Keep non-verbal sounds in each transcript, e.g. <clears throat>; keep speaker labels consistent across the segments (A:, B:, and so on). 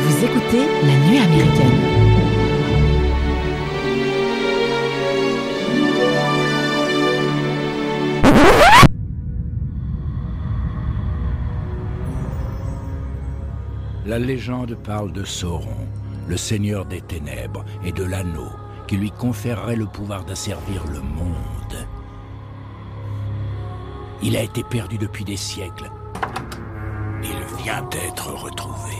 A: Vous écoutez La Nuit américaine.
B: La légende parle de Sauron, le seigneur des ténèbres et de l'anneau qui lui conférerait le pouvoir d'asservir le monde. Il a été perdu depuis des siècles. Il vient d'être retrouvé.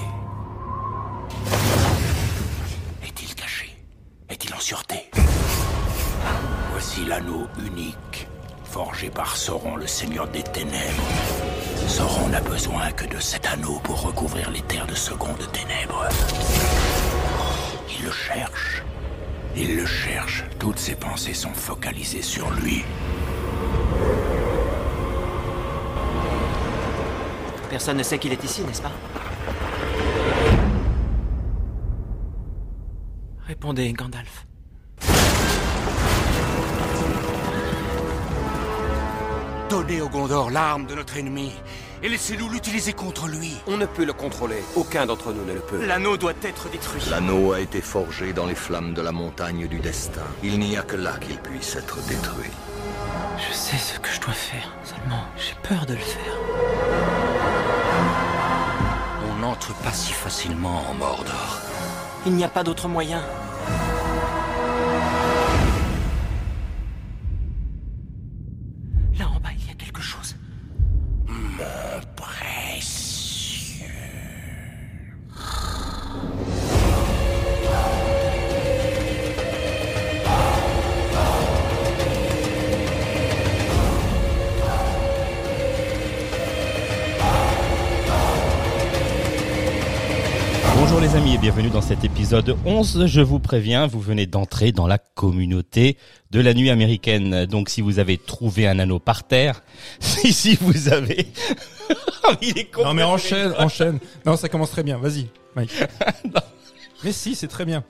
B: Est-il caché Est-il en sûreté Voici l'anneau unique, forgé par Sauron, le seigneur des ténèbres. Sauron n'a besoin que de cet anneau pour recouvrir les terres de seconde ténèbres. Il le cherche. Il le cherche. Toutes ses pensées sont focalisées sur lui.
C: Personne ne sait qu'il est ici, n'est-ce pas Répondez, Gandalf.
D: Donnez au Gondor l'arme de notre ennemi et laissez-nous l'utiliser contre lui.
E: On ne peut le contrôler. Aucun d'entre nous ne le peut.
C: L'anneau doit être détruit.
F: L'anneau a été forgé dans les flammes de la montagne du destin. Il n'y a que là qu'il puisse être détruit.
C: Je sais ce que je dois faire. Seulement, j'ai peur de le faire.
D: On n'entre pas si facilement en Mordor.
C: Il n'y a pas d'autre moyen. Là en bas, il y a quelque chose.
G: Bonjour les amis et bienvenue dans cet épisode 11. Je vous préviens, vous venez d'entrer dans la communauté de la nuit américaine. Donc si vous avez trouvé un anneau par terre, <laughs> si, si vous avez... <laughs> Ah, Il est
H: Non mais
G: complètement- <laughs>
H: enchaîne, enchaîne. Non, ça commence très bien. Vas-y,
I: <laughs>
H: Mike. Mais si, c'est très bien.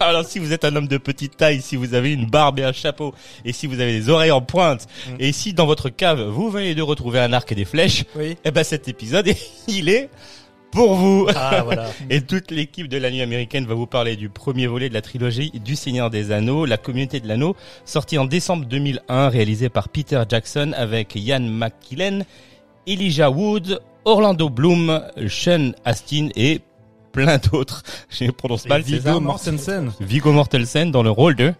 G: Alors si vous êtes un homme de petite taille, si vous avez une barbe et un chapeau, et si vous avez des oreilles en pointe,
H: Mm.
G: et si dans votre cave vous venez de retrouver un arc et des flèches,
H: Oui.
G: eh ben cet épisode, <laughs> il est pour vous.
I: <laughs>
H: Ah voilà.
G: Et toute l'équipe de la nuit américaine va vous parler du premier volet de la trilogie du Seigneur des Anneaux, La communauté de l'anneau, sorti en décembre 2001, réalisé par Peter Jackson avec Ian McKellen, Elijah Wood, Orlando Bloom, Sean Astin et plein d'autres. <laughs> Je les prononce mal, c'est ça
H: Viggo Mortensen.
G: Viggo Mortensen dans le rôle de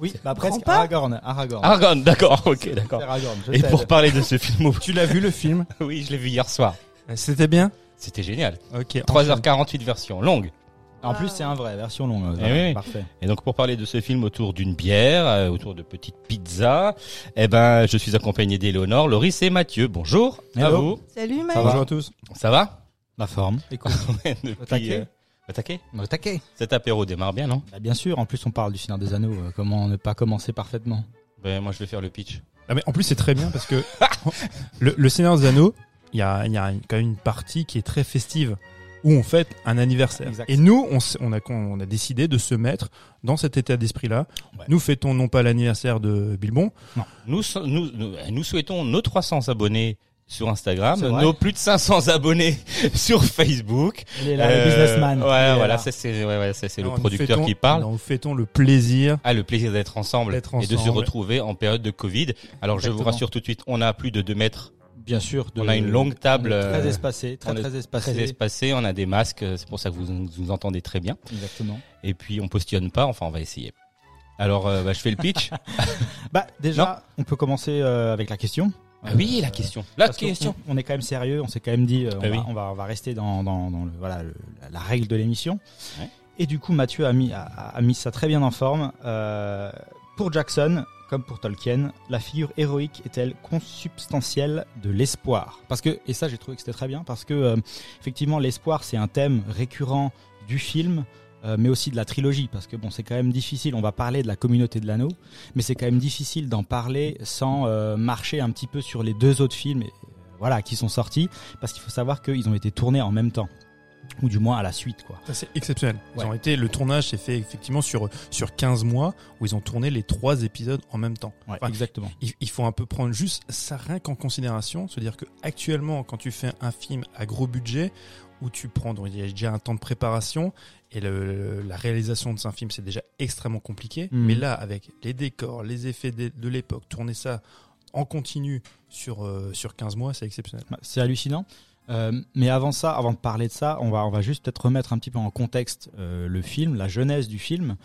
I: Oui, bah presque
G: pas
I: Aragorn,
H: Ah,
I: Aragorn.
G: Aragorn. D'accord, ok, d'accord.
I: Aragorn, je
G: Et
I: t'aide.
G: pour parler de ce film, au-
H: Tu l'as vu le film
G: <laughs> oui, je l'ai vu hier soir.
H: C'était bien.
G: C'était génial.
H: Ok.
G: 3h48 version longue.
I: En plus, c'est un vrai, version longue.
G: Eh oui, oui.
I: Parfait.
G: Et donc pour parler de ce film autour d'une bière, euh, autour de petites pizzas, eh ben je suis accompagné d'Éléonore, Loris et Mathieu. Bonjour à
I: Hello.
G: vous.
J: Salut Mike.
H: Bonjour à tous.
G: Ça va
I: La forme.
G: Ouais, depuis,
I: Au taquet.
G: euh, au taquet
I: Au taquet.
G: Cet apéro démarre bien, non
I: Bah, bien sûr, en plus, on parle du Seigneur des Anneaux. euh, Comment ne pas commencer parfaitement
G: ben, Moi je vais faire le pitch.
H: Ah, mais en plus, c'est très bien parce que le, le Seigneur des Anneaux, il y a, il y a quand même une partie qui est très festive où on fête un anniversaire.
I: Exact.
H: Et nous, on, s- on, a, on a décidé de se mettre dans cet état d'esprit-là.
G: Ouais.
H: Nous fêtons non pas l'anniversaire de Bilbon,
G: Nous, so- nous, nous, eh, nous souhaitons nos 300 abonnés sur Instagram,
I: C'est vrai.
G: nos plus de 500 abonnés <laughs> sur Facebook.
I: Il est là,
G: Euh,
I: le businessman.
G: Ouais,
I: Il est
G: voilà,
I: là.
G: ça, c'est ouais, ouais, ça, c'est le
H: Alors, nous
G: producteur
H: fêtons-
G: qui parle.
H: alors, Nous fêtons le plaisir
G: Ah, le plaisir d'être ensemble,
H: D'être
G: et de se
H: ensemble.
G: retrouver en période de Covid. Alors, je vous
I: Exactement.
G: rassure tout de suite, on a plus de 2 mètres,
I: Bien sûr. de-
G: on a une longue table
I: Très
G: euh,
I: espacée,
G: on
I: très
G: est
I: très
G: très
I: espacée.
G: espacée, on a des masques, euh, c'est pour ça que vous nous nous entendez très bien.
I: Exactement.
G: Et puis, on postillonne pas, enfin, on va essayer. Alors, euh, bah, je fais le pitch.
I: Bah, déjà, on peut commencer euh, avec la question.
G: Ah <laughs> oui, la
I: Euh,
G: question. La
I: Parce que
G: question.
I: On, on est quand même sérieux, on s'est quand même dit, euh, on,
G: Bah
I: va,
G: oui.
I: on, va, on va rester dans, dans, dans le, voilà, le- la- la règle de l'émission.
G: Ouais.
I: Et du coup, Mathieu a mis, a, a mis ça très bien en forme. Euh, pour Jackson, comme pour Tolkien, la figure héroïque est-elle consubstantielle de l'espoir Parce que, et ça j'ai trouvé que c'était très bien, parce que euh, effectivement l'espoir c'est un thème récurrent du film. euh, mais aussi de la trilogie, parce que bon, c'est quand même difficile. On va parler de la communauté de l'anneau, mais c'est quand même difficile d'en parler sans euh, marcher un petit peu sur les deux autres films, euh, voilà, qui sont sortis, parce qu'il faut savoir qu'ils ont été tournés en même temps. ou du moins à la suite, quoi.
H: Ça, c'est exceptionnel. Ils
I: Ouais.
H: ont été, le tournage s'est fait effectivement sur, sur 15 mois où ils ont tourné les trois épisodes en même temps.
I: Ouais,
H: Enfin,
I: exactement.
H: il, il faut un peu prendre juste ça rien qu'en considération, se dire que actuellement, quand tu fais un film à gros budget, où tu prends, donc il y a déjà un temps de préparation et le- la réalisation de un film c'est déjà extrêmement compliqué.
I: Mm.
H: Mais là, avec les décors, les effets de, de l'époque, tourner ça en continu sur euh, sur 15 mois, c'est exceptionnel.
I: Bah, C'est hallucinant. Euh, mais avant ça, avant de parler de ça, on va, on va juste peut-être remettre un petit peu en contexte euh, le film, la genèse du film.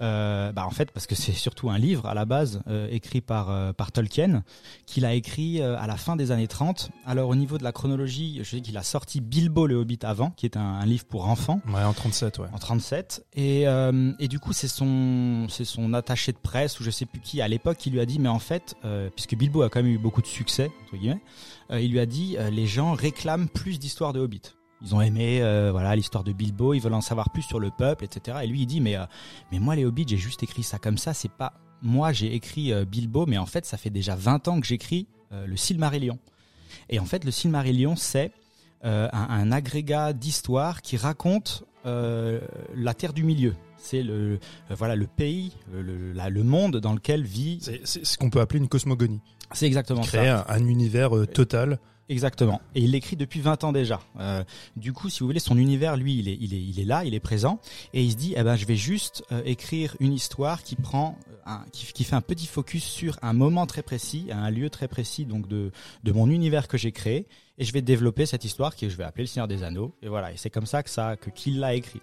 I: Euh, bah, en fait, parce que c'est surtout un livre à la base euh, écrit par, euh, par Tolkien, qu'il a écrit euh, à la fin des années 30. Alors au niveau de la chronologie, je sais qu'il a sorti Bilbo le Hobbit avant, qui est un- un livre pour enfants.
H: Ouais, en 37, ouais.
I: En 37. Et, euh, et du coup, c'est son, c'est son attaché de presse, ou je sais plus qui, à l'époque, qui lui a dit, mais en fait, euh, puisque Bilbo a quand même eu beaucoup de succès, entre guillemets, euh, il lui a dit, euh, les gens réclament plus d'histoires de Hobbit. Ils ont aimé euh, voilà l'histoire de Bilbo, ils veulent en savoir plus sur le peuple, etc. Et lui, il dit, mais, euh, mais moi, les Hobbits, j'ai juste écrit ça comme ça, c'est pas... Moi, j'ai écrit euh, Bilbo, mais en fait, ça fait déjà 20 ans que j'écris euh, le Silmarillion. Et en fait, le Silmarillion, c'est euh, un, un agrégat d'histoires qui raconte euh, la Terre du Milieu. C'est le euh, voilà le pays, le, le- la- le monde dans lequel vit.
H: C'est c'est ce qu'on peut appeler une cosmogonie.
I: C'est exactement ça.
H: Créer un, un univers euh, total.
I: Exactement. Et il l'écrit depuis 20 ans déjà. Euh, du coup, si vous voulez, son univers, lui, il est, il est, il est là, il est présent, et il se dit, eh ben, je vais juste euh, écrire une histoire qui prend, euh, un, qui, qui fait un petit focus sur un moment très précis, à un lieu très précis, donc de, de mon univers que j'ai créé, et je vais développer cette histoire que je vais appeler le Seigneur des Anneaux. Et voilà. Et c'est comme ça que ça, que qu'il l'a écrit.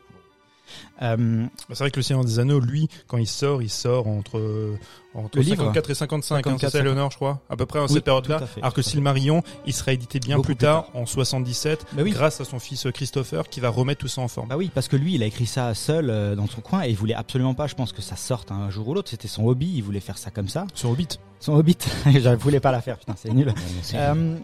I: Euh,
H: Bah, C'est vrai que le Seigneur des Anneaux, lui, quand il sort, il sort entre euh, entre
I: Le livre.
H: 54 et 55, hein,
I: 54,
H: c'est ça, Eleanor, je crois, à peu près à
I: Oui,
H: cette période-là.
I: tout à fait,
H: Alors que
I: tout à fait.
H: Silmarillion, il sera édité bien
I: Beaucoup
H: plus
I: plus
H: tard, en 77,
I: Bah oui.
H: grâce à son fils Christopher, qui va remettre tout ça en forme.
I: Bah oui, parce que lui, il a écrit ça seul euh, dans son coin et il voulait absolument pas, je pense, que ça sorte un jour ou l'autre. C'était son hobby, il voulait faire ça comme ça.
H: Sur Hobbit. <laughs>
I: Son Hobbit, <laughs> je voulais pas la faire, putain, c'est nul. Euh,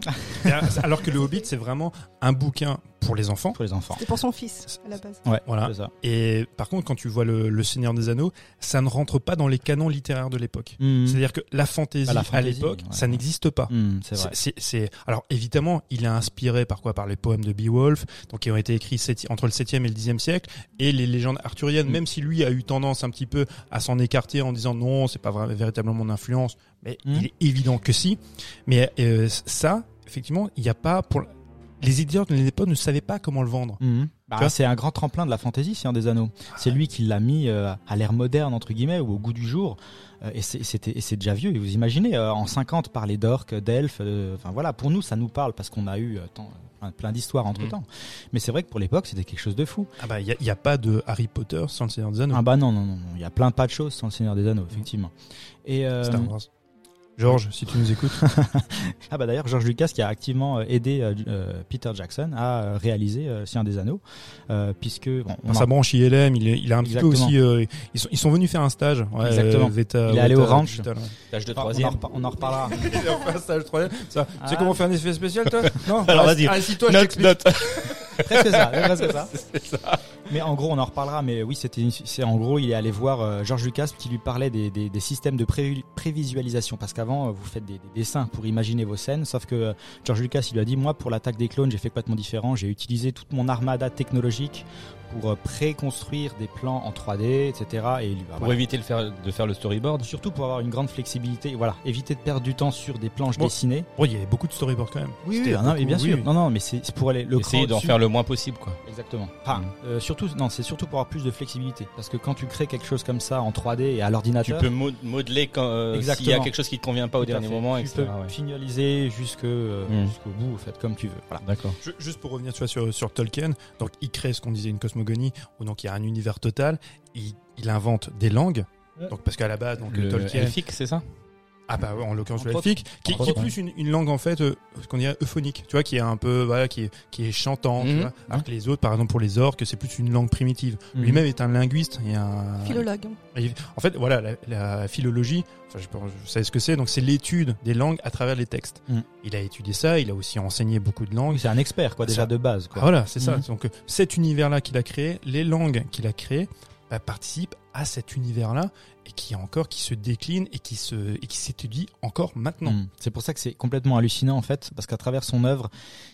H: Alors que le Hobbit, Bah, c'est vraiment un bouquin pour les enfants.
I: pour les enfants.
J: C'est pour son fils, à la base.
I: Ouais,
H: Voilà.
I: c'est ça.
H: Et par contre, quand tu vois le, le Seigneur des Anneaux, ça ne rentre pas dans les canons littéraires de l'époque.
I: Mmh.
H: C'est-à-dire que la fantaisie,
I: Hmm. Bah, la
H: à
I: fantaisie,
H: l'époque,
I: ouais.
H: ça n'existe pas.
I: Hmm, c'est vrai.
H: C'est- c'est- c'est- alors évidemment, il est inspiré par quoi Par les poèmes de Beowulf, donc qui ont été écrits septi- entre le 7e et le 10e siècle, et les légendes arthuriennes.
I: Mm.
H: Même si lui a eu tendance un petit peu à s'en écarter en disant non, c'est pas vra- véritablement mon influence, mais
I: Mm.
H: il est évident que si. Mais euh, ça, effectivement, il n'y a pas pour les éditeurs de l'époque ne savaient pas comment le vendre.
I: Hmm.
H: Tu vois
I: Bah, c'est un grand tremplin de la fantaisie, Seigneur des Anneaux. C'est lui qui l'a mis euh, à l'ère moderne, entre guillemets, ou au goût du jour. Euh, et c'est- c'était- et c'est déjà vieux. Et vous imaginez, euh, en 50, parler d'orques, d'elfes, euh, enfin voilà, pour nous, ça nous parle parce qu'on a eu euh, tant- plein- plein d'histoires entre temps. Mais c'est vrai que pour l'époque, c'était quelque chose de fou.
H: Ah bah il y a- il y a, pas de Harry Potter sans le Seigneur des Anneaux.
I: Ah bah non, non, non, non. il y a plein pas de choses sans le Seigneur des Anneaux, effectivement. Et euh,
H: Star Wars. Georges, si tu nous écoutes.
I: ah bah d'ailleurs, George Lucas qui a activement euh, aidé euh, euh, Peter Jackson à euh, réaliser euh, Le Seigneur des Anneaux, euh, puisque bon, on
H: Enfin, sa
I: en-
H: branche ILM, il, est- il a un petit peu
I: Exactement.
H: aussi. euh, ils, sont, ils sont venus faire un stage. Ouais, euh,
I: Exactement.
H: Veta-
I: Il est allé
H: Veta
I: au ranch.
H: Digital, ouais.
G: Tâche de
I: on en
G: troisième.
I: repar- on en reparlera.
H: Il a fait euh, un stage troisième. Ça, Tu sais
I: Ah.
H: comment faire un effet spécial,
I: <laughs>
H: toi Non
G: Alors, vas-y.
H: Assis-toi, je
G: Note,
H: t'explique.
G: note.
I: presque ça, c'est presque ça. Mais en gros, on en reparlera. Mais oui, c'était, une- c'est en gros, il est allé voir euh, George Lucas qui lui parlait des, des, des systèmes de pré- prévisualisation. Parce qu'avant, euh, vous faites des, des dessins pour imaginer vos scènes. Sauf que euh, George Lucas, il lui a dit, moi, pour l'attaque des clones, j'ai fait complètement différent. J'ai utilisé toute mon armada technologique pour euh, préconstruire des plans en 3D, etc. Et il, bah,
G: Pour
I: voilà.
G: éviter de faire, de faire le storyboard.
I: Surtout pour avoir une grande flexibilité, voilà, éviter de perdre du temps sur des planches
H: Bon.
I: dessinées.
H: Bon, il y avait beaucoup de storyboards quand même.
I: Oui,
H: C'était
I: non, mais bien
H: beaucoup,
I: sûr.
H: oui.
I: Non, non, mais c'est c'est pour aller le
G: Essayer
I: cran
G: d'en
I: au-dessus.
G: faire le moins possible, quoi.
I: Exactement. Enfin, euh, surtout, non, c'est surtout pour avoir plus de flexibilité. Parce que quand tu crées quelque chose comme ça en 3D et à
G: Tu
I: l'ordinateur,
G: peux mo- modeler quand, euh,
I: Exactement.
G: s'il y a quelque chose qui te convient pas
I: tout
G: au
I: à
G: dernier
I: fait,
G: moment,
I: tu
G: etc.
I: peux
G: ouais.
I: finaliser jusque euh,
G: Mm.
I: jusqu'au bout, en fait, comme tu veux. Voilà.
G: D'accord.
H: Ju- Juste pour revenir tu vois, sur, sur Tolkien, donc il crée ce qu'on disait une cosmogonie, où donc il y a un univers total, il, il invente des langues, donc parce qu'à la base, donc
G: Le
H: Tolkien,
G: elfique, c'est ça
H: ah bah en l'occurrence
I: Entre
H: le
I: autres.
H: elfique, qui,
I: Entre
H: qui est
I: autres,
H: plus une, une langue en fait, euh, ce qu'on dirait euphonique, tu vois, qui est un peu, voilà, qui est, qui est chantant, tu
G: Mhm.
H: vois, alors que les autres, par exemple pour les orques, c'est plus une langue primitive.
I: Mhm.
H: Lui-même est un linguiste, et un...
J: Philologue.
H: Et En fait, voilà, la, la philologie, enfin, je, pense- vous savez ce que c'est, donc c'est l'étude des langues à travers les textes.
I: Mm.
H: Il a étudié ça, il a aussi enseigné beaucoup de langues.
I: Oui, c'est un expert, quoi, déjà
H: Ça-
I: de base.
H: Ah,
I: Quoi.
H: voilà, c'est ça.
I: Mhm.
H: Donc euh, cet univers-là qu'il a créé, les langues qu'il a créées, bah, participe à cet univers-là et qui est encore qui se décline et qui se et qui s'étudie encore maintenant.
I: Mm. C'est pour ça que c'est complètement hallucinant en fait, parce qu'à travers son œuvre,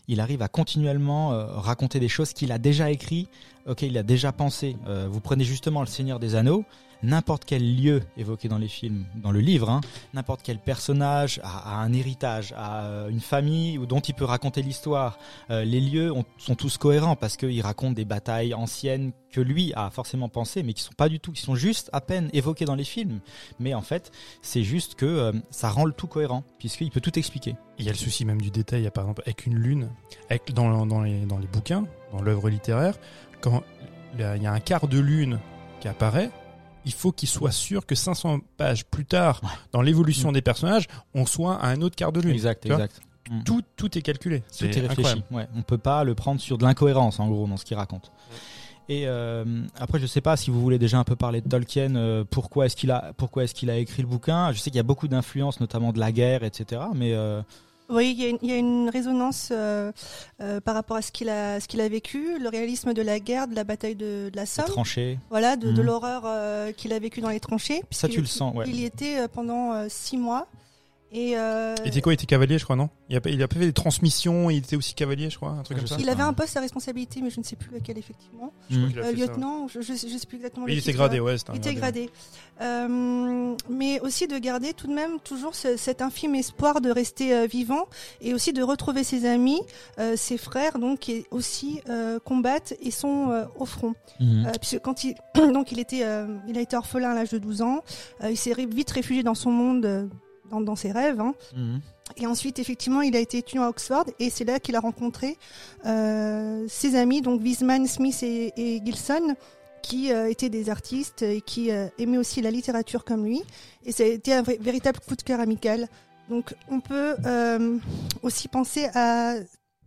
I: il arrive à continuellement euh, raconter des choses qu'il a déjà écrit, auxquelles il a déjà pensé. Euh, vous prenez justement Le Seigneur des Anneaux, n'importe quel lieu évoqué dans les films, dans le livre, hein, n'importe quel personnage a, a un héritage, a euh, une famille ou dont il peut raconter l'histoire. Euh, les lieux ont- sont tous cohérents parce qu'ils racontent des batailles anciennes que lui a forcément pensé, mais qui sont pas du tout, qui sont juste à peine évoquées dans les films. Mais en fait, c'est juste que euh, ça rend le tout cohérent puisqu'il peut tout expliquer.
H: Il y a le souci même du détail, il y a par exemple avec une lune, avec, dans, dans, les, dans les bouquins, dans l'œuvre littéraire, quand là, il y a un quart de lune qui apparaît, il faut qu'il soit sûr que 500 pages plus tard,
I: Ouais. Mm.
H: dans l'évolution des personnages, on soit à un autre quart de lune.
I: Exact,
H: tu vois.
I: exact.
H: Tout, tout est calculé.
I: Tout
H: C'est
I: est réfléchi.
H: incroyable.
I: Ouais, on peut pas le prendre sur de l'incohérence, en gros, dans ce qu'il raconte. Et euh, après, je sais pas si vous voulez déjà un peu parler de Tolkien. euh, pourquoi est-ce qu'il a, pourquoi est-ce qu'il a écrit le bouquin Je sais qu'il y a beaucoup d'influences, notamment de la guerre, etc. Mais euh,
J: Oui, il y a une, il y a une résonance euh, euh, par rapport à ce qu'il a, ce qu'il a vécu, le réalisme de la guerre, de la bataille de, de la
I: c'est
J: Somme,
I: tranché.
J: voilà, de, de
I: Mhm.
J: l'horreur euh, qu'il a vécu dans les tranchées.
I: Ça, tu
J: puisqu'il-
I: le sens, ouais.
J: Il y était euh, pendant euh, six mois. Et, euh,
H: Il était quoi Il était cavalier, je crois, non il a, pas- il a pas fait des transmissions, il était aussi cavalier, je crois, un truc
I: Ah,
H: comme
I: je
H: ça.
I: sais
J: il avait un poste à responsabilité, mais je ne sais plus lequel effectivement.
H: Je
I: Mmh.
H: crois qu'il a
J: Euh,
H: fait ça, ouais.
J: lieutenant, je ne sais plus exactement.
H: Mais il
J: le
H: était
J: titre. hein.
H: gradé, ouais, c'était un
J: Il était
H: gradé.
J: gradé. Euh, mais aussi de garder tout de même toujours ce- cet infime espoir de rester euh, vivant et aussi de retrouver ses amis, euh, ses frères, donc qui aussi euh, combattent et sont euh, au front.
I: Mhm.
J: Euh, puisque quand il <coughs> donc il était, euh, il a été orphelin à l'âge de 12 ans. Euh, il s'est ré- vite réfugié dans son monde, euh, dans, dans ses rêves. hein.
H: Ah. Mmh.
I: Mhm.
J: Et ensuite, effectivement, il a été étudiant à Oxford et c'est là qu'il a rencontré euh, ses amis, donc Wiseman, Smith et, et Gilson, qui euh, étaient des artistes et qui euh, aimaient aussi la littérature comme lui. Et ça a été un vrai- véritable coup de cœur amical. Donc, on peut euh, aussi penser à.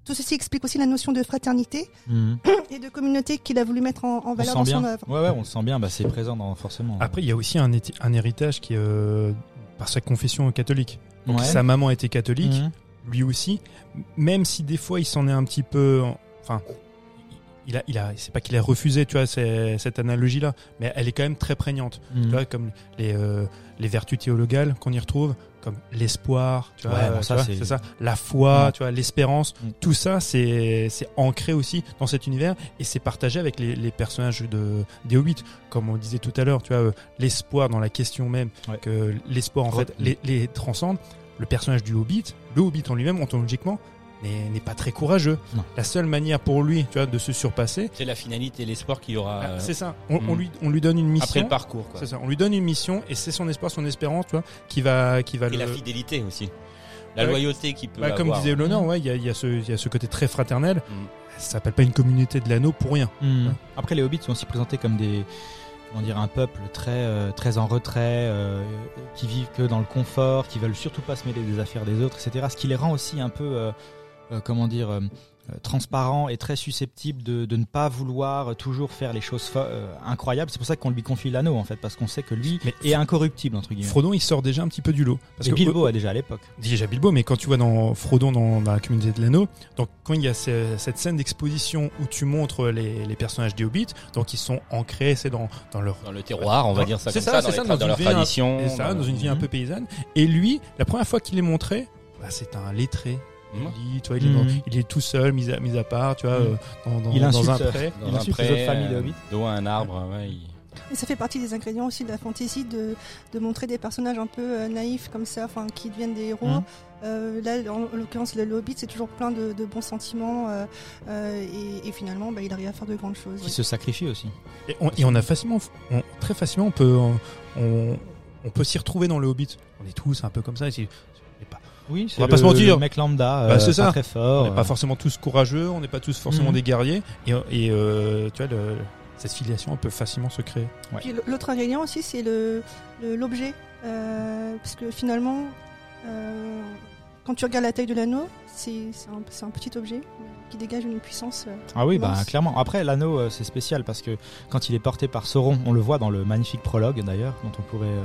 J: Tout ceci explique aussi la notion de fraternité
H: Mmh.
I: Mhm.
J: et de communauté qu'il a voulu mettre en, en
I: On le
J: valeur
I: sent
J: dans
I: bien.
J: son œuvre.
I: Ouais, ouais, on le sent bien. Bah, c'est présent dans forcément.
H: Après, il y a aussi un, héti- un héritage qui est euh, par sa confession catholique. Donc,
I: Ouais.
H: Sa maman était catholique.
I: Mhm.
H: lui aussi, même si des fois il s'en est un petit peu, enfin, il a, il a, c'est pas qu'il a refusé, tu vois, c'est- cette analogie là, mais elle est quand même très prégnante,
I: Mhm.
H: tu vois, comme les euh, les vertus théologales qu'on y retrouve, comme l'espoir, tu vois,
I: Ouais,
H: euh,
I: bon,
H: tu
I: ça,
H: vois,
I: c'est- Mmh.
H: c'est ça, la foi,
I: Ouais.
H: tu vois, l'espérance,
I: Mhm.
H: tout ça, c'est c'est ancré aussi dans cet univers et c'est partagé avec les, les personnages de des Hobbits, comme on disait tout à l'heure, tu vois, euh, l'espoir dans la question même
I: Ouais.
H: que l'espoir en
I: Re-
H: fait les, les transcende. Le personnage du Hobbit, le Hobbit en lui-même, ontologiquement, n'est n'est pas très courageux.
I: Non.
H: La seule manière pour lui, tu vois, de se surpasser, bah,
G: C'est la finalité, l'espoir qu'il y
I: Bah,
G: aura euh,
H: c'est ça. On,
G: hmm.
I: mmh.
H: on lui, on lui donne une
G: après
H: mission.
G: le parcours. Quoi.
H: C'est ça. On lui donne une mission et c'est son espoir, son espérance, tu vois, qui va, qui va
G: Et
H: le.
G: la fidélité aussi. La
H: Ouais.
G: loyauté qu'il peut
H: Bah,
G: avoir.
H: comme disait Léonard, ouais, il y a, il y, a ce- il y a ce côté très fraternel.
G: Mm.
H: Ça s'appelle pas une communauté de l'anneau pour rien.
I: Mhm. Après, les hobbits sont aussi présentés comme des, comment dire, un peuple très, euh, très en retrait, euh, qui vivent que dans le confort, qui veulent surtout pas se mêler des affaires des autres, etc. Ce qui les rend aussi un peu, euh, euh, comment dire, euh, euh, transparents et très susceptibles de, de ne pas vouloir toujours faire les choses fo- euh, incroyables. C'est pour ça qu'on lui confie l'anneau, en fait, parce qu'on sait que lui
H: Mais
I: est incorruptible, entre
G: Mm.
I: guillemets.
H: Frodon, il sort déjà un petit peu du lot. Parce
I: Et
H: que oh,
I: Bilbo a déjà à l'époque.
H: déjà Bilbo, mais quand tu vois dans Frodon dans, dans la communauté de l'anneau, donc quand il y a ce- cette scène d'exposition où tu montres les, les personnages des hobbits, donc ils sont ancrés, c'est dans, dans leur
G: Dans le terroir, on va
H: Dans-
G: dire ça
H: c'est
G: comme
H: ça,
G: ça,
H: c'est
G: dans, les
H: ça,
G: tra-
H: dans
G: dans
H: une
G: leur
H: vie, hein,
G: tradition.
H: et ça, dans
G: bah,
H: une vie un peu paysanne. Et lui, la première fois qu'il est montré, bah, c'est un lettré.
G: Mhm.
H: Il, lit, tu vois, il, est dans-
I: Mhm.
H: il est tout seul, mis à, mis à part, tu vois,
G: Mm.
I: Mhm.
H: euh, dans, dans-
I: Il
H: dans
I: insulte,
H: un
I: euh,
H: pré.
G: Dans
I: Il
G: un
I: insulte les
G: pré,
I: autres familles de
G: euh,
I: hobbits.
G: Dos à un arbre, euh, ouais, il-
J: Et ça fait partie des ingrédients aussi de la fantaisie de, de montrer des personnages un peu euh, naïfs comme ça, enfin qui deviennent des héros.
I: Mhm.
J: Euh, là, en l'occurrence, le le Hobbit, c'est toujours plein de, de bons sentiments euh, euh, et, et finalement, bah, il arrive à faire de grandes choses.
I: Qui se sacrifie aussi.
H: Et on, et on a facilement, on- très facilement, on peut, on, on peut s'y retrouver dans le Hobbit. On est tous un peu comme ça. c'est- c'est pas-
I: Oui,
H: c'est le-
I: Le
H: le
I: mec lambda,
H: euh,
I: Bah, c'est
H: pas
I: ça.
H: très Euh,
I: très fort.
H: on n'est pas forcément tous courageux, on n'est pas tous forcément
I: Mhm.
H: des guerriers. Et, et, euh, tu vois, le- cette filiation, elle peut facilement se créer.
J: Puis l- l'autre ingrédient aussi, c'est le le- l'objet, euh, parce que finalement, euh, quand tu regardes la taille de l'anneau, c'est c'est un, c'est un petit objet mais qui dégage une puissance.
G: <laughs>
J: euh,
I: Ah oui, bah
J: immense.
I: clairement. Après, l'anneau, euh, c'est spécial parce que quand il est porté par Sauron, on le voit dans le magnifique prologue d'ailleurs, dont on pourrait euh,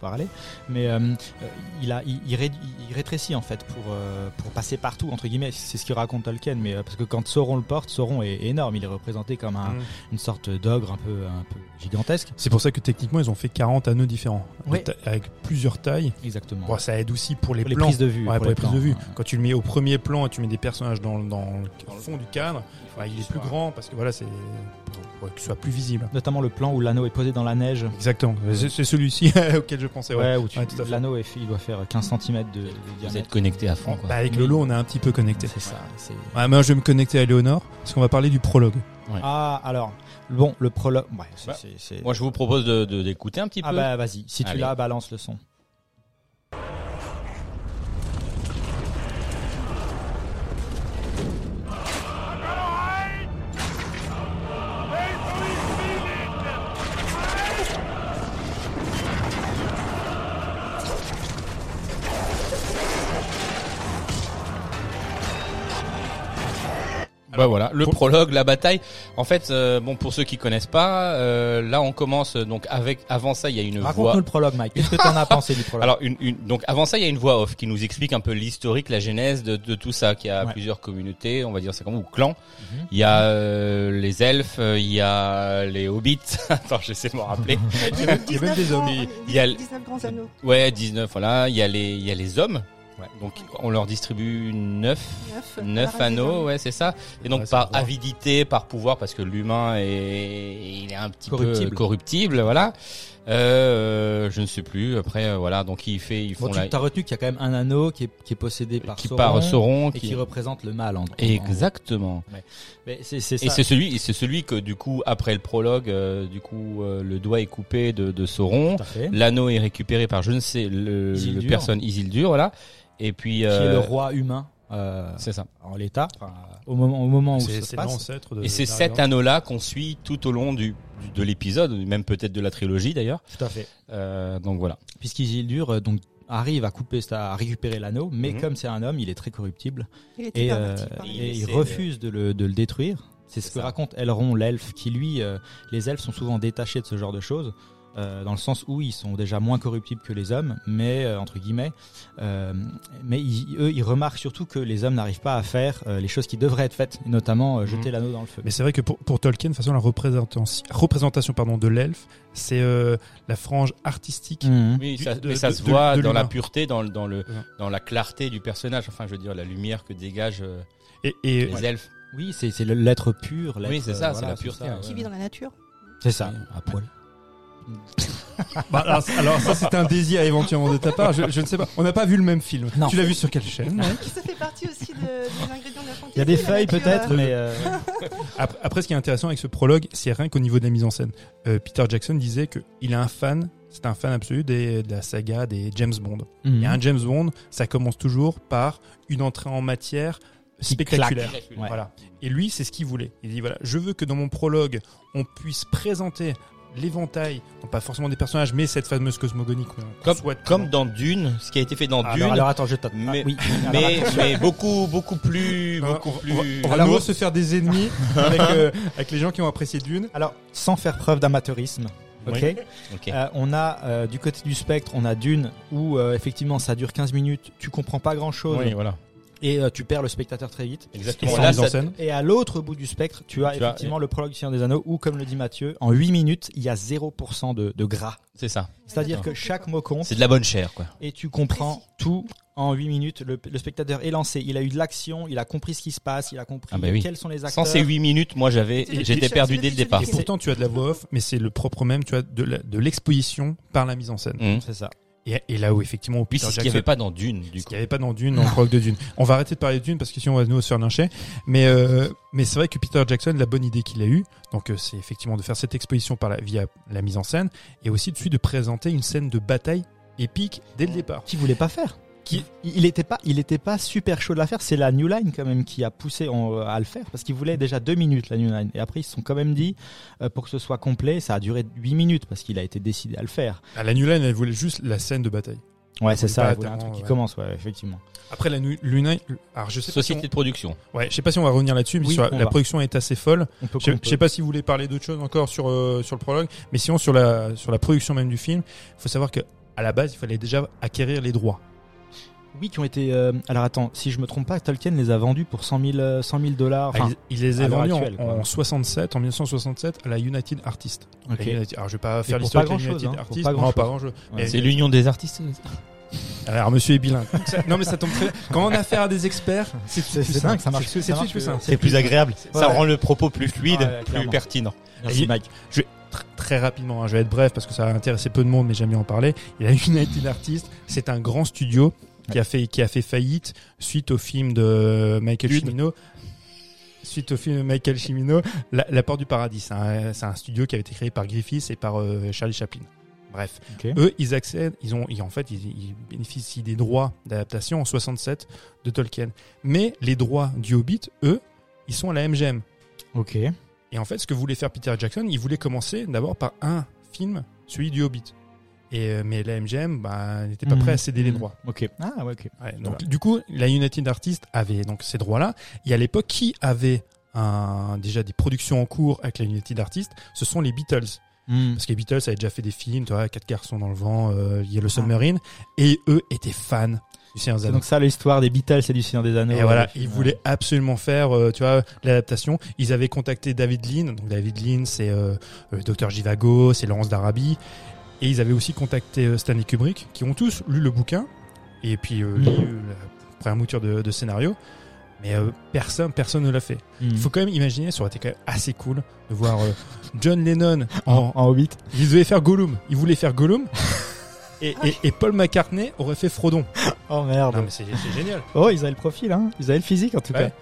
I: parler, mais euh, euh, il, a, il, il ré- il rétrécit en fait pour, euh, pour passer partout, entre guillemets, c'est ce qu'il raconte Tolkien, mais euh, parce que quand Sauron le porte, Sauron est énorme, il est représenté comme un-
H: Mm.
I: une sorte d'ogre un peu, un peu gigantesque.
H: C'est pour ça que techniquement, ils ont fait 40 anneaux différents, de
I: Ouais.
H: ta- avec plusieurs tailles.
I: Exactement.
H: Bon, ça aide aussi pour les,
I: Pour les
H: plans.
I: prises de vue,
H: Ouais,
I: pour
H: pour,
I: les
H: les prises de
I: plans,
H: vue.
I: ouais.
H: Quand tu le mets au premier plan et tu mets des personnages dans, dans le fond du cadre, bah, il est plus grand parce que voilà, c'est pour que ce soit plus visible.
I: Notamment le plan où l'anneau est posé dans la neige.
H: Exactement. C'est c'est celui-ci <laughs> auquel je pensais.
I: Ouais, où tu-
H: Ouais, tout à fait.
I: l'anneau est fait- il doit faire 15 cm de, de
G: Vous êtes
I: diamètre.
G: connecté à fond, quoi.
H: Bah, avec Lolo, on est un petit peu connecté.
I: C'est ça. c'est-
H: Ouais, moi, je vais me connecter à Léonore parce qu'on va parler du prologue.
I: Ah, alors, bon, le prologue. Ouais, c'est-
G: Bah,
I: c'est- c'est-
G: Moi, je vous propose de- de- d'écouter un petit peu.
I: ah bah vas-y, si tu
G: Allez.
I: l'as, balance le son.
G: Bah voilà, le prologue, la bataille. En fait, euh, bon, pour ceux qui connaissent pas, euh, là, on commence euh, donc avec. Avant ça, il y a une voix.
I: Raconte-nous le prologue, Mike. Qu'est-ce que
G: <laughs>
I: t'en as pensé du prologue
G: Alors, une, une- donc avant ça, il y a une voix off qui nous explique un peu l'historique, la genèse de, de tout ça, qui a
I: Ouais. Mhm.
G: plusieurs communautés, on va dire c'est comme ou clans. Il y a euh, les elfes, euh, il y a les hobbits. <laughs> Attends, j'essaie de me
I: <laughs>
G: rappeler.
H: Il y a même des
J: 19 grands-
G: hommes. Il y a le-
J: 19 grands anneaux.
G: Ouais, 19, voilà. Il y a les, il y a les hommes. Donc on leur distribue 9
J: Neuf,
G: neuf
J: par un des
G: anneaux,
J: hommes.
G: ouais, c'est ça. Et donc
H: Ouais, c'est
G: par
H: pouvoir.
G: avidité, par pouvoir, parce que l'humain est, il est un petit
I: Corruptible.
G: peu corruptible, voilà. Euh, je ne sais plus. Après, euh, voilà. Donc il fait, ils font
I: Bon, tu
G: la,
I: as retenu qu'il y a quand même un anneau qui est, qui est possédé par
G: qui
I: Sauron,
G: part Sauron,
I: et
G: qui,
I: qui... représente le mal. En, en-
G: exactement.
I: Mais c'est c'est
G: Et
I: ça.
G: c'est celui, et c'est celui que du coup après le prologue, euh, du coup euh, le doigt est coupé de, de Sauron.
I: Tout à fait.
G: L'anneau est récupéré par je ne sais le,
I: Isildur.
G: le personne Isildur, voilà. Et puis
I: Qui est le
G: euh,
I: roi humain euh,
G: c'est ça.
I: en l'état. Enfin, Au moment, au moment où ça
H: C'est
I: se
H: c'est
I: passe.
H: l'ancêtre de.
G: Et c'est
H: d'Aragorn.
G: cet anneau-là qu'on suit tout au long du, du- de l'épisode, même peut-être de la trilogie d'ailleurs.
I: Tout à fait.
G: Euh, donc voilà.
I: Puisqu'Isildur euh, donc arrive à couper, ça- à récupérer l'anneau, mais
G: Mhm.
I: comme c'est un homme, il est très corruptible
J: Il était
I: et,
J: parti,
I: euh,
J: pardon.
I: et
G: Il
I: il
G: essaie
I: refuse de le, de le détruire. C'est ce
G: C'est
I: que
G: ça.
I: raconte Elrond, l'elfe, qui lui, euh, les elfes sont souvent détachés de ce genre de choses, euh, dans le sens où ils sont déjà moins corruptibles que les hommes, mais euh, entre guillemets, euh, mais ils- eux, ils remarquent surtout que les hommes n'arrivent pas à faire euh, les choses qui devraient être faites, et notamment euh, jeter l'anneau dans le feu.
H: Mais c'est vrai que pour, pour Tolkien, de toute façon, la représentation, représentation pardon, de l'elfe, c'est euh, la frange artistique.
I: Mhm.
G: Oui,
H: Du-
G: ça,
H: de-
G: mais ça
H: de-
G: se
H: de-
G: voit
H: de
G: dans la
H: l'humain.
G: pureté, dans, le- dans le,
H: Ouais.
G: dans la clarté du personnage. Enfin, je veux dire la lumière que dégagent euh,
H: Et, et-
G: les elfes.
I: Oui, c'est c'est le- l'être pur. l'être,
G: Oui, c'est ça,
I: euh,
G: c'est
I: voilà,
G: la pureté. hein.
I: ça,
G: ouais.
J: qui vit dans la nature.
I: C'est ça.
G: À poil.
H: Bah, alors, c- alors ça, c'est un désir éventuellement de ta part. Je, je ne sais pas. On n'a pas vu le même film.
I: Non.
H: Tu l'as vu sur quelle chaîne
J: Ça fait partie aussi de, des ingrédients de la fantaisie.
I: Il y a des
J: la
I: feuilles
J: nature,
I: peut-être,
J: euh,
I: mais euh,
G: <laughs>
H: après, après, ce qui est intéressant avec ce prologue, c'est rien qu'au niveau de la mise en scène. Euh, Peter Jackson disait que il est un fan. C'est un fan absolu des, de la saga des James Bond. Il
G: Mhm.
H: y a un James Bond, ça commence toujours par une entrée en matière spectaculaire.
G: claque.
I: Ouais.
H: Voilà. Et lui, c'est ce qu'il voulait. Il dit voilà, je veux que dans mon prologue, on puisse présenter l'éventail, non pas forcément des personnages, mais cette fameuse cosmogonie qu'on qu'on
G: Comme,
H: souhaite.
G: comme dans Dune, ce qui a été fait dans
I: Alors,
G: Dune,
I: alors, attends, je tape. Ah,
G: mais- <laughs>
I: oui.
G: mais, mais beaucoup, beaucoup plus,
H: Non,
G: beaucoup
H: Euh, Hein, on,
G: plus.
H: on va- on va à
I: Alors,
H: nouveau se faire
G: <laughs>
H: des ennemis avec, euh, avec les gens qui ont apprécié Dune.
I: Alors, sans faire preuve d'amateurisme. Ok.
G: Oui. Ok.
I: Euh, on a euh, du côté du spectre, on a Dune où euh, effectivement ça dure 15 minutes, tu comprends pas grand chose
G: Oui, voilà.
I: et euh, tu perds le spectateur très vite.
G: Exactement.
I: Et sans
G: Là,
H: mise en
G: ça-
H: scène.
I: Et à l'autre bout du spectre, tu as
G: Tu as-
I: effectivement le prologue du Seigneur des Anneaux où, comme le dit Mathieu, en 8 minutes il y a 0% de, de gras.
G: c'est ça.
I: C'est-à-dire que chaque mot compte
G: C'est de la bonne chair, quoi.
I: et tu comprends tout en 8 minutes. Le, le spectateur est lancé, il a eu de l'action, il a compris ce qui se passe, il a compris
G: Ah bah oui.
I: quels sont les
G: Sans
I: acteurs.
G: ces 8 minutes, moi, j'avais,
J: C'est le
G: j'étais
J: pitch,
G: perdu
J: c'est le
G: dès le
J: pitch
G: départ.
H: Et pourtant, tu as de la voix off, mais c'est le propre même, tu as de la- de l'exposition par la mise en scène.
G: Mmh.
I: C'est ça.
H: Et, et là où effectivement,
G: Puis
H: Peter
G: c'est ce qu'il n'y
H: Jackson
G: avait pas dans Dune, du
H: Ce
G: coup.
H: qu'il n'y avait pas dans Dune, dans le prologue de Dune. On va arrêter de parler de Dune parce que sinon on va nous se faire lyncher. Mais, euh, mais c'est vrai que Peter Jackson, la bonne idée qu'il a eue, donc euh, c'est effectivement de faire cette exposition par la, via la mise en scène et aussi de suite de présenter une scène de bataille épique dès le départ.
I: qui voulait pas faire. Qui, il était pas, il était pas super chaud de la faire. C'est la New Line quand même qui a poussé en- euh, à le faire parce qu'il voulait déjà deux minutes la New Line. Et après ils se sont quand même dit euh, pour que ce soit complet, ça a duré huit minutes parce qu'il a été décidé à le faire.
H: À Ah, la New Line, elle voulait juste la scène de bataille.
I: Ouais, c'est
H: voulait pas
I: ça. il voulait un
H: tellement,
I: truc qui
H: ouais.
I: commence, ouais, effectivement.
H: Après la Nu- New Line, alors je sais pas si
G: Société de production.
H: on- ouais, je sais pas si on va revenir là-dessus, mais
I: Oui,
H: sur la,
I: on
H: la
I: va.
H: production est assez folle.
I: On peut.
H: Je
I: on
H: je sais
I: peut-
H: pas si vous voulez parler d'autre chose encore sur, euh, sur le prologue, mais sinon sur la, sur la production même du film, il faut savoir que à la base, il fallait déjà acquérir les droits.
I: Oui, qui ont été. euh, alors attends, si je me trompe pas, Tolkien les a vendus pour 100 000 euh, 100 000 dollars.
H: Ah,
I: Enfin,
H: il, il les a
I: à l'heure
H: vendus en-
I: actuelle, quoi.
H: en, 67, en 1967 à la United Artists. La
I: Ok.
H: United- alors je vais pas faire
I: pour
H: l'histoire
I: pas
H: de la
I: grand-chose,
H: United
I: hein, pour
H: Artists.
I: pas
H: Non,
I: grand-chose.
H: pas grand-chose.
I: Ouais.
H: Et-
G: C'est l'union des artistes.
H: Alors monsieur est bilingue. <laughs> Donc, ça- non mais ça tombe très Quand on a affaire à des experts, c'est tout
I: C'est-
H: plus
I: c'est
H: simple.
I: dingue, ça marche-
H: C'est
I: ça
H: tout de
I: marche
H: suite plus
I: mieux.
H: simple.
G: C'est plus agréable. Ça
I: Ouais.
G: rend le propos plus fluide,
I: Ouais,
G: plus
I: clairement.
G: pertinent.
I: Merci
H: Et-
I: Mike.
H: Tr- très rapidement, hein, je vais être bref parce que ça a intéressé peu de monde, mais j'aime bien en parler. Il y a <laughs> United Artists, c'est un grand studio qui a fait qui a fait faillite suite au film de Michael
G: Dune.
H: Cimino. Suite au film de Michael Cimino, La, La Porte du Paradis. C'est un, c'est un studio qui avait été créé par Griffiths et par euh, Charlie Chaplin. Bref,
I: Ok.
H: eux, ils accèdent, ils ont, ils- en fait, ils, ils bénéficient des droits d'adaptation en 67 de Tolkien. Mais les droits du Hobbit, eux, ils sont à la MGM.
I: Ok.
H: Et en fait, ce que voulait faire Peter Jackson, il voulait commencer d'abord par un film, celui du Hobbit. Et, euh, mais la MGM bah, n'était pas
I: Mhm.
H: prêt à céder les droits.
I: Ok. Ah ouais. Ok.
H: Ouais, donc, du coup, la United Artists avait donc ces droits-là. Et à l'époque, qui avait un- déjà des productions en cours avec la United Artists Ce sont les Beatles.
I: Hmm.
H: Parce que les Beatles avaient déjà fait des films, tu vois, Quatre garçons dans le vent, euh, Yellow Submarine. Et eux étaient fans du Seigneur des
I: Ah. C'est
H: Anneaux.
I: donc ça l'histoire des Beatles et du Seigneur des Anneaux.
H: Et voilà,
I: Ouais.
H: ils voulaient absolument faire, euh, tu vois, l'adaptation. Ils avaient contacté David Lean. Donc David Lean, c'est euh, euh, Dr Givago, c'est Laurence d'Arabie. Et ils avaient aussi contacté euh, Stanley Kubrick, qui ont tous lu le bouquin et puis euh,
I: Mhm.
H: lu la première mouture de, de scénario. Mais euh, personne, personne ne l'a fait.
I: Hmm.
H: Il faut quand même imaginer, ça aurait été quand même assez cool de voir euh, John Lennon en,
I: <laughs> en, en Hobbit.
H: ils devaient faire Gollum. Ils voulaient faire
I: <laughs>
H: Gollum. Et, et- et Paul McCartney aurait fait Frodon.
I: Oh merde.
H: Non mais c'est c'est génial.
I: Oh, ils avaient le profil, hein. Ils avaient le physique en tout
H: Ouais.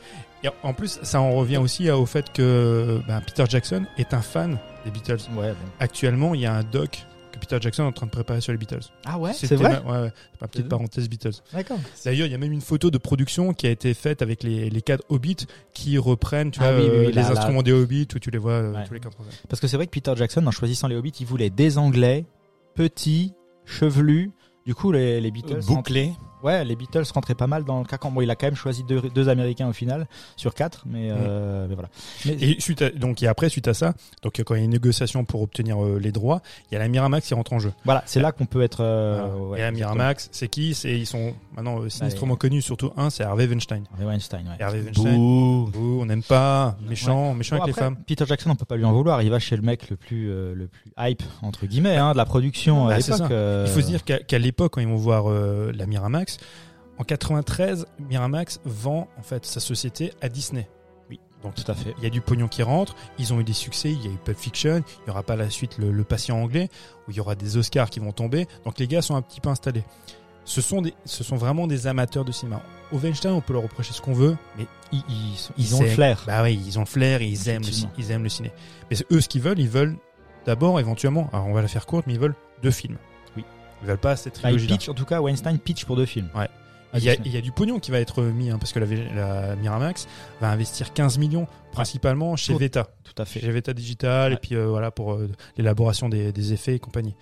H: Et
I: cas.
H: en plus, ça en revient aussi à- au fait que ben, Peter Jackson est un fan des Beatles.
I: Ouais. bon.
H: Actuellement, il y a un doc que Peter Jackson est en train de préparer sur les Beatles.
I: Ah ouais. C'est
H: C'était
I: vrai.
H: ma- ouais, ouais. ma petite parenthèse Beatles.
I: D'accord.
H: D'ailleurs, il y a même une photo de production qui a été faite avec les, les quatre Hobbits qui reprennent tu
I: Ah
H: vois,
I: oui, oui,
H: euh,
I: oui,
H: les
I: là, là.
H: instruments des Hobbits où tu les vois euh,
I: Ouais.
H: tous les quatre. ans.
I: Parce que c'est vrai que Peter Jackson, en choisissant les Hobbits, il voulait des Anglais, petits, chevelus. Du coup, les, les Beatles.
G: Bouclé.
I: rentraient- Ouais, les Beatles rentraient pas mal dans le cacan. Bon, il a quand même choisi deux, deux Américains au final sur quatre, mais, euh, mais voilà. Mais-
H: Et suite à- donc et après suite à ça, donc euh, quand il y a une négociation pour obtenir euh, les droits, il y a la Miramax qui rentre en jeu.
I: Voilà, c'est là qu'on peut être. euh,
H: Voilà.
I: ouais,
H: et la
I: exactement. Bah,
H: Miramax, c'est qui C'est ils sont maintenant euh, sinistrement
I: Allez.
H: connus, surtout un, c'est Harvey Weinstein.
I: Harvey Weinstein, ouais.
H: Harvey Weinstein,
G: Bouh.
H: Bouh, on n'aime pas, méchant, méchant
I: Bon,
H: avec
I: après,
H: les femmes.
I: Peter Jackson, on peut pas lui en vouloir. Il va chez le mec le plus, euh, le plus hype entre guillemets hein, de la production à
H: Ah, c'est
I: l'époque,
H: ça.
I: euh,
H: Il faut se dire qu'à qu'à l'époque, quand ils vont voir euh, la Miramax, en 93, Miramax vend en fait sa société à Disney. Oui, donc
I: Tout à fait.
H: il y a du pognon qui rentre, ils ont eu des succès, il y a eu Pulp Fiction, il y aura pas la suite le, le patient anglais, où il y aura des Oscars qui vont tomber, donc les gars sont un petit peu installés. Ce sont, des, ce sont vraiment des amateurs de cinéma. Au Weinstein, on peut leur reprocher ce qu'on veut, mais
I: Ils, ils sont-
H: Ils
I: ils ont le
H: savent.
I: flair.
H: Bah oui, ils ont le flair et ils aiment, le, ci-
I: Effectivement.
H: ils aiment le ciné. Mais c'est eux, ce qu'ils veulent, ils veulent d'abord, éventuellement, alors on va la faire courte, mais ils veulent deux films.
I: Oui.
H: Ils veulent pas cette
I: Bah, il
H: trilogie.
I: pitch, en tout cas, Weinstein pitch pour deux films.
H: Ouais.
I: Ah,
H: il, y a,
I: Disney.
H: il y a du pognon qui va être mis, hein, parce que la, V- la Miramax va investir 15 millions, principalement chez
I: Pour-
H: Veta.
I: Tout à fait.
H: Chez Veta Digital,
I: Ouais.
H: et puis euh, voilà, pour euh, l'élaboration des, des effets et compagnie.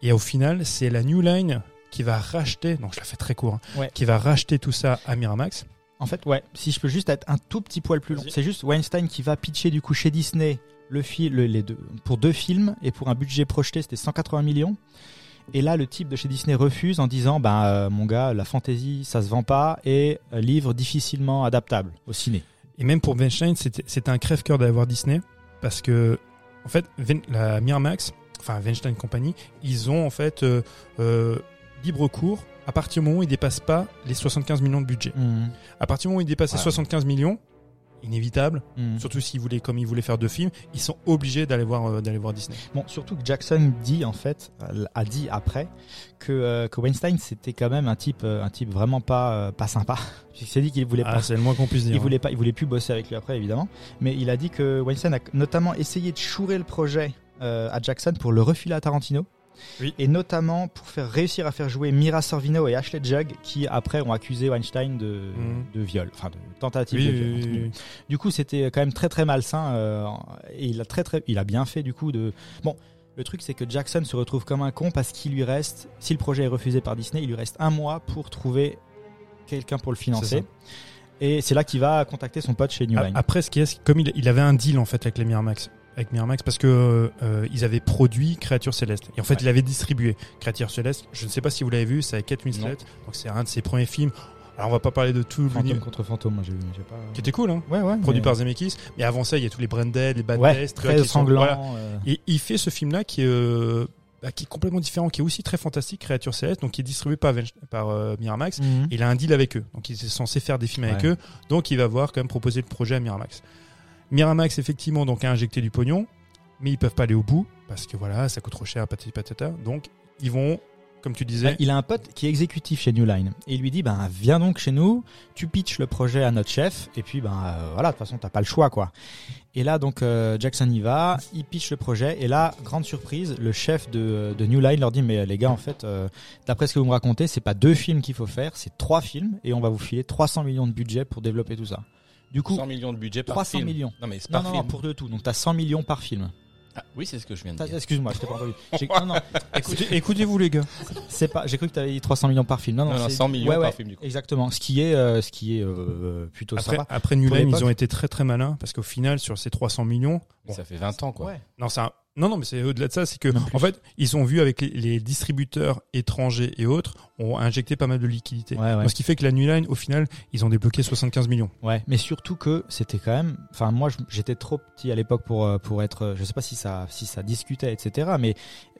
H: Et au final, c'est la New Line qui va racheter, donc je la fais très court, hein,
I: Ouais.
H: qui va racheter tout ça à Miramax.
I: En fait, ouais. Si je peux juste être un tout petit poil plus long,
H: Vas-y.
I: c'est juste Weinstein qui va pitcher du coup chez Disney le fil, le- les deux, pour deux films et pour un budget projeté, c'était 180 millions. Et là, le type de chez Disney refuse en disant, bah euh, mon gars, la fantasy, ça se vend pas et euh, livre difficilement adaptable au ciné.
H: Et même pour Weinstein, c'était c'était un crève-cœur d'avoir Disney parce que, en fait, Wen- la Miramax, enfin Weinstein Company, ils ont en fait euh, euh, libre cours à partir du moment où ils dépassent pas les 75 millions de budget. À partir du moment où ils dépassent les
F: Ouais.
H: 75 millions, inévitable,
I: Mm.
H: surtout s'ils voulaient, comme ils voulaient faire deux films, ils sont obligés d'aller voir, euh, d'aller voir Disney.
I: Bon, surtout que Jackson dit en fait, euh, a dit après que, euh, que Weinstein c'était quand même un type, euh, un type vraiment pas, euh, pas sympa. <laughs> Il s'est dit qu'il voulait
H: Ah,
I: pas
H: c'est le moins qu'on puisse dire.
I: Il voulait pas, il voulait plus bosser avec lui après évidemment, mais il a dit que Weinstein a notamment essayé de chourer le projet euh, à Jackson pour le refiler à Tarantino.
H: Oui.
I: Et notamment pour faire réussir à faire jouer Mira Sorvino et Ashley Judd qui après ont accusé Weinstein de,
H: Mhm.
I: de viol, enfin de tentative
H: Oui,
I: de
H: oui,
I: viol.
H: oui,
I: entre
H: oui.
I: guillemets. Du coup, c'était quand même très très malsain euh, et il a très très il a bien fait du coup de Bon, le truc c'est que Jackson se retrouve comme un con parce qu'il lui reste si le projet est refusé par Disney, il lui reste un mois pour trouver quelqu'un pour le financer. Et c'est là qu'il va contacter son pote chez New
H: A-
I: Line.
H: Ah, Après, ce qui est, c'est que comme il, il avait un deal en fait avec les Miramax, avec Miramax parce que euh, ils avaient produit Créature Céleste. Et en fait,
G: Ouais.
H: ils l'avaient distribué. Créature Céleste, je ne sais pas si vous l'avez vu, c'est avec Kate Winslet.
I: Non.
H: Donc c'est un de ses premiers films. Alors on va pas parler de tout
I: Fantôme
H: l'univers-
I: contre fantôme, moi j'ai vu, mais j'ai pas.
H: qui était cool, hein
I: Ouais, ouais.
H: Produit
I: mais-
H: par Zemeckis. Mais avant ça, il y a tous les Branded, les Bad
I: Ouais,
H: Taste, tu vois,
I: très
H: qui sont-
I: sanglant.
H: voilà.
I: euh,
H: Et il fait ce film-là qui est, euh, bah, qui est complètement différent, qui est aussi très fantastique, Créature Céleste, donc qui est distribué par, Ven- par euh, Miramax.
I: mhm.
H: Il a un deal avec eux, donc il est censé faire des films avec
I: Ouais.
H: eux, donc il va voir quand même proposer le projet à Miramax. Miramax effectivement donc a injecté du pognon, mais ils peuvent pas aller au bout parce que voilà, ça coûte trop cher, patati patata. Donc ils vont, comme tu disais,
I: Ouais, Bah, Il a un pote qui est exécutif chez New Line et il lui dit ben viens donc chez nous, tu pitches le projet à notre chef et puis ben euh, voilà de toute façon t'as pas le choix quoi. Et là donc euh, Jackson y va, il pitch le projet et là grande surprise le chef de, de New Line leur dit mais les gars en fait euh, d'après ce que vous me racontez c'est pas deux films qu'il faut faire c'est trois films et on va vous filer 300 millions de budget pour développer tout ça. Du coup
G: 100 millions de budget par
I: 300
G: film.
I: millions.
G: Non, mais c'est par
I: non, non,
G: film.
I: non, pour de tout donc t'as 100 millions par film.
G: Ah, oui, c'est ce que je viens de
I: T'as-
G: dire.
I: Excuse-moi je t'ai pas entendu. J'ai- Non non
H: Écoutez- écoutez-vous les gars.
I: c'est pas j'ai cru que t'avais dit 300 millions par film non non,
G: <laughs> Non, non,
I: c'est-
G: 100 millions
I: ouais,
G: par
I: ouais.
G: film, du coup.
I: Exactement, ce qui est, euh, ce qui est euh, plutôt
H: Après,
I: sympa.
H: après New
I: Pour
H: Line, ils
I: l'époque.
H: ont été très très malins parce qu'au final sur ces 300 millions, bon,
G: Ça fait 20 ans, quoi.
I: Ouais.
H: non c'est un- non non mais c'est au-delà de ça, c'est que en fait ils ont vu avec les, les distributeurs étrangers et autres ont injecté pas mal de liquidités.
I: Ouais, ouais.
H: Donc, ce qui fait que la New Line au final ils ont débloqué 75 millions.
I: Ouais, mais surtout que c'était quand même. Enfin, moi, je- j'étais trop petit à l'époque pour euh, pour être. euh, Je sais pas si ça si ça discutait, etc. Mais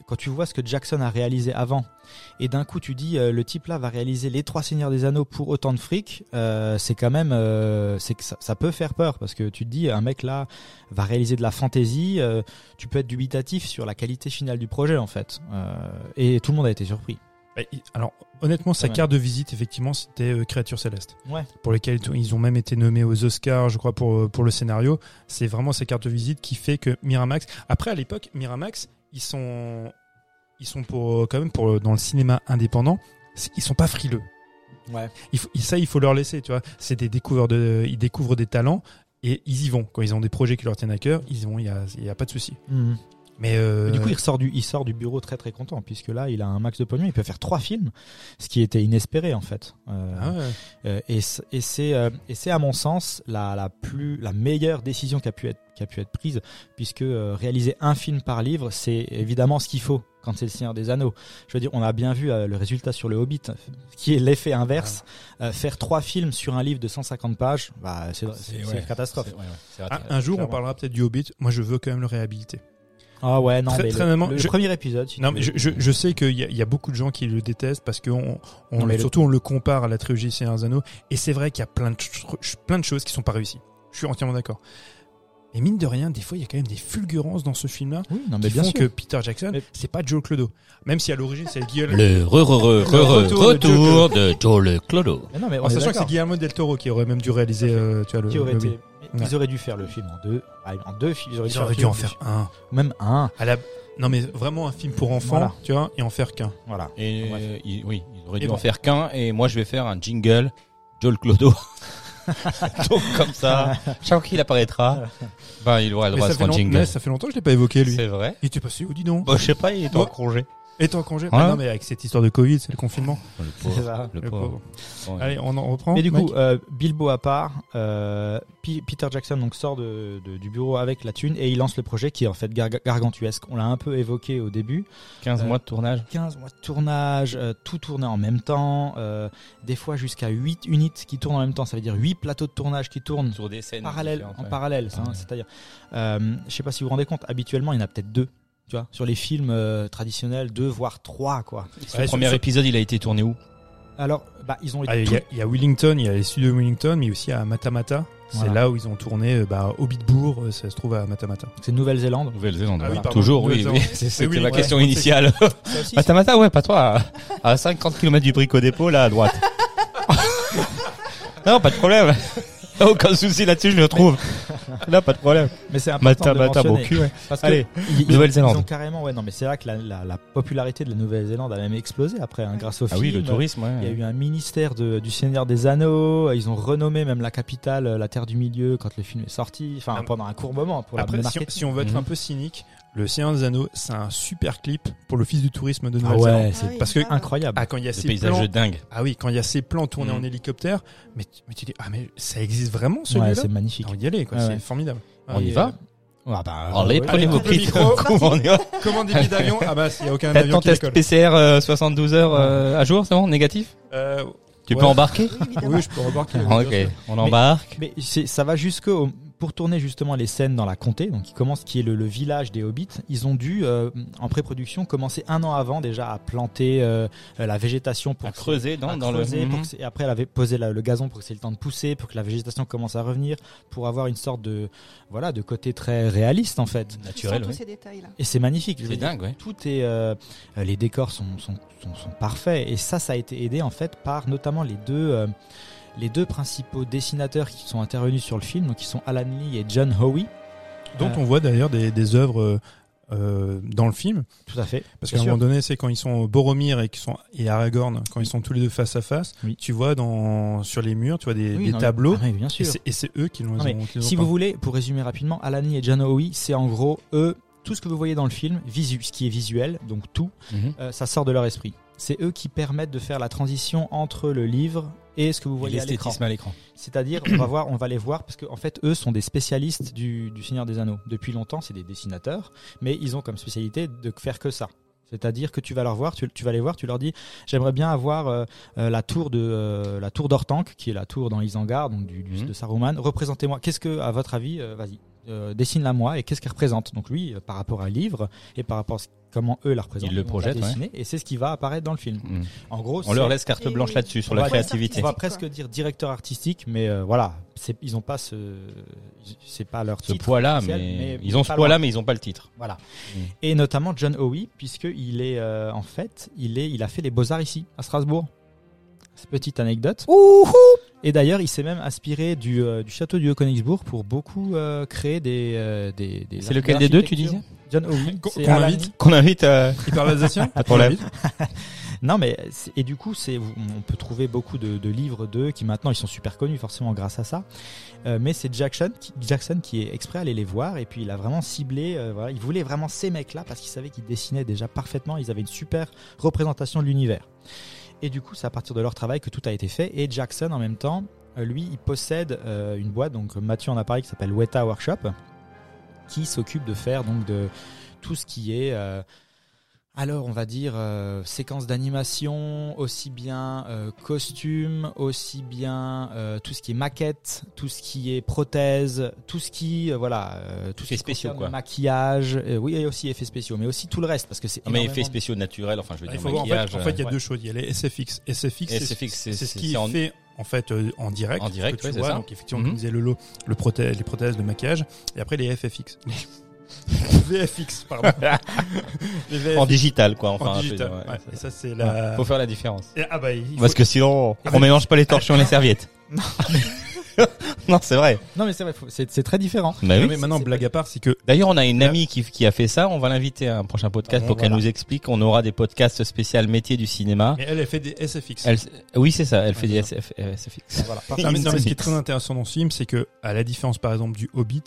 I: quand tu vois ce que Jackson a réalisé avant, et d'un coup tu dis euh, le type là va réaliser les trois Seigneurs des Anneaux pour autant de fric, euh, c'est quand même euh, c'est que ça, ça peut faire peur parce que tu te dis un mec là va réaliser de la fantaisie, euh, tu peux être dubitatif sur la qualité finale du projet en fait. Euh, et tout le monde a été surpris.
H: Bah, il- Alors, honnêtement, sa
I: même.
H: carte de visite, effectivement, c'était euh, Créature Céleste,
I: Ouais.
H: pour lesquelles ils ont même été nommés aux Oscars, je crois, pour, euh, pour le scénario. C'est vraiment sa carte de visite qui fait que Miramax. Après, à l'époque, Miramax, ils sont, ils sont pour, euh, quand même pour, euh, dans le cinéma indépendant, c- ils sont pas frileux.
I: Ouais.
H: Il faut- ça, il faut leur laisser, tu vois. C'est des découvreurs de, ils découvrent des talents et ils y vont. Quand ils ont des projets qui leur tiennent à cœur, ils y vont, il n'y a, il y a pas de souci.
I: Mmh.
H: Mais euh,
I: Mais Du coup, il ressort du, il sort du bureau très très content, puisque là, il a un max de pognon, il peut faire trois films, ce qui était inespéré en fait. Euh,
H: ah ouais.
I: euh, et c- et c'est euh, et c'est à mon sens la, la plus la meilleure décision qui a pu être qui a pu être prise, puisque euh, réaliser un film par livre, c'est évidemment ce qu'il faut quand c'est le Seigneur des Anneaux. Je veux dire, on a bien vu euh, le résultat sur le Hobbit, qui est l'effet inverse.
H: Ah.
I: Euh, faire trois films sur un livre de 150 pages, bah, c'est c'est
G: ouais.
I: une catastrophe.
G: C'est- ouais, ouais, c'est
H: Un-
G: raté.
H: un jour, on
I: Ah, clairement.
H: parlera peut-être du Hobbit. Moi, je veux quand même le réhabiliter.
I: Ah ouais, non,
H: Très-
I: mais
H: très
I: le,
H: honnêtement,
I: le
H: je-
I: premier épisode. si
H: Non,
I: tu
H: mais
I: veux.
H: je, je, je sais qu'il y, a- il y a beaucoup de gens qui le détestent parce que on, on
I: Non, mais le-
H: surtout on le compare à la trilogie Seigneur des Anneaux et c'est vrai qu'il y a plein de, ch- plein de choses qui sont pas réussies. Je suis entièrement d'accord. Et mine de rien, des fois, il y a quand même des fulgurances dans ce film-là
I: Oui, non, Ah, mais
H: qui
I: bien
H: font
I: sûr.
H: que Peter Jackson,
I: Mais-
H: c'est pas Joe Clodo. Même si à l'origine, c'est
I: <laughs>
H: Guillermo...
G: Le re re re re
H: retour de
G: re retour de Joel Clodo.
I: Mais non, mais on
H: En
I: est
H: sachant que c'est
I: d'accord.
H: Guillermo del Toro qui aurait même dû réaliser euh, tu vois, le,
I: qui aurait
H: le-
I: été- mais
H: Ouais.
I: Ils auraient dû faire le film en deux. Ah, En deux films, ils auraient,
H: Ils
I: dû faire
H: auraient
I: le
H: dû
I: film
H: en faire un.
I: Même un.
H: À la... Non, mais vraiment un film pour enfants,
I: Voilà.
H: tu vois, et en faire qu'un.
I: Voilà.
G: Et
I: Bref.
G: euh, il- oui, il aurait
H: Et
G: dû
H: bon.
G: en faire qu'un. Et moi, je vais faire un jingle Joel
I: <laughs>
G: Clodo. Donc comme ça, chaque fois qu'il
I: <laughs>
G: apparaîtra, ben il aura le
H: Mais
G: droit à
H: ça, fait
G: son
H: long-
G: jingle.
H: mais ça fait longtemps que je l'ai pas évoqué, lui.
G: C'est vrai.
H: Il était passé où, dis donc
G: Bon, je sais pas, il est en
H: Ouais.
G: congé.
H: Et en congé Ah
G: Ouais.
H: Non, mais avec cette histoire de Covid, c'est le confinement.
G: Le
I: C'est
G: pauvre.
I: ça.
G: Le
H: Le
G: pauvre. Bon,
H: Allez, on en reprend.
I: Mais du
H: Mike
I: coup, euh, Bilbo à part, euh, P- Peter Jackson donc sort de, de- du bureau avec la thune et il lance le projet qui est en fait gar- gargantuesque. On l'a un peu évoqué au début.
G: 15 mois de tournage.
I: 15 mois de tournage, euh, tout tourné en même temps, euh, des fois jusqu'à 8 unités qui tournent en même temps, ça veut dire 8 plateaux de tournage qui tournent
G: Sur des scènes.
I: parallèle,
G: différentes,
I: en
G: ouais.
I: parallèle, ça, hein,
G: Ouais.
I: c'est-à-dire, euh, je sais pas si vous vous rendez compte, habituellement il y en a peut-être deux, tu vois, sur les films euh, traditionnels, deux voire trois quoi.
G: Le premier épisode, il a été tourné où
I: Alors, bah, ils ont
H: Ah,
I: été
H: Il
I: tout-
H: y, a- il y a Wellington, il y a les studios de Wellington, mais aussi à Matamata. C'est
I: Voilà.
H: là où ils ont tourné euh, bah, Hobbitbourg, euh, ça se trouve à Matamata.
I: c'est Nouvelle-Zélande.
G: Nouvelle-Zélande.
H: Ah oui,
G: voilà.
H: pardon,
G: Toujours, oui. oui.
H: Nouvelle-Zélande.
G: C'est- C'était
H: oui,
G: ma
H: ouais.
G: question initiale.
I: Ça aussi, c'est-
G: Matamata, ouais, pas toi. À à 50 km du brico dépôt, là, à droite. non, pas de problème. Aucun souci là-dessus, je le trouve. Là, pas de problème.
I: mais c'est important de
G: Matamata,
I: mentionner,
G: bon cul, ouais.
I: parce que
G: Allez,
I: ils- ils-
G: Nouvelle-Zélande.
I: Ils ont carrément, ouais, non, mais c'est là que la, la- la popularité de la Nouvelle-Zélande a même explosé après, hein, grâce au
G: Ah
I: film.
G: oui, le tourisme, ouais.
I: Il y a eu un ministère de- du Seigneur des Anneaux. Ils ont renommé même la capitale, euh, la Terre du Milieu, quand le film est sorti. Enfin,
H: Ah,
I: pendant un court moment pour
H: Après,
I: la
H: si on,
I: marketing.
H: si on veut être
G: Mhm.
H: un peu cynique, Le Seigneur des Anneaux, c'est un super clip pour l'Office du tourisme de
I: Ah
H: Nouvelle-Zélande.
I: ouais,
J: Ah
I: c'est
J: oui,
H: parce que-
J: grave.
I: incroyable.
H: Ah, quand il y a
G: Des
H: ces
G: paysages
H: plans,
G: dingues.
H: ah oui, quand il y a ces plans tournés
G: Mhm.
H: en hélicoptère, mais, tu- mais tu dis ah mais ça existe vraiment
I: Ouais,
H: celui-là.
I: c'est magnifique.
H: On y aller quoi,
I: Ah
H: c'est
I: ouais.
H: formidable.
G: On y
I: Et,
G: va
I: euh,
G: Ah bah,
I: Allez,
G: ouais.
I: prenez
G: Allez,
I: vos
G: coupe le
I: kits.
G: micro. <laughs> Comment on est
H: Comment des billets
I: <laughs>
H: d'avion Ah bah, il n'y a aucun avion
G: Ton
H: qui
G: test
H: décolle.
G: PCR euh, 72 heures euh, à jour, c'est bon Négatif
H: Euh,
G: Tu
H: Ouais.
G: peux embarquer
H: oui, je peux
I: <laughs>
H: remarquer.
I: Ah,
G: Ok, on embarque.
I: Mais c'est- ça va jusqu'au pour tourner justement les scènes dans la comté, donc qui commence qui est le, le village des hobbits. Ils ont dû euh, en pré-production commencer un an avant déjà à planter euh, la végétation pour
G: À
I: que-
G: creuser dans,
I: à
G: dans
I: creuser
G: le. Mhm.
I: pour que c'est- et après elle avait posé la- le gazon pour que c'est le temps de pousser pour que la végétation commence à revenir pour avoir une sorte de voilà de côté très réaliste en fait
G: Naturel,
J: Sans
G: ouais.
J: tous ces détails-là.
I: et c'est magnifique je veux
G: C'est
I: dire.
G: dingue, ouais.
I: tout est euh, euh, les décors sont, sont, sont, sont parfaits et ça ça a été aidé en fait par notamment les deux euh, les deux principaux dessinateurs qui sont intervenus sur le film donc qui sont Alan Lee et John Howe
H: Dont on voit d'ailleurs des, des œuvres euh, euh, dans le film.
I: tout à fait
H: Parce
I: Bien
H: qu'à un
I: sûr.
H: moment donné, c'est quand ils sont Boromir et, qu'ils sont, et Aragorn, quand ils sont tous les deux face à face,
I: Oui.
H: tu vois dans, sur les murs, tu vois des,
I: Oui,
H: des
I: non, mais-
H: tableaux.
I: Ah oui, bien sûr
H: et c'est- et c'est eux qui l'ont.
I: Non,
H: ils
I: mais
H: ont- qui l'ont
I: Si
H: peint.
I: vous voulez, pour résumer rapidement, Alani et John Howe, c'est en gros eux, tout ce que vous voyez dans le film, visu, ce qui est visuel, donc tout,
G: Mhm.
I: euh, ça sort de leur esprit. C'est eux qui permettent de faire la transition entre le livre et ce que vous
G: Et
I: voyez à l'écran.
G: L'esthétisme à l'écran.
I: C'est-à-dire, on va voir, on va les voir parce qu'en fait, eux sont des spécialistes du, du Seigneur des Anneaux. Depuis longtemps, c'est des dessinateurs, mais ils ont comme spécialité de faire que ça. C'est-à-dire que tu vas leur voir, tu, tu vas les voir, tu leur dis, j'aimerais bien avoir euh, euh, la tour de euh, la tour d'Ortanque, qui est la tour dans Isengard, donc du, du-
G: Mhm.
I: de Saruman. Représentez-moi. Qu'est-ce que, à votre avis, euh, vas-y, euh, dessine-la moi et qu'est-ce qu'elle représente Donc lui, euh, par rapport à livre et par rapport à ce- comment eux la représentent,
G: Ils le
I: on l'a
G: projettent, ouais.
I: dessinée, et c'est ce qui va apparaître dans le film.
G: Mhm.
I: En gros,
G: On leur
I: c'est-
G: laisse carte
J: Et-
G: blanche là-dessus, sur
I: on
G: la
I: va-
G: créativité.
I: on va
J: artistique,
I: presque
J: quoi.
I: dire directeur artistique, mais euh, voilà, c'est- ils n'ont pas ce, c'est pas leur
G: Ce
I: titre
G: poids-là,
I: officiel,
G: mais. Ils ont ce
I: pas
G: poids-là,
I: loin.
G: mais ils ont pas le titre.
I: Voilà.
G: Mm.
I: Et notamment John Howe, puisque il est euh, en fait, il est, il a fait les beaux arts ici à Strasbourg. Petite anecdote. Et d'ailleurs, il s'est même inspiré du, euh, du château du Haut-Königsbourg pour beaucoup euh, créer des, euh, des, des
G: C'est lequel des deux, tu
I: architectures.
G: disais
I: John
G: <laughs>
I: Howe.
H: Qu'on-
I: c'est
H: qu'on
I: Alan
H: invite
I: Lee.
G: Qu'on invite à.
H: Ils parlent alsacien
G: Pas de problème.
I: Non, mais c'est- et du coup, c'est on peut trouver beaucoup de, de livres d'eux qui maintenant ils sont super connus forcément grâce à ça. Euh, mais c'est Jackson, qui- Jackson qui est exprès allé les voir et puis il a vraiment ciblé. euh, voilà, il voulait vraiment ces mecs-là parce qu'il savait qu'ils dessinaient déjà parfaitement. Ils avaient une super représentation de l'univers. Et du coup, c'est à partir de leur travail que tout a été fait. Et Jackson, en même temps, euh, lui, il possède euh, une boîte. Donc Mathieu en a parlé qui s'appelle Weta Workshop, qui s'occupe de faire donc de tout ce qui est euh, alors, on va dire euh, séquences d'animation, aussi bien euh, costumes, aussi bien euh, tout ce qui est maquette, tout ce qui est prothèse, tout ce qui euh, voilà, euh, tout
G: Effets
I: ce qui
G: spéciaux,
I: concerne
G: quoi.
I: le maquillage, euh, oui, et aussi effets spéciaux, mais aussi tout le reste parce que c'est
G: Non, mais effets
I: énormément de-
G: spéciaux naturels, enfin, je veux
H: Ah, Il
G: dire,
H: faut voir, en fait,
G: maquillage. euh,
H: en fait, il y a
I: euh, ouais.
H: deux choses. Il y a les SFX. SFX, c'est-
G: SFX, c'est-
H: c'est ce
G: c'est-
H: qui
G: c'est
H: est
G: en-
H: fait en fait euh, en direct.
G: En
H: ce que
G: direct,
H: tu
G: ouais, c'est
H: vois.
G: ça.
H: Donc effectivement,
G: Mhm.
H: comme disait Lolo, le prothèse, les prothèses, le maquillage, et après les
I: <laughs>
H: FFX. Les VFX, pardon. les VFX
G: En digital, quoi,
H: en
G: enfin. un peu,
H: digital.
G: ouais,
H: ouais.
G: c'est
H: Et
G: ça.
H: ça, c'est la.
G: Faut faire la différence.
H: Et- Ah bah, il faut-
G: Parce que sinon,
H: Ah,
G: on
H: mais-
G: mélange pas les torchons
H: <laughs>
G: et les serviettes. <laughs> Non, c'est vrai.
I: Non, mais c'est vrai, faut- c'est c'est très différent.
G: Bah
H: Non,
G: oui.
H: mais maintenant,
I: c'est-
H: blague à part,
G: <laughs>
H: c'est que
G: D'ailleurs, on a une amie qui, qui a fait ça. On va l'inviter à un prochain podcast
H: Ah bon,
G: pour qu'elle
H: voilà.
G: nous explique. On aura des podcasts spécial métier du cinéma.
H: mais elle, elle fait des SFX.
G: Elle, euh, oui, c'est ça. Elle fait
H: Ouais,
G: des SF, euh, SFX.
I: Voilà,
H: Non, mais, non, mais ce qui est
G: Mix.
H: très intéressant dans ce film, c'est que, à la différence par exemple du Hobbit,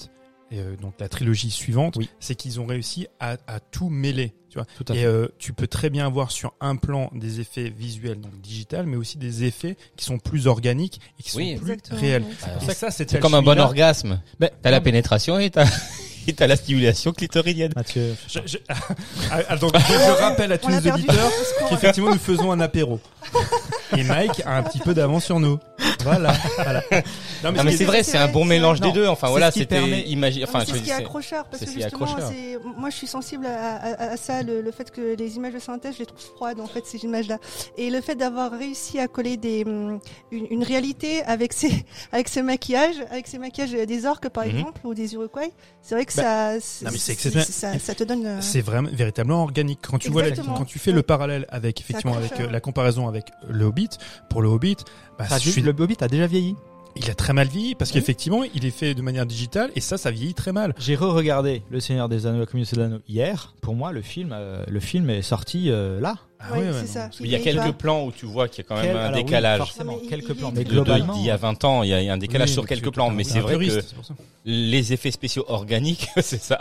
H: et, euh, donc la trilogie suivante,
I: Oui.
H: c'est qu'ils ont réussi à, à tout mêler. Tu vois.
I: Tout à
H: et euh, tu peux très bien avoir sur un plan des effets visuels, donc digital, mais aussi des effets qui sont plus organiques et qui
G: Oui.
H: sont plus
J: Exactement,
H: réels.
J: ouais.
H: C'est pour ça que ça,
G: C'est comme un bon orgasme.
I: Ben,
G: T'as la pénétration et t'as, <laughs> et t'as la stimulation clitoridienne.
I: Mathieu,
H: Je, je- <laughs> Ah, ah, donc, je rappelle à tous
J: On l'a
H: les
J: perdu. <laughs>
H: auditeurs
J: Au secours.
H: qu'effectivement nous faisons un apéro. Et Mike a un petit peu d'avance sur nous. Voilà. voilà. Non, mais
G: Non, mais
H: ce qui est-
G: c'est vrai,
J: c'est
G: c'est un
J: vrai,
G: bon
J: c'est-
G: mélange des
I: non,
G: deux. Enfin,
I: c'est
G: voilà,
I: ce qui
G: c'était
I: permet-
G: imagé, enfin,
J: Non,
G: je
J: c'est ce
G: veux
J: qui est
G: dire, c'est-
J: accrocheur parce
G: c'est
J: que
G: ce qui est
J: justement
G: accrocheur.
J: c'est- moi je suis sensible à, à- à ça le, le fait que les images de synthèse je les trouve froides en fait ces images là et le fait d'avoir réussi à coller des hum, une, une réalité avec ces <laughs> avec ces maquillages avec ces maquillages des orques par
G: Mhm.
J: exemple ou des Uruguay c'est vrai que ça
H: non, mais c'est exceptionnel.
J: ça, ça te donne euh,
H: C'est vraiment véritablement organique. Quand tu vois, la-
J: Exactement.
H: quand tu fais le parallèle avec effectivement avec
J: accrocheur.
H: euh, la comparaison avec le Hobbit, pour le Hobbit, bah,
I: t'as
H: je
I: juste
H: suis-
I: le Hobbit a déjà vieilli.
H: il a très mal vieilli parce qu'effectivement, il est fait de manière digitale et ça, ça vieillit très mal.
I: J'ai re-regardé Le Seigneur des Anneaux, la communauté des Anneaux hier. Pour moi, le film, euh, le film est sorti euh, là.
H: Ah
J: ouais,
H: ouais, ouais,
J: c'est
H: non.
J: ça.
G: Il y a
J: Et
G: quelques
J: va-
G: plans où tu vois qu'il y a quand même
I: Quel-
G: un
I: alors oui,
G: décalage.
I: forcément,
J: Non, mais
I: quelques
J: il-
I: plans.
J: il
I: Mais
J: est-
G: de- de-
I: globalement,
G: d'il y a 20 ans, il y a il y a un décalage
H: Oui,
G: sur
H: mais
G: quelques
H: tu-
G: plans, mais
H: t'es
G: c'est
H: un
G: vrai que
H: puriste, c'est pour ça.
G: les effets spéciaux organiques, <laughs> c'est ça.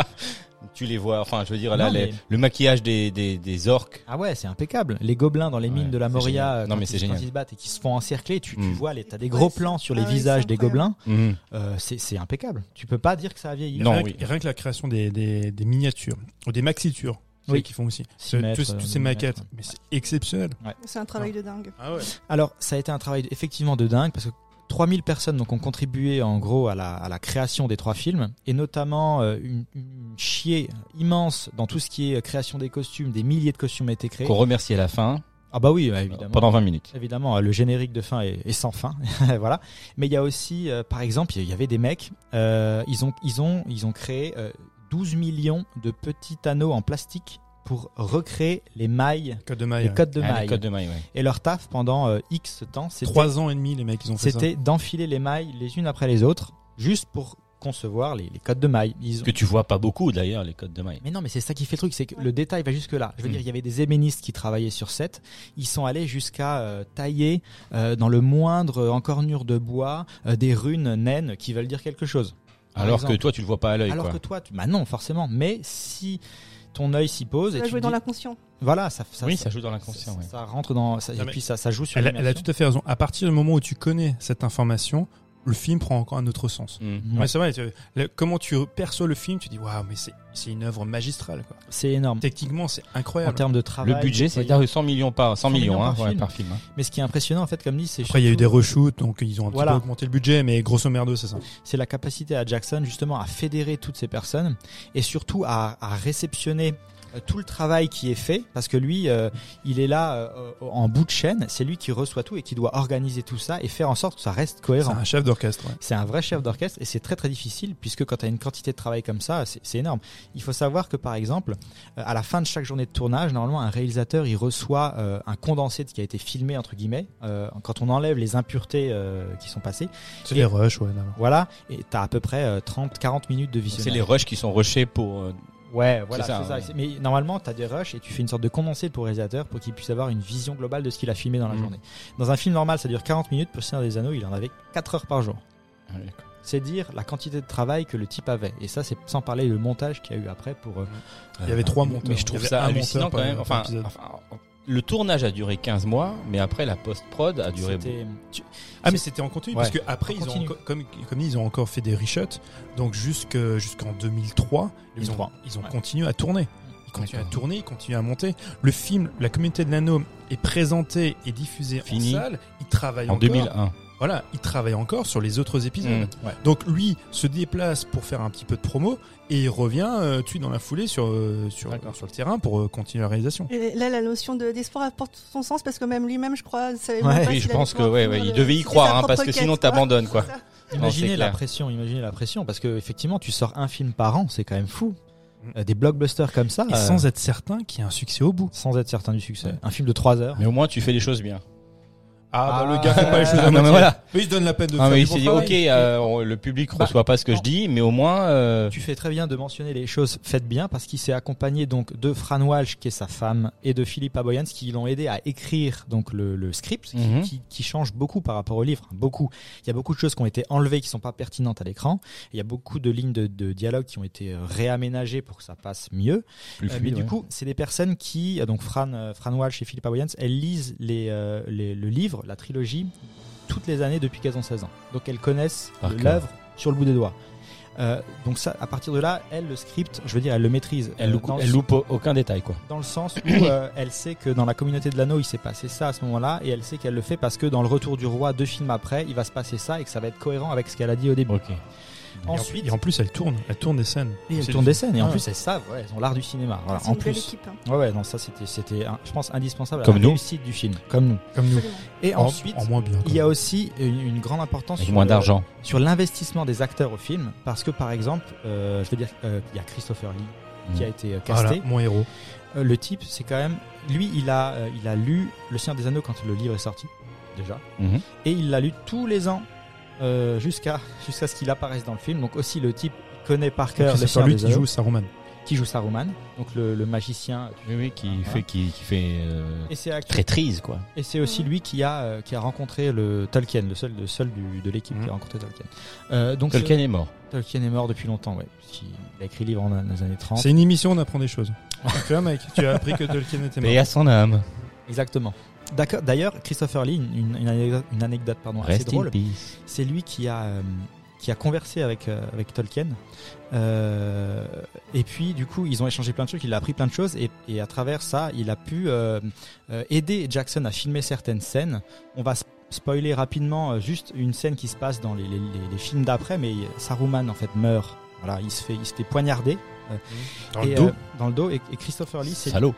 G: Tu les vois, enfin, je veux dire, là,
I: Non,
G: les-
I: mais-
G: le maquillage des, des, des orques.
I: Ah ouais, c'est impeccable. Les gobelins dans les mines
G: Ouais,
I: de la
G: c'est
I: Moria,
G: génial.
I: euh,
G: Non,
I: quand
G: mais c'est
I: ils- quand
G: génial.
I: ils se battent et qu'ils se font encercler, tu, tu
G: Mm.
I: vois, les- t'as des
J: Ouais,
I: gros
J: c'est-
I: plans sur les
J: ah ouais,
I: visages
J: c'est
I: des
J: incroyable.
I: gobelins.
G: Mhm.
I: Euh, c'est c'est impeccable. Tu peux pas dire que ça a vieilli.
G: Non,
H: rien,
G: oui.
H: que, rien que la création des, des, des miniatures, ou des maxitures,
I: Oui.
H: qui font aussi.
I: Six
H: Ce- tous-
I: mètres,
H: toutes,
I: euh,
H: ces
I: mille
H: maquettes,
I: mètres.
H: mais c'est exceptionnel.
J: C'est un travail de dingue.
H: Ah ouais.
I: Alors, ça a été un travail effectivement de dingue parce que 3000 personnes donc, ont contribué en gros à la, à la création des trois films et notamment euh, une, une chier immense dans tout ce qui est euh, création des costumes. Des milliers de costumes ont été créés.
G: Qu'on remercie à la fin,
I: Ah bah oui, bah, évidemment.
G: pendant 20 minutes.
I: Évidemment, euh, le générique de fin est, est sans fin, <laughs> voilà. Mais il y a aussi, euh, par exemple, il y avait des mecs, euh, ils ont, ils ont, ils ont créé euh, 12 millions de petits anneaux en plastique pour recréer les mailles,
H: Code de maille.
I: les codes de
G: Ah, les
I: mailles.
G: codes de maille, ouais.
I: Et leur taf pendant euh, X temps, c'était
H: Trois ans et demi, les mecs, ils ont fait ça.
I: c'était d'enfiler les mailles les unes après les autres, juste pour concevoir les, les codes de mailles. Ils ont-
G: Que tu vois pas beaucoup d'ailleurs, les codes de maille.
I: Mais non, mais c'est ça qui fait le truc, c'est que le détail va jusque là. Je veux
H: Mm.
I: dire, il y avait des ébénistes qui travaillaient sur set. Ils sont allés jusqu'à euh, tailler euh, dans le moindre encornure de bois euh, des runes naines qui veulent dire quelque chose. par
G: Alors
I: exemple.
G: que toi, tu le vois pas à l'œil,
I: Alors
G: quoi.
I: que toi, tu... bah non, forcément. Mais si ton œil s'y pose, et tu
J: Ça va jouer
I: te
J: dans
I: dis-
J: l'inconscient.
I: voilà, ça, ça,
G: oui,
I: ça-
G: ça joue dans
I: ça,
G: l'inconscient, ouais.
I: ça rentre dans, ça-
H: Non,
I: et
H: mais
I: puis ça, ça joue sur.
H: Elle a, elle a
I: l'immersion.
H: tout à fait raison. À partir du moment où tu connais cette information, le film prend encore un autre sens.
G: Mm.
I: Ouais.
H: Ouais, c'est vrai. tu- le- comment tu perçois le film, tu dis waouh, mais c'est c'est une œuvre magistrale. Quoi.
I: C'est énorme.
H: Techniquement, c'est
I: Mm. En
H: incroyable.
I: termes de travail.
G: Le budget, c'est
I: déployé.
G: 100 millions par, 100
I: 100 millions
G: millions, hein,
I: par
G: ouais,
I: film.
G: par film. hein.
I: Mais ce qui est impressionnant, en fait, comme dit, c'est.
H: Après, il y a eu
I: surtout-
H: des reshoots, donc ils ont un
I: Voilà.
H: petit peu augmenté le budget, mais grosso merdo, c'est ça.
I: c'est la capacité à Jackson justement à fédérer toutes ces personnes et surtout à, à réceptionner euh, tout le travail qui est fait parce que lui euh, il est là euh, en bout de chaîne c'est lui qui reçoit tout et qui doit organiser tout ça et faire en sorte que ça reste
H: C'est
I: cohérent
H: un chef d'orchestre. ouais.
I: c'est un vrai chef d'orchestre et c'est très très difficile puisque quand tu as une quantité de travail comme ça, c'est c'est énorme. Il faut savoir que par exemple, euh, à la fin de chaque journée de tournage, normalement un réalisateur il reçoit euh, un condensé de ce qui a été filmé entre guillemets. Euh, quand on enlève les impuretés euh, qui sont passées,
H: C'est les rushs, ouais. d'abord.
I: voilà, et t'as à peu près euh, 30-40 minutes de visionnage.
G: C'est les rushs qui sont rushés pour. euh,
I: Ouais, voilà,
G: C'est
I: c'est
G: ça,
I: ça.
G: ouais.
I: C'est- Mais normalement, t'as des rushs et tu fais une sorte de condensé pour le réalisateur pour qu'il puisse avoir une vision globale de ce qu'il a filmé dans la
G: Mhm.
I: journée. Dans un film normal, ça dure 40 minutes. Pour Seigneur des Anneaux, il en avait 4 heures par jour. Ah, C'est dire la quantité de travail que le type avait. Et ça, c'est sans parler le montage qu'il y a eu après pour. euh,
H: Il y avait trois monteurs.
G: Mais je
H: Il y
G: trouve
H: avait
G: ça
H: un
G: hallucinant
H: monteur
G: quand
H: par-
G: même.
H: par
G: Enfin,
H: épisode.
G: enfin, le tournage a duré 15 mois, mais après la post-prod a duré.
I: c'était- tu-
H: Ah mais c'était en continu
I: Ouais.
H: parce que après
I: En
H: ils ont
I: continu.
H: encore- comme comme dit, ils ont encore fait des reshots donc jusque jusqu'en 2003 ils ont
I: 2003.
H: ils ont
I: Ouais.
H: continué à tourner ils continuent à tourner ils continuent à monter le film la communauté de l'anneau est présenté et diffusé
G: Fini.
H: en salle ils travaillent
G: En
H: encore
G: 2001.
H: voilà ils travaillent encore sur les autres épisodes
G: Mm. Ouais.
H: donc lui se déplace pour faire un petit peu de promo et il revient euh, tu dans la foulée sur euh, sur
G: D'accord.
H: sur le terrain pour euh, continuer la réalisation
J: Et là, la notion de- d'espoir apporte son sens parce que même lui-même, je crois, savait
I: Ouais.
J: même pas
G: Oui,
J: s'il
G: je
J: allait
G: pense que
J: pouvoir
G: ouais,
J: finir
G: ouais, il
J: le-
G: devait y
J: c'était sa
G: croire, hein,
J: propre
G: parce que
J: quête,
G: sinon
J: quoi.
G: t'abandonnes, quoi.
J: C'est ça.
G: Non, c'est
I: Imaginez la
G: clair.
I: pression, imaginez la pression, parce que effectivement, tu sors un film par an, c'est quand même fou. Euh, Des blockbusters comme ça,
H: Mm. et
I: euh,
H: sans être certain qu'il y a un succès au bout
I: sans être certain du succès. Un film de 3 heures.
G: Mais au moins, tu fais les choses bien.
H: ah,
I: Ah.
H: bah le gars fait pas les choses
G: Ah,
H: à
G: non, mais
H: moitié.
G: voilà.
H: mais il se donne la peine de
G: Ah,
H: faire
G: mais
H: du
G: il
H: bon
G: s'est dit,
H: travail.
G: ok, euh, on- le public
I: Bah,
G: reçoit pas ce que
I: non. Ah,
G: je dis, mais au moins. euh,
I: Tu fais très bien de mentionner les choses faites bien parce qu'il s'est accompagné donc de Fran Walsh qui est sa femme et de Philippe Aboyans qui l'ont aidé à écrire donc le, le script qui-
G: Mhm.
I: qui, qui change beaucoup par rapport au livre. hein, Beaucoup. Il y a beaucoup de choses qui ont été enlevées qui sont pas pertinentes à l'écran. Il y a beaucoup de lignes de, de dialogue qui ont été euh, réaménagées pour que ça passe mieux.
G: plus
I: Euh,
G: fluide,
I: mais du
G: ouais.
I: coup, c'est des personnes qui euh, donc Fran euh, Fran Walsh et Philippe Aboyans, elles lisent les, euh, les- le livre, la trilogie toutes les années depuis qu'elles ont 16 ans. Donc elles connaissent
G: Par cœur.
I: l'œuvre sur le bout des doigts. Euh, donc ça, à partir de là, elle le script, je veux dire, elle le maîtrise.
G: Elle
I: Euh,
G: loupe,
I: dans, le-
G: elle loupe au- aucun détail, quoi.
I: dans le sens où euh, <coughs> elle sait que dans la communauté de l'anneau, il s'est passé ça à ce moment-là, et elle sait qu'elle le fait parce que dans le Retour du roi, deux films après, il va se passer ça et que ça va être cohérent avec ce qu'elle a dit au début.
G: Ok.
H: Et en-
I: Ensuite,
H: et en plus, elle tourne, elle tourne des scènes.
I: et elle
H: C'est- Ah,
I: tourne des scènes, et en
H: Ouais. Ah,
I: plus, elles savent, ouais, elles ont l'art du cinéma. Voilà,
J: C'est
I: en
J: une belle
I: plus,
J: équipe. hein.
I: ouais, ouais, non, ça c'était, c'était, un- je pense, indispensable
G: Comme
I: à la
G: nous.
I: réussite du film, comme nous.
H: comme nous.
J: Absolument.
I: Et
H: En-
I: ensuite,
H: en moins bien.
I: il y a aussi une, une grande importance
G: Avec
I: sur
G: moins
I: le-
G: d'argent.
I: sur l'investissement des acteurs au film, parce que par exemple, euh, je veux dire, euh, il y a Christopher Lee qui a été euh, casté.
H: Voilà, mon héros.
I: Euh, le type, c'est quand même, lui, il a, euh, il a lu Le Seigneur des Anneaux quand le livre est sorti, déjà,
G: Mhm.
I: et il l'a lu tous les ans euh, <laughs> jusqu'à jusqu'à ce qu'il apparaisse dans le film. Donc aussi, le type connaît par cœur Le
H: C'est
I: Seigneur
H: lui
I: des
H: qui
I: Anneaux,
H: joue Saruman.
I: qui, qui joue Saruman, donc le, le magicien.
G: Oui, oui, qui
I: Voilà.
G: fait, qui, qui fait euh,
I: Et c'est actu-
G: traîtrise, quoi.
I: et c'est
G: Mm.
I: aussi lui qui a euh, qui a rencontré le Tolkien, le seul, le seul du- de l'équipe
H: Mhm.
I: qui a rencontré Tolkien. Euh, donc
G: Mm. Tolkien est mort.
I: ce- Tolkien est mort depuis longtemps, ouais. puisqu'il- Il a écrit le livre en- dans les années 30.
H: C'est une émission, on apprend des choses. tu vois, mec, tu as appris que Tolkien était
G: Et
H: mort.
G: à son âme.
I: Exactement. D'accord. D'ailleurs, Christopher Lee, une, une anecdote, une anecdote pardon, assez
G: Rest in
I: drôle.
G: peace.
I: C'est lui qui a euh, qui a conversé avec euh, avec Tolkien. Euh, et puis, du coup, ils ont échangé plein de trucs. Il a appris plein de choses et, et à travers ça, il a pu euh, euh, aider Jackson à filmer certaines scènes. On va sp- spoiler rapidement euh, juste une scène qui se passe dans les, les- les- les films d'après, mais Saruman en fait meurt. Voilà, il se fait il se fait poignarder
H: Dans le
I: Et,
H: dos.
I: euh, dans le dos. Et, et Christopher Lee, c'est
G: Salaud.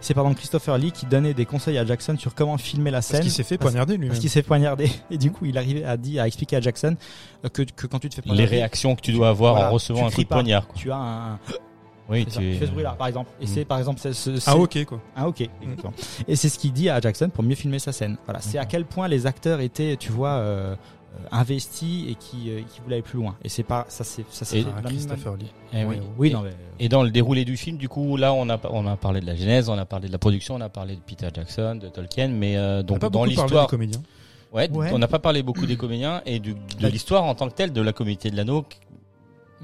I: c'est pardon Christopher Lee qui donnait des conseils à Jackson sur comment filmer la
H: parce
I: scène.
H: qu'il s'est fait
I: parce-
H: poignarder lui-même.
I: Parce qu'il s'est poignardé. <laughs> Et du coup, il arrivait à, dire, à expliquer à Jackson euh, que, que quand tu te fais
G: Les
I: poignarder,
G: réactions que tu dois avoir
I: Voilà,
G: en recevant
I: tu
G: un
I: cries
G: coup de
I: pas.
G: poignard. quoi.
I: tu as un.
G: Oui,
I: fais ça,
G: tu es-
I: tu fais ce bruit-là, par exemple. Et
G: Mm.
I: c'est par exemple. c'est- c'est- c'est-
H: Ah, ok, quoi.
I: Ah, ok. exactement. Et c'est ce qu'il dit à Jackson pour mieux filmer sa scène. Voilà. C'est à quel point les acteurs étaient, tu vois. euh, euh, investis et qui, euh, qui voulaient aller plus loin. Et c'est pas. Ça, c'est. Ça, c'est
G: Et-
I: la
H: Ah,
I: même-
H: Christopher Lee.
G: Eh oui.
I: Oui,
G: Et-
I: non, mais. euh,
G: Et dans le déroulé du film, du coup, là, on a, on a parlé de la genèse, on a parlé de la production, on a parlé de Peter Jackson, de Tolkien, mais euh,
H: On
G: donc
H: n'a pas
G: dans
H: beaucoup parlé
G: l'histoire,
H: des comédiens.
G: ouais,
I: Ouais.
G: on n'a pas parlé beaucoup des comédiens et du- de
I: La-
G: l'histoire en tant que telle de la communauté de l'anneau,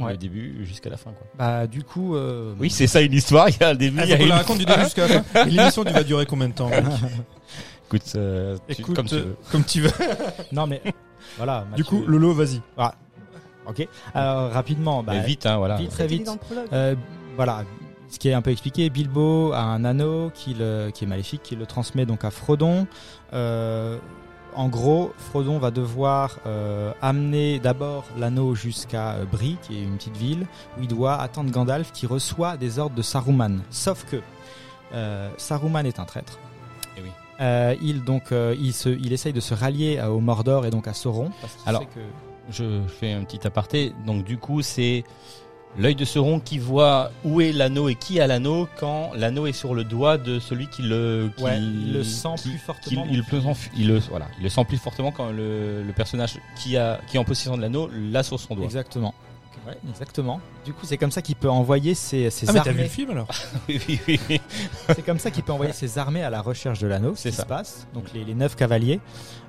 I: Ouais.
G: le début jusqu'à la fin. Quoi.
I: Bah, du coup. euh,
G: Oui, c'est ça une histoire. Il y a un début,
H: Ah,
G: il y a
H: donc on
G: une
H: la raconte du début jusqu'à la fin. Et L'émission tu vas durer combien de temps mec
G: Écoute, euh, tu-
H: Écoute,
G: comme tu
H: euh,
G: veux.
H: comme tu veux.
I: Non, mais. Voilà.
H: Du
I: Mathieu. Ah,
H: coup, Lolo, vas-y.
I: Ok. Alors, rapidement. Bah,
G: Mais vite, hein, voilà.
I: vite, très
J: Il est
I: vite.
J: dans le prologue.
I: Euh, voilà, ce qui est un peu expliqué, Bilbo a un anneau qui, le- qui est maléfique, qui le transmet donc à Frodon. Euh, en gros, Frodon va devoir euh, amener d'abord l'anneau jusqu'à euh, Brie, qui est une petite ville, où il doit attendre Gandalf qui reçoit des ordres de Saruman. Sauf que euh, Saruman est un traître.
G: Eh oui.
I: Euh, il donc euh, il, se, il essaye de se rallier à- au Mordor et donc à Sauron. Parce qu'il
G: Alors,
I: sait que-
G: Je fais un petit aparté. Donc du coup, c'est l'œil de Sauron qui voit où est l'anneau et qui a l'anneau quand l'anneau est sur le doigt de celui qui le qui-
I: Ouais, il le sent
G: qui-
I: plus
G: qui-
I: fortement.
G: il, le sent- il le- voilà, il le sent plus fortement quand le, le personnage qui a qui est en possession de l'anneau l'a sur son doigt.
I: Exactement. Ouais, exactement. Du coup, c'est comme ça qu'il peut envoyer ses, ses
H: Ah, mais t'as vu le
I: armées.
H: film alors
G: Oui, oui, oui, oui.
I: C'est comme ça qu'il
G: <laughs>
I: peut envoyer ses armées à la recherche de l'anneau.
G: C'est
I: C'est
G: ça.
I: ce qui se passe. Donc les, les neuf cavaliers.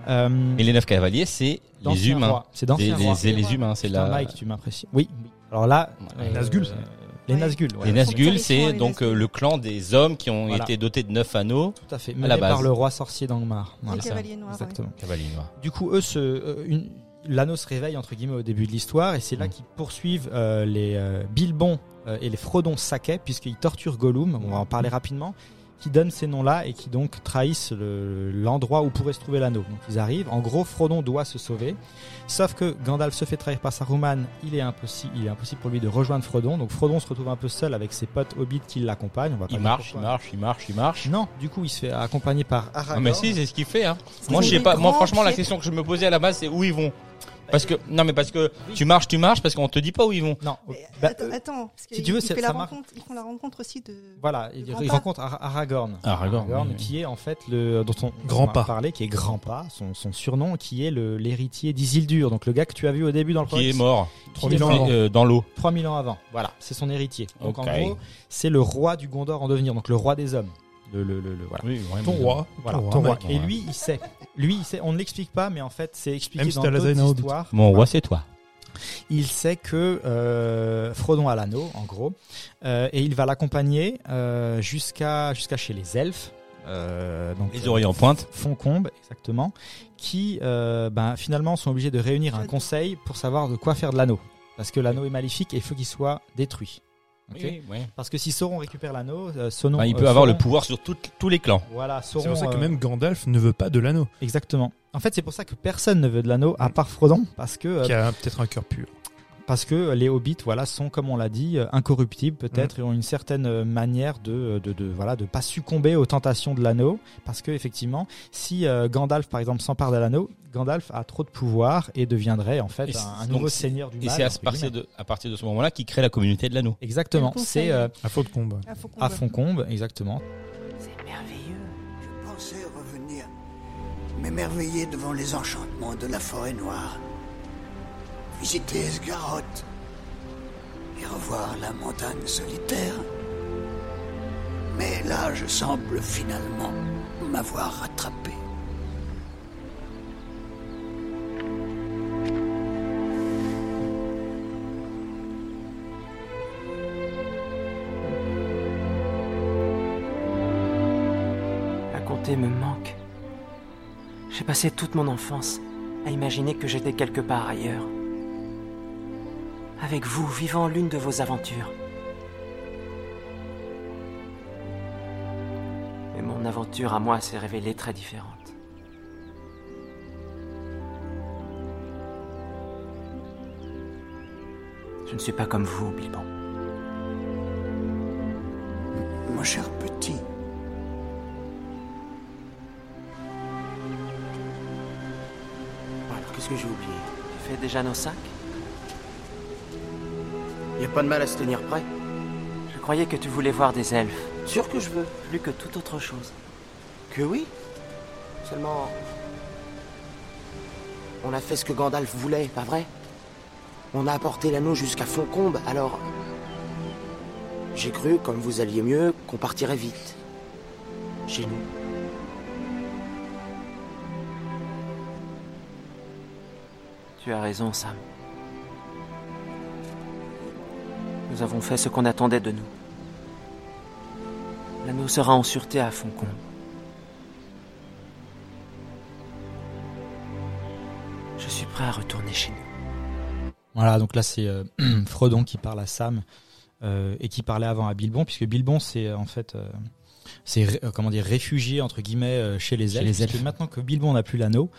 I: Euh,
G: Et les neuf cavaliers, c'est les
I: d'anciens
G: humains.
I: rois. C'est
G: Les,
I: d'anciens
G: les-
I: rois.
G: les- les humains, c'est
I: Putain,
G: la
I: Mike, tu m'apprécies. Oui. oui. Alors là,
G: Voilà.
I: euh,
G: Les
H: Nazgûl.
I: Les
J: Ouais.
I: Nazgûl. ouais.
G: les Nazgûl,
J: Nazgûl,
G: c'est
J: les
G: donc
J: Nazgûl.
G: euh, le clan des hommes qui ont
I: Voilà.
G: été dotés de neuf anneaux.
I: Tout à fait.
G: la
I: Menés
G: base.
I: par le roi sorcier d'Angmar.
J: Les
I: Voilà.
G: ça,
J: cavaliers noirs. ouais.
I: Exactement.
G: Cavaliers noirs.
I: Du coup, eux, se, euh, une- l'anneau se réveille entre guillemets au début de l'histoire, et c'est là
G: Mm.
I: qu'ils poursuivent euh, les euh, Bilbons euh, et les Frodons Saquet, puisqu'ils torturent Gollum. On va en
G: Mm.
I: parler rapidement. Qui donnent ces noms-là et qui donc trahissent le- l'endroit où pourrait se trouver l'anneau. Donc ils arrivent. En gros, Frodon doit se sauver. Sauf que Gandalf se fait trahir par Saruman. Il est impossible, il est impossible pour lui de rejoindre Frodon. Donc Frodon se retrouve un peu seul avec ses potes hobbits qui l'accompagnent. On va pas
G: Il
I: dire
G: marche, il
I: pourquoi.
G: marche, il marche, il marche.
I: Non, du coup, il se fait accompagner par Aragorn.
G: Ah, mais si, c'est ce qu'il fait. Hein.
J: Parce
G: Moi,
J: qu'ils
G: je sais
J: ont
G: pas.
J: des
G: Moi,
J: grands
G: franchement, la
J: pieds.
G: question que je me posais à la base, c'est où ils vont. Parce que non, mais parce que tu marches, tu marches, parce qu'on te dit pas où ils vont.
I: Non,
J: Mais
I: bah,
J: attends,
I: euh,
J: attends, parce
I: si
J: qu'ils-
I: tu veux,
J: ils
I: c'est-
J: font la
I: ça marche.
J: rencontre- ils font la rencontre aussi de.
I: Voilà, il,
J: grand
I: il
J: pas.
I: rencontre Ar- Aragorn.
G: Aragorn, oui, oui.
I: qui est en fait le dont on,
H: Grand
I: on a
H: pas.
I: parlé, qui est Grand Pas, son, son surnom, qui est le l'héritier d'Isildur, donc le gars que tu as vu au début dans le
G: Qui
I: premier
G: est mort
I: 3000
H: ans
G: Qui-
H: avant.
G: euh, dans l'eau.
I: 3000 ans avant. Voilà, c'est son héritier. Donc
G: Ok.
I: en gros, c'est le roi du Gondor en devenir, donc le roi des hommes. Le, le, le, le- voilà.
G: Oui,
H: Ton roi.
I: Voilà,
H: Ton roi,
I: ton roi.
H: mec.
I: Et lui, il sait. Lui, il sait. On ne l'explique pas, mais en fait, c'est expliqué
H: Même si
I: dans
H: t'as la Zaina
I: d'autres
H: Hobbit.
I: histoires.
G: Mon roi, c'est toi.
I: Il sait que euh, Frodon a l'anneau, en gros, euh, et il va l'accompagner euh, jusqu'à jusqu'à chez les elfes. euh, donc,
G: Les oreilles en pointe.
I: Foncombe, exactement, qui euh, ben, finalement sont obligés de réunir un conseil pour savoir de quoi faire de l'anneau. Parce que l'anneau est maléfique et il faut qu'il soit détruit. Ok Parce que si Sauron récupère l'anneau, euh, Sauron-
G: Bah, il
I: euh,
G: peut avoir
I: Sauron-
G: le pouvoir sur toutes- tous les clans.
I: Voilà,
H: C'est
I: Sauron.
H: pour ça que
I: euh,
H: même Gandalf ne veut pas de l'anneau,
I: Exactement. En fait, c'est pour ça que personne ne veut de l'anneau à part Frodon, parce que euh,
H: qui a peut-être un cœur pur.
I: parce que les hobbits voilà sont comme on l'a dit euh, incorruptibles peut-être et ont une certaine euh, manière de, de, de voilà de pas succomber aux tentations de l'anneau parce que effectivement si euh, Gandalf par exemple s'empare de l'anneau Gandalf a trop de pouvoir et deviendrait en fait
G: Et
I: un, un
G: donc,
I: nouveau
G: c'est-
I: seigneur du
G: Et
I: mal
G: c'est à,
I: entre
G: ce partir
I: guillemets.
G: de- à partir de ce moment-là qu'il crée la communauté de l'anneau.
I: exactement
J: Quel conseil.
I: c'est euh,
H: À faute de combat.
J: Ah, faut qu'on
I: à
J: voit.
I: Foncombe exactement
A: C'est merveilleux.
K: Je pensais revenir, m'émerveiller devant les enchantements de la forêt noire, visiter Esgaroth et revoir la montagne solitaire. Mais là, je semble finalement m'avoir rattrapé.
C: La comté me manque. J'ai passé toute mon enfance à imaginer que j'étais quelque part ailleurs. Avec vous, vivant l'une de vos aventures. Mais mon aventure à moi s'est révélée très différente. Je ne suis pas comme vous, Bilbon.
K: Mon cher petit,
C: Alors, qu'est-ce que j'ai oublié Tu fais déjà nos sacs
L: Y a pas de mal à se tenir prêt.
C: Je croyais que tu voulais voir des elfes.
L: Sûr que je veux.
C: Plus que toute autre chose.
L: Que oui. Seulement. On a fait ce que Gandalf voulait, pas vrai On a apporté l'anneau jusqu'à Foncombe, alors. J'ai cru, comme vous alliez mieux, qu'on partirait vite. Chez nous.
C: Tu as raison, Sam. Nous avons fait ce qu'on attendait de nous. L'anneau sera en sûreté à Foncombe. Je suis prêt à retourner chez nous.
I: Voilà, donc là c'est euh, <clears throat> Frodon qui parle à Sam euh, et qui parlait avant à Bilbon, puisque Bilbon c'est euh, en fait euh, c'est ré- euh, comment dire réfugié entre guillemets euh, chez les
G: Chez
I: elfes.
G: les
I: puisque
G: elfes.
I: maintenant que Bilbon n'a plus l'anneau,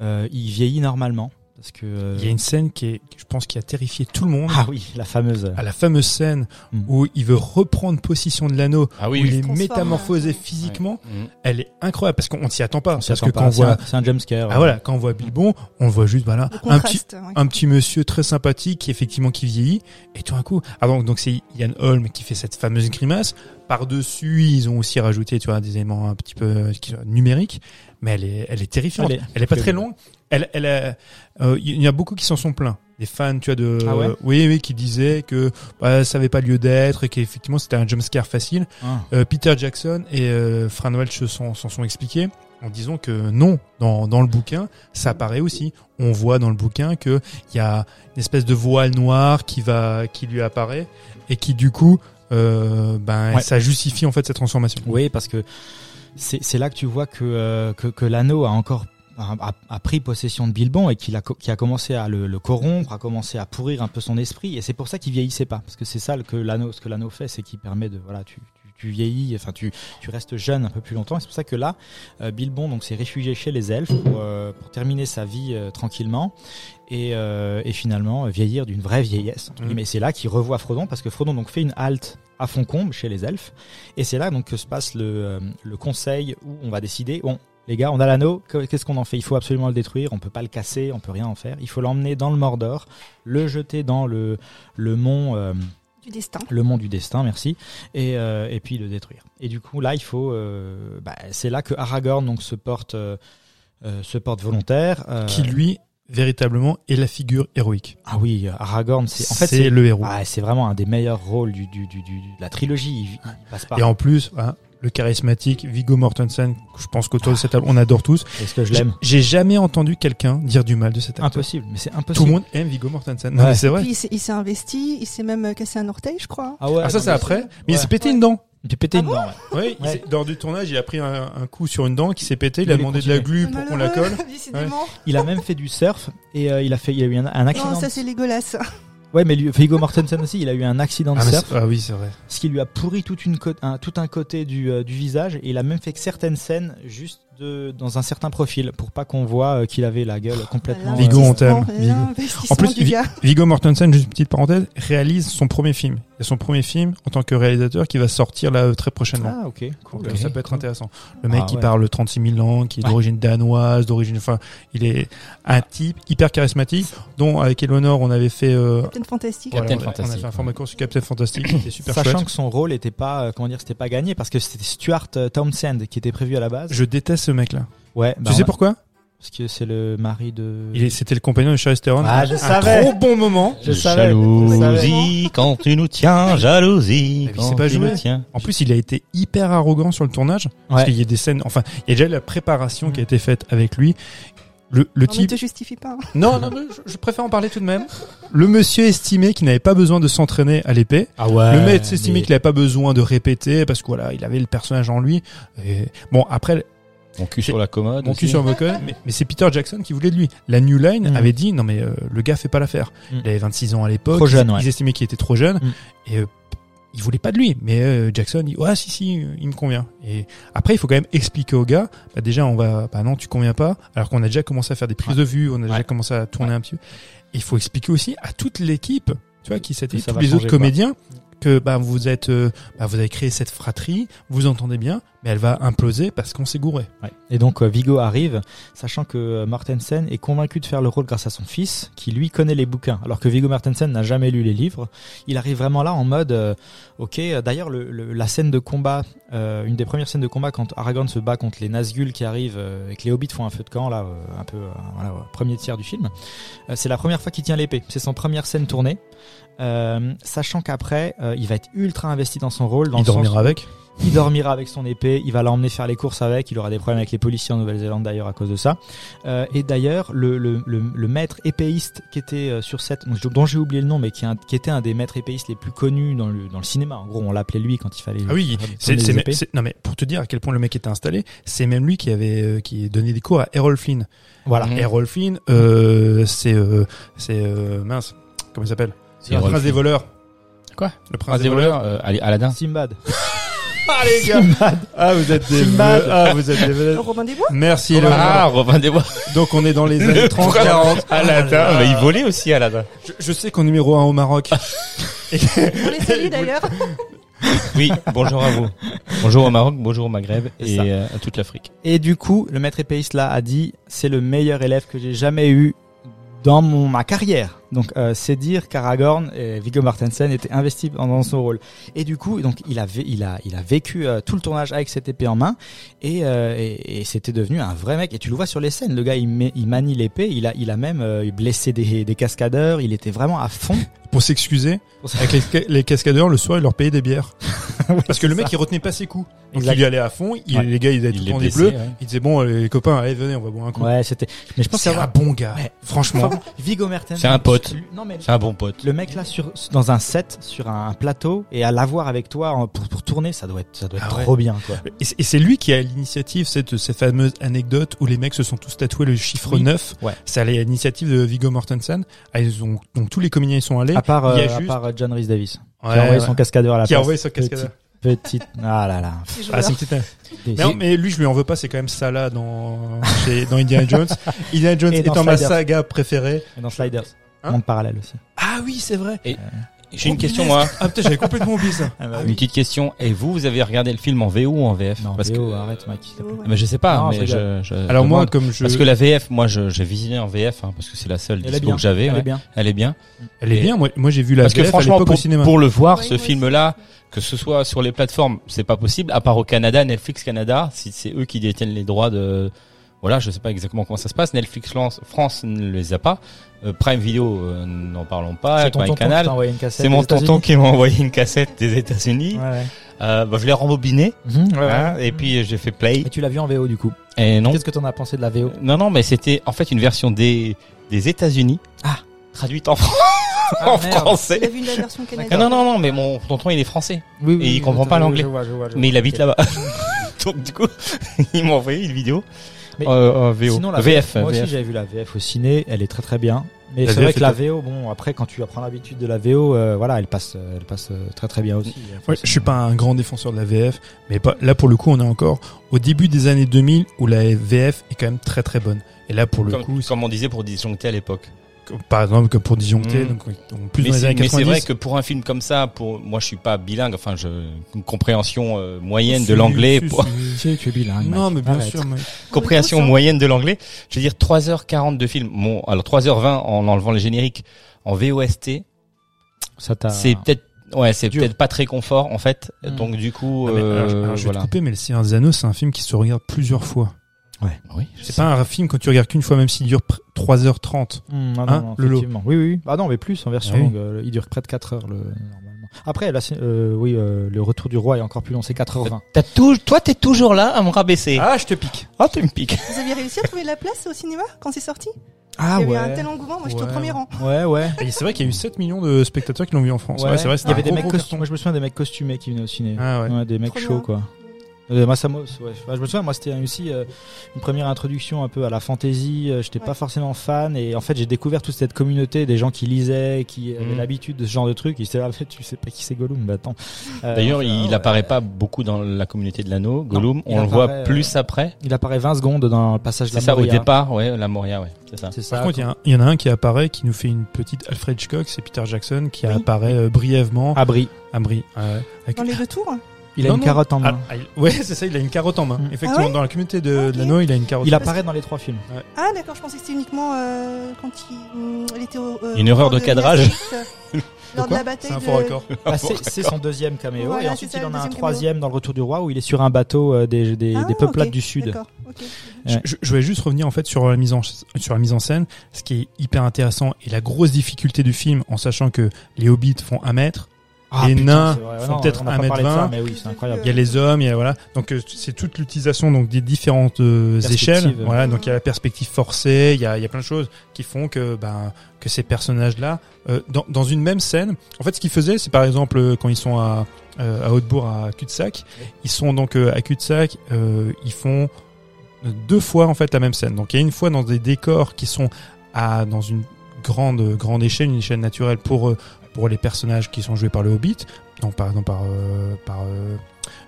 I: euh, il vieillit normalement parce que euh,
H: Il y a une scène qui, est, je pense, qui a terrifié tout le monde.
I: <laughs> ah oui la fameuse
H: À la fameuse scène où il veut reprendre possession de l'anneau,
G: Ah oui,
H: où
G: oui. Il se
H: il est
G: transforme,
H: métamorphosé physiquement,
G: Mhm.
H: elle est incroyable parce qu'on on s'y attend pas.
I: s'y
H: parce
I: attend
H: que
I: pas.
H: quand on
I: C'est
H: voit,
I: un- c'est un jumpscare.
H: Ah voilà, quand on voit Bilbon, on voit juste voilà
J: Le
H: un petit
J: contraste, ouais.
H: un petit monsieur très sympathique qui effectivement qui vieillit et tout d'un coup ah donc donc c'est Ian Holm qui fait cette fameuse grimace par dessus ils ont aussi rajouté tu vois des éléments un petit peu euh, qui sont numériques mais elle est elle est terrifiante
I: Elle est-
H: elle est, pas très longue elle elle a- euh, il y en a beaucoup qui s'en sont plaints des fans tu vois de
I: Ah ouais
H: oui oui qui disaient que bah, ça n'avait pas lieu d'être et qu'effectivement c'était un jumpscare facile
I: Ah.
H: euh, Peter Jackson et euh, Fran Welch s'en s'en sont expliqués en disant que non, dans, dans le bouquin, ça apparaît aussi. On voit dans le bouquin que il y a une espèce de voile noire qui va, qui lui apparaît et qui du coup, euh, ben,
I: Ouais.
H: ça justifie en fait cette transformation.
I: Oui, parce que c'est c'est là que tu vois que, euh, que, que l'anneau a encore a, a- a pris possession de Bilbon et qu'il a, co- qui a commencé à le, le corrompre, a commencé à pourrir un peu son esprit, et c'est pour ça qu'il vieillissait pas, parce que c'est ça le- que l'anneau, ce que l'anneau fait, c'est qu'il permet de voilà, tu, tu, tu vieillis, enfin tu, tu restes jeune un peu plus longtemps, et c'est pour ça que là, euh, Bilbon donc s'est réfugié chez les elfes pour, euh, pour terminer sa vie euh, tranquillement et, euh, et finalement euh, vieillir d'une vraie vieillesse. entre
H: Mhm.
I: guillemets. Et c'est là qu'il revoit Frodon parce que Frodon donc fait une halte à Foncombe chez les elfes et c'est là donc que se passe le, euh, le conseil où on va décider bon les gars on a l'anneau que- qu'est-ce qu'on en fait il faut absolument le détruire on peut pas le casser on peut rien en faire il faut l'emmener dans le Mordor le jeter dans le le mont euh,
J: du destin.
I: le mont du destin, merci, et, euh, et puis le détruire. Et du coup, là, il faut, euh, bah, c'est là que Aragorn donc se porte, euh, euh, se porte volontaire. euh,
H: Qui lui, véritablement, est la figure héroïque.
I: Ah oui, Aragorn, c'est en fait
H: C'est le héros.
I: Ah, c'est vraiment un des meilleurs rôles du, du, du, du- de la trilogie. Il, il passe par.
H: Et en plus, hein, le charismatique Viggo Mortensen, que je pense qu'autour de cette table, on adore tous.
I: Est-ce que je l'aime
H: J'ai j'ai jamais entendu quelqu'un dire du mal de cet acteur.
I: Impossible, mais c'est impossible.
H: Tout le monde aime Viggo Mortensen. Non,
I: Ouais.
H: mais c'est vrai.
J: Puis il s'est- il s'est investi, il s'est même euh, cassé un orteil, je crois.
I: Ah ouais.
H: Ah, ça,
I: non,
H: c'est
I: mais-
H: après. Mais il
I: Ouais.
H: s'est pété une dent.
I: Il peut péter une dent. ouais. Ah
H: Oui,
I: Ouais.
H: lors du tournage, il a pris un, un coup sur une dent qui s'est pété. Il,
I: Il
H: a
I: voulait
H: demandé de la
I: continuer.
H: glu pour qu'on la
J: Malheureux,
H: colle.
J: Décidément.
I: Il a même fait du surf et euh, il a fait, il a eu un, un accident.
J: Non, ça c'est dégueulasse.
I: Ouais, mais lui, Viggo Mortensen aussi, il a eu un accident de
H: Ah, mais
I: surf.
H: c'est- ah oui, c'est vrai.
I: ce qui lui a pourri toute une côte- un- tout un côté du, euh, du visage et il a même fait que certaines scènes juste de, dans un certain profil pour pas qu'on voit euh, qu'il avait la gueule complètement.
H: Voilà. Vigo,
I: euh,
H: on t'aime. Vigo. En
J: En
H: plus,
J: plus,
H: Vi- Viggo Mortensen, juste une petite parenthèse, réalise son premier film. Et son premier film en tant que réalisateur qui va sortir là euh, très prochainement.
I: Ah ok, cool.
H: Donc,
I: Ok,
H: ça peut être
I: cool.
H: intéressant. Le mec
I: Ah,
H: qui
I: ouais.
H: parle 36 000 langues, qui est
I: Ouais.
H: d'origine danoise, d'origine. Enfin, il est un type hyper charismatique, dont avec Eleanor, on avait fait. euh,
J: fantastique.
G: Captain
H: on a- on a
G: Fantastic,
H: fait un
G: ouais.
H: format court sur Captain Fantastic, qui était super
I: Sachant
H: chouette.
I: que son rôle était pas euh, comment dire, c'était pas gagné parce que c'était Stuart euh, Townsend qui était prévu à la base.
H: Je déteste ce mec-là.
I: Ouais. bah,
H: tu sais
I: on-
H: pourquoi
I: Parce que c'est le mari de.
H: Il est- C'était le compagnon de Charlize Theron.
I: Ah, je
H: Un
I: savais.
H: Trop bon moment.
I: Je savais.
G: Jalousie quand tu nous tiens, jalousie
H: Mais il
G: quand
H: s'est pas
G: tu
H: joué.
G: nous tiens.
H: En plus, il a été hyper arrogant sur le tournage. Parce
I: Ouais.
H: qu'il y a des scènes. Enfin, il y a déjà la préparation qui a été faite avec lui. Le, le
J: Non, mais
H: type.
J: te justifie pas.
H: Non, non, non, je, je préfère en parler tout de même. Le monsieur estimait qu'il n'avait pas besoin de s'entraîner à l'épée.
I: Ah ouais,
H: Le maître estimait
I: mais-
H: qu'il n'avait pas besoin de répéter parce que voilà, il avait le personnage en lui. Et- Bon, après,
G: Mon cul sur la commode.
H: mon cul
G: aussi.
H: sur Vocon, mais, mais c'est Peter Jackson qui voulait de lui. La New Line avait dit non mais euh, le gars fait pas l'affaire.
I: Mm.
H: Il avait 26 ans à l'époque.
I: Trop jeune,
H: ils,
I: ouais.
H: ils estimaient qu'il était trop jeune
I: Mm.
H: et euh, ils voulaient pas de lui. Mais euh, Jackson dit ouais si si euh, il me convient. Et après il faut quand même expliquer au gars bah, déjà on va bah non tu conviens pas alors qu'on a déjà commencé à faire des prises de vue, on a déjà commencé à tourner un petit peu. Et il faut expliquer aussi à toute l'équipe tu vois qui s'était
I: ça
H: tous
I: va
H: les
I: changer,
H: autres
I: quoi.
H: comédiens que bah vous êtes euh, bah, vous avez créé cette fratrie, vous entendez bien mais elle va imploser parce qu'on s'est gouré.
I: Ouais. Et donc euh, Vigo arrive, sachant que euh, Mortensen est convaincu de faire le rôle grâce à son fils, qui lui connaît les bouquins, alors que Vigo Mortensen n'a jamais lu les livres. Il arrive vraiment là en mode, euh, ok. euh, D'ailleurs, le- le- la scène de combat, euh, une des premières scènes de combat quand Aragorn se bat contre les Nazgûl qui arrivent euh, et que les Hobbits font un feu de camp là, euh, un peu, euh, voilà, au premier tiers du film. euh, c'est la première fois qu'il tient l'épée. C'est son première scène tournée. Euh, sachant qu'après, euh, il va être ultra investi dans son rôle. Dans
H: Il
I: le sens
H: dormira
I: où-
H: avec
I: il dormira avec son épée, il va l'emmener faire les courses avec, il aura des problèmes avec les policiers en Nouvelle-Zélande d'ailleurs à cause de ça. Euh, et d'ailleurs, le, le, le, le maître épéiste qui était euh, sur cette, donc, dont j'ai oublié le nom, mais qui, est un- qui était un des maîtres épéistes les plus connus dans le, dans le cinéma, en gros, on l'appelait lui quand il fallait.
H: Ah oui,
I: tourner
H: c'est,
I: des
H: c'est-
I: épées.
H: c'est- non mais pour te dire à quel point le mec était installé, c'est même lui qui avait euh, qui donnait des cours à Errol Flynn. Mmh.
I: Voilà.
H: Errol Flynn, euh, c'est euh, c'est euh, mince, comment il s'appelle
G: C'est
H: Le
G: Errol
H: prince des
G: Flynn.
H: voleurs.
G: Quoi
H: Le
G: Prince des voleurs, euh, allez, Aladdin.
I: Simbad.
H: Ah les gars,
I: Simbad.
G: euh.
H: ah vous êtes des
I: Sinbad.
H: veux- ah vous êtes
G: <laughs>
H: des veux-
J: Robin des Bois
H: Merci
G: Robin
H: Laurent.
G: des Bois. Ah, Robin des Bois.
H: Donc on est dans les
G: Le <laughs>
H: <laughs> années 30
G: prince
H: 40.
G: Aladdin, mais il volait aussi Aladdin.
H: Je, je sais qu'on est numéro 1 au Maroc. Et-
J: On les
I: <laughs>
J: salue d'ailleurs.
G: Oui, bonjour à vous. Bonjour au Maroc, bonjour au Maghreb et euh, à toute l'Afrique.
I: Et du coup, le maître épéiste là a dit, c'est le meilleur élève que j'ai jamais eu dans mon, ma carrière. Donc euh, c'est dire qu'Aragorn et Viggo Mortensen étaient investis dans, dans son rôle. Et du coup, donc il a vé- il a il a vécu euh, tout le tournage avec cette épée en main et, euh, et, et c'était devenu un vrai mec. Et tu le vois sur les scènes, le gars il, met- il manie l'épée, il a il a même euh, blessé des, des cascadeurs, il était vraiment à fond.
H: Pour s'excuser avec les, ca- les cascadeurs le soir, ils leur payaient
G: <laughs>
H: des bières. Parce que le mec, il retenait pas ses coups. <laughs> Donc
I: Exact.
H: il y allait à fond. il-
I: Ouais.
H: Les gars, ils avaient tout le
G: les
H: temps des
G: blessait,
H: bleus.
G: ouais.
H: Il disait bon, allez, les copains, allez, venez, on va boire un coup.
I: Ouais, c'était. Mais je pense
H: C'est
I: qu'il y a-
H: un bon gars.
I: Ouais.
H: Franchement.
I: Enfin, Viggo Mortensen.
G: C'est un pote.
I: Non mais
G: C'est un bon pote.
I: Le mec là sur dans un set sur un plateau et à l'avoir avec toi en- pour, pour tourner, ça doit être ça doit être
H: Ah ouais.
I: trop bien quoi.
H: Et c'est- Et c'est lui qui a l'initiative, cette, ces fameuses anecdotes où les mecs se sont tous tatoués le chiffre
I: Oui.
H: 9.
I: Ouais.
H: C'est à l'initiative de Viggo Mortensen. Ah, ils ont, donc tous les comédiens y sont allés.
I: À part
H: il y a
I: euh, à
H: juste-
I: part John Rhys Davis
H: Ouais,
I: qui a envoyé
H: ouais.
I: son cascadeur à la
H: Qui a
I: place.
H: envoyé son cascadeur.
I: Petite, petite- <laughs> ah là là.
H: Ah, c'est une petite- Mais, non, mais lui, je lui en veux pas, c'est quand même ça là <laughs> dans, chez- dans Indiana Jones. Indiana Jones
I: Et dans
H: étant ma
I: Sliders.
H: saga préférée.
I: Et dans Sliders.
H: Hein
I: Monde parallèle aussi.
H: Ah oui, c'est vrai.
G: J'ai une question moi.
H: Ah putain, j'avais complètement oublié ça.
G: Une petite question. Et vous, vous avez regardé le film en VO ou en VF
I: Ah Non,
G: Parce
I: VO,
G: que euh, Ah,
I: arrête Mike. s'il te plaît.
J: euh, Ouais.
G: mais je sais pas,
I: Non,
G: mais
I: c'est
G: je, je
H: Alors moi,
G: demande.
H: comme je.
G: parce que la VF, moi, je- j'ai visionné en VF hein, parce que c'est la seule
I: Elle est
G: dispo
I: bien.
G: que j'avais.
I: Elle
G: ouais.
I: est bien.
G: Elle est bien.
H: Elle est
G: Et-
H: bien. Moi, moi, j'ai vu la
G: Parce que
H: VF à
G: franchement,
H: l'époque
G: pour,
H: au cinéma.
G: pour le voir,
J: Ouais,
G: ce
J: moi aussi.
G: film-là, que ce soit sur les plateformes, c'est pas possible, à part au Canada, Netflix Canada, si c'est eux qui détiennent les droits de... Voilà, je sais pas exactement comment ça se passe. Netflix lance- France ne les a pas. Euh, Prime Video, euh, n'en parlons pas.
I: C'est ton
G: Prime
I: tonton qui
G: Canal.
I: t'a envoyé une cassette
G: C'est mon
I: des États-Unis.
G: tonton qui m'a envoyé une cassette des États-Unis.
I: Ouais, ouais.
G: Euh, bah, je l'ai rembobiné.
I: Mhm, ouais, ouais.
G: hein, et puis euh, j'ai fait play.
I: Et tu l'as vu en VO du coup.
G: Et non.
I: Qu'est-ce que t'en as pensé de la VO
G: Non, non, mais c'était en fait une version des, des États-Unis.
I: Ah.
G: Traduite en, fran- en français.
J: Il a vu la version
G: Ah
J: canadienne.
G: non, non, non, mais mon tonton, il est français.
I: Oui,
G: Et il comprend
I: je-
G: pas
I: je-
G: l'anglais.
I: je vois, je vois, je
G: Euh, Mais
I: vois.
G: il habite
I: Ok.
G: là-bas. <laughs> Donc, du coup, <laughs> il m'a envoyé une vidéo.
I: Mais-
G: Euh, euh, VO.
I: Sinon, la
G: VF.
I: Moi aussi,
G: VF.
I: j'avais vu la VF au ciné. Elle est très très bien. Mais
H: La
I: c'est vrai
H: VF
I: que la VO, bon, après, quand tu apprends l'habitude de la VO, euh, voilà, elle passe, euh, elle passe euh, très très bien aussi.
H: Ouais, je suis pas un grand défenseur de la VF, mais pas, là pour le coup, on est encore au début des années 2000 où la VF est quand même très très bonne. Et là pour le
G: Comme,
H: coup, c'est-
G: comme on disait pour disjoncter à l'époque.
H: comme- par exemple comme pour disjoncter,
G: Mm.
H: donc on- plus
G: mais
H: dans les
G: c'est-
H: années
G: mais c'est
H: 90.
G: vrai que pour un film comme ça, pour moi, je suis pas bilingue. Enfin, je une compréhension euh, moyenne
H: Si,
G: de l'anglais.
H: si,
G: pour-
H: si.
I: Tu, es bilingue.
H: Non, mais bien sûr. mais-
G: compréhension
J: Ouais, ça.
G: moyenne de l'anglais. Je veux dire 3h40 de film. Bon, alors 3h20 en enlevant les génériques en VOST.
I: Ça t'a.
G: C'est peut-être ouais, c'est
I: Dur.
G: peut-être pas très confort en fait.
I: Mm.
G: Donc du coup,
H: Ah, mais alors,
G: euh,
H: alors, je vais te
G: voilà.
H: couper, mais Le Seigneur des Anneaux, c'est un film qui se regarde plusieurs fois.
I: Ouais.
G: Oui,
H: c'est pas un film que tu regardes qu'une fois, même s'il dure pr- 3h30.
I: Hum, ah non,
H: Hein,
I: non,
H: le lot.
I: effectivement. Oui, oui, oui. Ah non, mais plus en version
H: Ah oui.
I: longue. euh, Il dure près de 4 heures, le, normalement. Après, là, c'est- euh, oui, euh, le retour du roi est encore plus long, c'est 4h20.
G: T'as tout, toi, t'es toujours là à me rabaisser.
I: Ah, je te pique.
G: Ah, tu me piques.
J: Vous aviez réussi à trouver de la place au cinéma quand c'est sorti
I: Ah
J: Il y
I: ouais.
J: avait un tel engouement, moi j'étais au
I: Ouais.
J: premier rang.
I: Ouais, ouais.
H: Et c'est vrai qu'il y a eu 7 millions de spectateurs qui l'ont vu en France. Ouais, c'est vrai,
I: Il y avait des mecs
H: mecs
I: costumés. Moi, je me souviens des mecs costumés qui venaient au ciné.
H: Ah ouais.
I: des mecs
H: Trop
I: chauds, quoi. Euh, moi, ça, moi, ouais. Enfin, je me souviens, moi, c'était aussi euh, une première introduction un peu à la fantasy. Euh, J'étais pas forcément fan, et en fait, j'ai découvert toute cette communauté des gens qui lisaient, qui avaient
G: Mhm.
I: l'habitude de ce genre de truc. Ils étaient là, <laughs> mais tu sais pas qui c'est Gollum, bah attends.
G: <laughs>
I: Euh,
G: D'ailleurs,
I: enfin,
G: il
I: ouais.
G: apparaît pas beaucoup dans la communauté de l'anneau,
I: Non,
G: Gollum.
I: il
G: on le
I: apparaît,
G: voit
I: euh,
G: plus après.
I: Il apparaît 20 secondes dans le passage de
G: C'est
I: la
G: ça, au
I: Moria.
G: départ, ouais, la Moria, ouais. C'est ça.
I: C'est ça.
H: Par contre, il y a un- il y, en a un qui apparaît, qui nous fait une petite Alfred Hitchcock, c'est Peter Jackson, qui apparaît euh, brièvement.
I: Abri.
H: Abri. Ah ouais. Avec-
J: Dans les deux tours
I: Il a une carotte en main.
H: Ah, ah, il- ouais, c'est ça, il a une carotte en main. Effectivement,
J: Ah ouais
H: dans la communauté de, de l'anneau, il a une carotte.
I: Il apparaît dans les trois
H: <laughs>
I: films.
J: Ah d'accord, je pensais que c'était uniquement euh, quand il, hum, il était au. euh,
G: Une erreur
J: lors
G: de cadrage.
J: Maastricht, euh,
I: <laughs>
J: Lors de
I: Pourquoi
J: la bataille. de-
H: Ah,
I: Bah, c'est c'est son deuxième caméo.
J: Voilà,
I: et ensuite,
J: c'est ça,
I: il en
J: le
I: a un
J: deuxième caméo.
I: troisième dans Le Retour du Roi où il est sur un bateau euh, des, des, des peuplades
J: Ah, ok,
I: du Sud.
J: d'accord, ok.
H: Je,
I: Ouais.
H: je- je voulais juste revenir en fait sur la mise en sur la mise en scène, ce qui est hyper intéressant et la grosse difficulté du film, en sachant que les hobbits font un mètre,
I: Ah,
H: les
I: putain,
H: nains
I: c'est vrai. Ouais,
H: font
I: non,
H: peut-être
I: on a
H: un
I: pas
H: mètre
I: parlé de ça,
H: vingt.
I: mais oui, c'est incroyable.
H: Il y a les hommes, il y a voilà. Donc euh, c'est toute l'utilisation donc des différentes euh,
I: Perspectives.
H: échelles. Voilà, donc il y a la perspective forcée, il y a, il y a plein de choses qui font que ben que ces personnages là dans, dans une même scène. En fait, ce qu'ils faisaient, c'est par exemple euh, quand ils sont à euh, à Hautebourg à cul-de-sac, ils sont donc euh, à cul-de-sac, euh, ils font euh, deux fois en fait la même scène. Donc il y a une fois dans des décors qui sont à dans une grande grande échelle, une échelle naturelle pour euh, pour les personnages qui sont joués par le Hobbit, non par non par euh, par euh,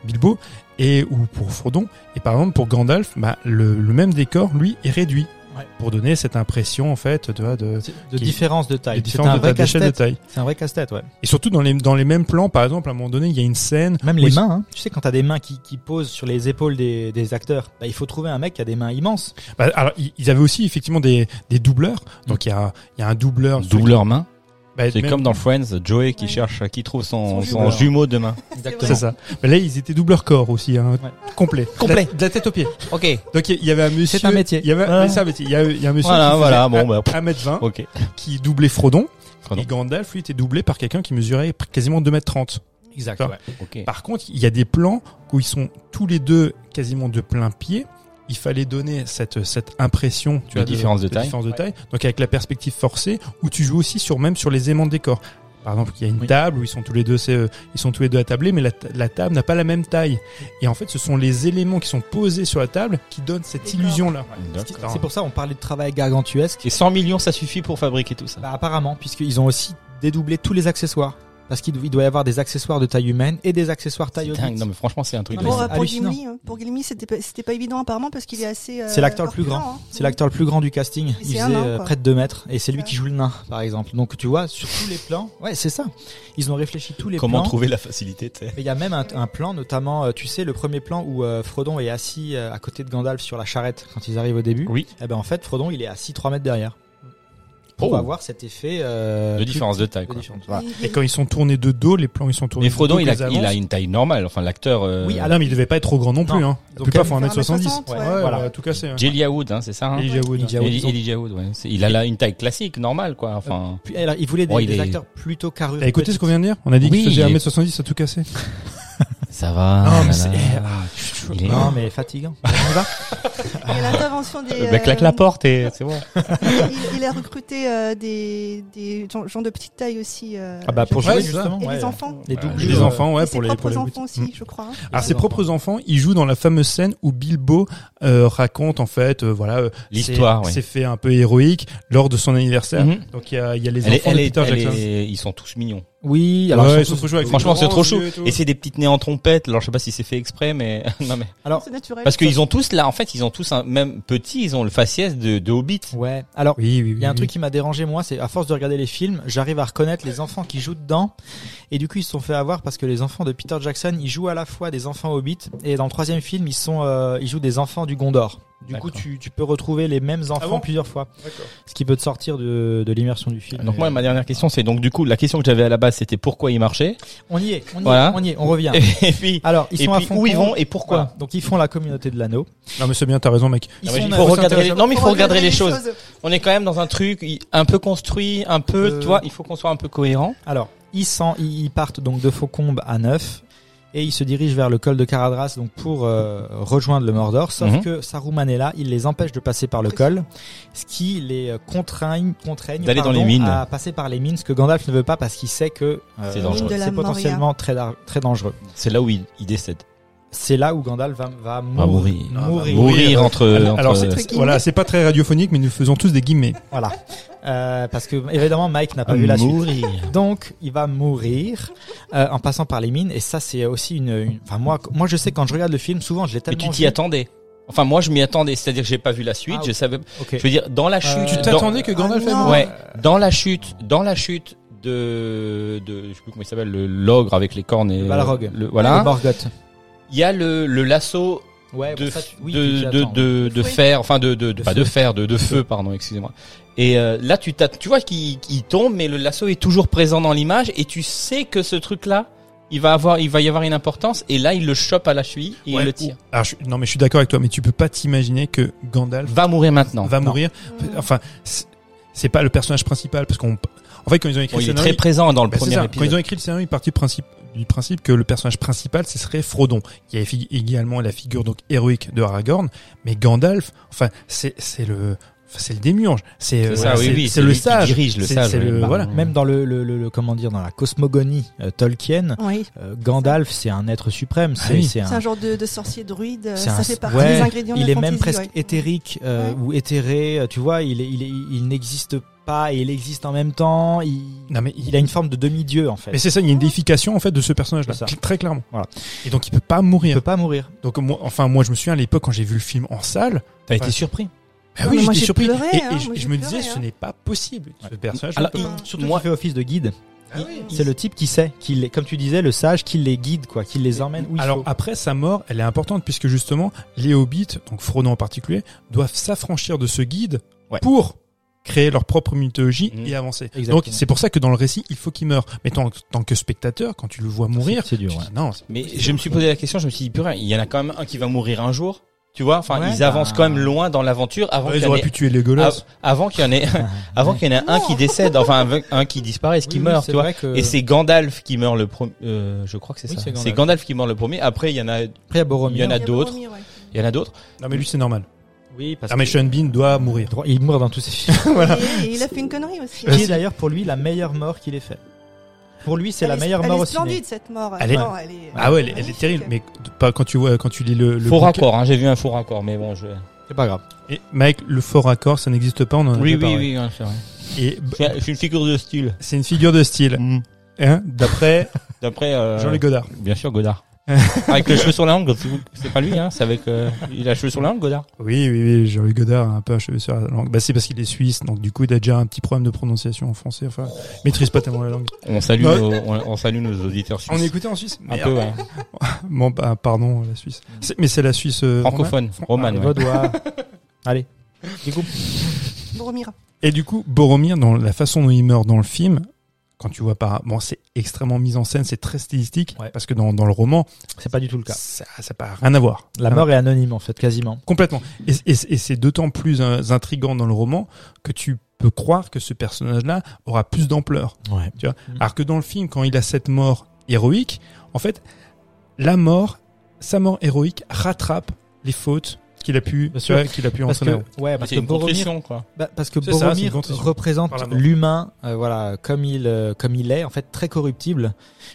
H: Bilbo et ou pour Frodon et par exemple pour Gandalf, bah, le, le même décor lui est réduit
I: Ouais.
H: pour donner cette impression en fait tu vois, de
I: De
H: qui-
I: différence de taille.
H: de
I: C'est
H: différence
I: un
H: de taille,
I: vrai
H: d'échelle de
I: casse-tête.
H: taille.
I: C'est un vrai casse-tête, ouais.
H: Et surtout dans les dans les mêmes plans par exemple à un moment donné, il y a une scène
I: Même
H: où
I: les
H: ils-
I: mains, hein. tu sais, quand t'as des mains qui, qui posent sur les épaules des, des acteurs, bah, il faut trouver un mec qui a des mains immenses.
H: Bah, alors, ils- ils avaient aussi effectivement des, des doubleurs. Donc il y a, il y a un doubleur.
G: Doubleur main.
H: Bah,
G: Mm. c'est
H: même-
G: comme dans Friends, Joey qui cherche, qui trouve son,
H: Son
G: son
H: jumeau.
G: jumeau de main.
H: C'est ça. Mais là, ils étaient doubleur corps aussi, hein, complet.
G: Complet.
H: De la, de la tête aux pieds.
G: Ok.
H: Donc il y, y avait un monsieur.
I: C'est un métier.
H: Il y avait
I: Voilà.
H: mais c'est un métier. Il y a, il y a un monsieur.
G: Voilà,
H: qui
G: voilà,
H: faisait
G: bon, bah, pff.
H: 1m20.
G: Ok.
H: Qui doublait Frodon.
G: Frodon.
H: Et Gandalf, lui, était doublé par quelqu'un qui mesurait pr- quasiment 2m30.
I: Exact,
H: Enfin,
I: ouais.
G: Ok.
H: Par contre, il y a des plans où ils sont tous les deux quasiment de plein pied. Il fallait donner cette, cette impression tu
G: De différence de taille.
H: différence de taille. Donc avec la perspective forcée, où tu joues aussi sur même sur les aimants de décor. Par exemple, il y a une table où ils sont tous les deux, c'est, euh, ils sont tous les deux attablés, mais la, ta- la table n'a pas la même taille. Et en fait, ce sont les éléments qui sont posés sur la table qui donnent cette illusion là.
G: D'accord.
I: C'est pour ça on parlait de travail gargantuesque.
G: Et 100 millions, ça suffit pour fabriquer tout ça.
I: Bah, apparemment, puisqu'ils ont aussi dédoublé tous les accessoires. Parce qu'il il doit y avoir des accessoires de taille humaine et des accessoires taille
G: C'est
I: haute.
G: dingue. Non, mais franchement, c'est un truc de
I: Non,
J: Pour,
I: mais
J: euh,
I: c'est
J: pour
I: hallucinant.
J: Gimli, hein. pour Gimli, c'était pas, c'était pas évident apparemment parce qu'il est assez. euh,
I: C'est l'acteur le plus
J: corpulent,
I: grand.
J: hein.
I: C'est l'acteur le plus grand du casting. Il
J: c'est
I: faisait
J: un nain,
I: euh,
J: quoi.
I: près de 2 mètres et c'est lui qui joue le nain, par exemple. Donc tu vois, sur tous les plans, ouais, c'est ça. Ils ont réfléchi tous les
G: Comment
I: plans.
G: trouver la facilité, tu sais.
I: Mais il y a même un, un plan, notamment, euh, tu sais, le premier plan où euh, Frodon est assis euh, à côté de Gandalf sur la charrette quand ils arrivent au début.
G: Oui.
I: Et ben en fait, Frodon, il est assis 3 mètres derrière. Pour
G: Oh.
I: avoir cet effet euh,
G: De
I: plus
G: différence de
I: petit,
G: taille, quoi.
I: différence. Voilà.
H: Et quand ils sont tournés de dos, les plans ils sont tournés.
G: Mais
H: de
G: Frodon,
H: dos,
G: il a,
H: les
G: il a
H: avances.
G: une taille normale. Enfin, l'acteur. euh,
I: Oui,
H: Ah non, mais il devait pas être trop grand non plus.
I: Non.
H: Hein.
I: Ils ont
H: Plus
I: quand
H: pas
I: même
H: faut 1m70.
J: ouais.
H: voilà, tout cassé. hein.
G: Elijah Wood, hein, c'est ça. Hein
H: Elijah Wood.
I: Elijah Wood, ils ont-
G: Elijah Wood, ouais. C'est- Il a là une taille classique, normale, quoi. Enfin.
I: Puis, alors, il voulait des,
G: Bon, Oh, il
I: des
G: est-
I: acteurs plutôt carrés.
H: T'as écouté Bah, ce qu'on vient de dire On a dit
G: Oui,
H: qu'il faisait
G: il est-
H: 1m70 à tout casser.
G: Ça va.
H: Non, mais
G: là,
H: c'est-
G: là, là.
H: ah,
G: Il est- Ah,
I: Non, mais fatigant. On y va
J: Et l'intervention des.
G: Bah, claque
J: euh,
G: la porte et c'est bon.
J: il, il a recruté euh, des, des gens, gens de petite taille aussi. euh,
I: Ah bah, pour
J: je-
I: jouer,
H: Ouais, c'est ça.
I: justement.
J: Et
I: ouais.
J: des enfants.
I: Les
H: Et
I: doublures.
H: les enfants, ouais,
J: Et
H: pour
J: ses
H: les pour
J: propres
H: les
J: enfants aussi,
H: Mm.
J: je crois. hein.
H: Alors
I: ses
H: ses propres enfants, ils jouent dans la fameuse scène où Bilbo euh, raconte en fait, euh, voilà, euh,
G: L'histoire,
H: ses-
G: ouais.
H: ses faits un peu héroïques lors de son anniversaire.
G: Mhm.
H: Donc il y a, il y a les
G: Elle est-
H: enfants
G: elle
H: de
G: est-
H: Peter
G: elle
H: Jackson.
G: est- ils sont tous mignons.
I: Oui, alors
H: Ouais,
I: surtout-
H: ils sont trop chauds avec les
G: Franchement, c'est
H: grands
G: trop chaud.
H: yeux et tout.
G: Et c'est des petites nées en trompette. Alors, je sais pas si c'est fait exprès, mais <laughs> non mais
I: alors
J: C'est naturel.
G: parce qu'ils ont tous là, en fait, ils ont tous un même petit. Ils ont le faciès de, de Hobbit.
I: Ouais. Alors,
H: Oui, oui, oui.
I: il y a un
H: oui.
G: Mhm.
I: truc qui m'a dérangé moi, c'est à force de regarder les films, j'arrive à reconnaître les enfants qui jouent dedans. Et du coup, ils se sont fait avoir parce que les enfants de Peter Jackson, ils jouent à la fois des enfants hobbits et dans le troisième film, ils sont, euh, ils jouent des enfants du Gondor. Du coup, tu, tu peux retrouver les mêmes enfants
H: Ah bon
I: plusieurs fois.
H: D'accord.
I: Ce qui peut te sortir de, de l'immersion du film.
G: Donc moi, ma dernière question, c'est donc du coup, la question que j'avais à la base, c'était pourquoi ils marchaient
I: On y est, on y,
G: Voilà.
I: est, on y est, on revient.
G: Et puis,
I: Alors, Ah. ils
G: et
I: sont à
G: puis,
I: fond
G: où ils
I: compte.
G: vont et pourquoi
I: Voilà. Donc, ils font la communauté de l'anneau.
H: Non, mais c'est bien, t'as raison, mec.
I: Ils
G: Ah, mais
I: sont-
G: il faut
I: ils sont
G: regarder les-
I: intéressants.
G: Non, mais il faut regarder les choses. On est quand même dans un truc i- un peu construit, un peu, tu vois, il faut qu'on soit un peu cohérent.
I: Alors, ils, s'en- ils ils partent donc de Faucombe à Neuf et ils se dirigent vers le col de Caradras donc pour euh, rejoindre le Mordor. Sauf
G: Mhm.
I: que Saruman est là, il les empêche de passer par le col, ce qui les euh, contraigne, contraigne
G: D'aller dans
I: pardon,
G: les mines.
I: à passer par les mines, ce que Gandalf ne veut pas parce qu'il sait que euh,
G: C'est dangereux.
J: De la
I: C'est potentiellement très, dar- très dangereux.
G: C'est là où ils il décèdent.
I: C'est là où Gandalf va, va,
G: Va
I: mourir.
G: mourir.
I: euh,
G: Mourir Euh, entre.
H: Euh, Alors,
G: entre-
H: c'est- voilà, c'est pas très radiophonique, mais nous faisons tous des guillemets.
I: Voilà. Euh, parce que évidemment Mike n'a pas
G: À
I: vu la
G: mourir.
I: suite. Donc il va mourir euh, en passant par les mines et ça c'est aussi une, une- enfin moi moi je sais quand je regarde le film souvent je l'ai
G: Mais
I: tellement
G: tu t'y
I: vu.
G: attendais. Enfin, moi, je m'y attendais. C'est-à-dire que j'ai pas vu la suite.
I: Ah,
G: je savais.
I: ok. Euh,
G: Je veux dire, dans la chute.
H: tu
G: dans-
H: t'attendais que Gandalf
J: Ah,
H: aille
J: non.
H: mourir
G: Ouais. Dans la chute. Dans la chute de de je sais plus comment il s'appelle le l'ogre avec les cornes et
I: Le Balrog.
G: le-
I: Le
G: voilà
I: Morgoth.
G: il y a le le lasso
I: Ouais,
G: de,
I: bon, ça, tu- oui, tu
G: de,
I: t'y
G: de,
I: attends.
G: de, de
I: Oui.
G: fer, enfin de, de, de-
I: De
G: pas
I: feu.
G: de fer, de, de feu, pardon, excusez-moi. Et euh, là, tu, t'as- tu vois qu'il qu'il tombe, mais le lasso est toujours présent dans l'image, et tu sais que ce truc-là, il va avoir, il va y avoir une importance, et là, il le chope à la cheville et
H: Ouais,
G: il le tire.
H: ou- alors, je suis- non, mais je suis d'accord avec toi, mais tu peux pas t'imaginer que Gandalf
G: Va mourir maintenant.
H: va
G: Non.
H: mourir. Enfin, c'est- c'est pas le personnage principal parce qu'on. En fait, quand ils ont écrit
G: Bon,
H: le
G: il est
H: scénario,
G: très présent dans le
H: bah, c'est
G: premier
H: ça. Quand
G: épisode.
H: ils ont écrit le scénario, ils partaient du principe, du principe que le personnage principal, ce serait Frodon. Il y avait fi- également la figure donc héroïque de Aragorn, mais Gandalf, enfin, c'est c'est le enfin, c'est le démiurge, c'est
G: C'est
H: euh,
G: ça, oui,
H: c'est-
G: oui,
H: c'est
G: c'est
H: le
G: lui qui
H: sage,
G: dirige, le
H: C'est-
G: sage,
H: c'est
G: oui.
H: le-
G: Bah,
H: voilà.
I: Même dans le, le, le- le- comment dire dans la cosmogonie euh, Tolkien,
J: Mm. Oui.
I: euh, Gandalf c'est un être suprême,
G: Ah
I: c'est
H: oui.
I: c'est
J: C'est
I: un
J: un genre de, de sorcier druide, euh,
I: c'est
J: ça
I: un-
J: fait partie
I: ouais,
J: des ingrédients de
I: Il
J: la
I: est même
J: fantasy,
I: presque
J: ouais.
I: éthérique euh,
J: Ouais.
I: ou éthéré, euh, tu vois, il, est- il, est- il n'existe pas et il existe en même temps. Il,
H: Non, mais il-
I: il a une forme de demi-dieu en fait.
H: Mais c'est ça, il y a une déification en fait de ce personnage-là,
I: C'est ça.
H: cl- très clairement.
I: Voilà.
H: Et donc il peut pas
I: Il
H: mourir.
I: peut pas mourir.
H: Donc moi, enfin moi je me souviens à l'époque quand j'ai vu le film en salle,
G: T'as
H: Ouais.
G: été surpris.
H: bah
J: Ah,
H: oui
J: mais moi,
H: j'étais
J: j'ai
H: surpris
J: pleuré,
H: et, et
J: hein,
H: je,
J: moi,
H: je
J: j'ai
H: me
J: pleuré,
H: disais ce
J: hein.
H: n'est pas possible ce personnage. Ah
G: Alors,
J: il-
I: Surtout
G: moi,
I: qu'il fait office de guide.
J: Ah
I: C'est le type qui sait, qui les, comme tu disais, le sage qui les guide, quoi, qui les emmène où il
H: Alors
I: faut.
H: après sa mort, elle est importante puisque justement les hobbits, donc Frodon en particulier, doivent s'affranchir de ce guide
G: Ouais.
H: pour créer leur propre mythologie
G: Mhm.
H: et avancer.
I: Exactement.
H: Donc c'est pour ça que dans le récit, il faut qu'il meure. Mais en tant que spectateur, quand tu le vois mourir,
I: c'est dur.
H: tu
I: ouais. <laughs>
H: dis, non, c'est-
G: Mais je me suis posé la question, je me suis dit, putain, il y en a quand même un qui va mourir un jour. Tu vois, enfin,
I: Ouais,
G: ils avancent
I: bah.
G: quand même loin dans l'aventure avant qu'il
H: ils
G: y en
H: auraient
G: ait
H: pu tuer les Legolas.
G: Av- avant qu'il y en ait <laughs> avant qu'il y en ait un qui décède enfin un, un qui disparaisse qui
I: Oui, oui,
G: meurt
I: c'est
G: tu vois
I: vrai que-
G: et c'est Gandalf qui meurt le premier je crois que c'est
I: Oui,
G: ça
I: c'est Gandalf.
G: c'est Gandalf qui meurt le premier après il y en a il
I: Après, il y a Boromir.
G: Il y en a
J: Il
G: d'autres.
J: Boromir, ouais.
G: y en a d'autres
H: Non mais lui c'est normal.
I: Oui, parce
H: Ah mais Sean Bean doit mourir.
I: que- il meurt dans tous ses <laughs> films.
J: Et, et il a fait une connerie aussi.
I: qui est d'ailleurs pour lui la meilleure mort qu'il ait fait. Pour lui, c'est
J: Elle
I: la
J: est-
I: meilleure
J: elle
I: mort
J: est
I: au ciné.
J: splendide cette mort.
H: Elle est-
J: Non, elle est-
H: Ah ouais, elle, elle est terrible. Mais pas quand tu vois, quand tu lis le, le
G: faux
H: bouquin-
G: raccord hein, j'ai vu un faux raccord mais bon je
I: C'est pas grave.
H: Et Mike, le fort raccord, ça n'existe pas. On en a déjà parlé.
G: hein, c'est vrai
H: Et
G: C'est- c'est une figure de style
H: c'est une figure de style. Hein,
G: <laughs>
H: D'après
G: d'après euh,
H: Jean-Luc Godard.
G: bien sûr Godard <laughs> avec les cheveux sur la langue c'est pas lui hein c'est avec euh, il a les cheveux sur la langue Godard
H: Oui, oui, oui, Jean-Luc Godard a un peu un cheveu sur la langue. Bah, c'est parce qu'il est suisse, donc du coup, il a déjà un petit problème de prononciation en français. Enfin, il maîtrise pas tellement la langue.
G: on salue
H: Ouais.
G: nos, on, Bah, on salue nos auditeurs suisses
H: On écoutait en Suisse
G: un peu ouais.
H: Bon, bah, pardon, la Suisse. C'est- Mais c'est la Suisse euh,
G: francophone romane
I: Les
G: ouais.
I: <laughs> Vaudois. Allez.
J: Boromir.
H: Et du coup, Boromir, dans la façon dont il meurt dans le film, quand tu vois par, bon, c'est extrêmement mis en scène, c'est très stylistique,
I: Ouais.
H: parce que dans, dans le roman,
I: C'est pas du tout le cas. Ah.
H: ça, ça n'a rien à voir.
I: La
H: Ça
I: mort est anonyme en fait, quasiment.
H: Complètement. Et, et- et c'est d'autant plus euh, intriguant dans le roman que tu peux croire que ce personnage-là aura plus d'ampleur.
I: Ouais.
H: Tu vois Alors que dans le film, quand il a cette mort héroïque, en fait, la mort, sa mort héroïque rattrape les fautes qu'il a pu,
I: Bien
H: tu
I: sûr.
H: vois, qu'il a pu
I: Parce
H: entraîner.
I: que, ouais, parce
G: c'est
I: que
G: une
I: Boromir,
G: contrition quoi
I: Bah, parce que
H: C'est ça, c'est une
I: Boromir
H: contrition. Par la
I: représente
H: mort.
I: l'humain, euh, voilà, comme il, euh, comme il est, en fait, très corruptible.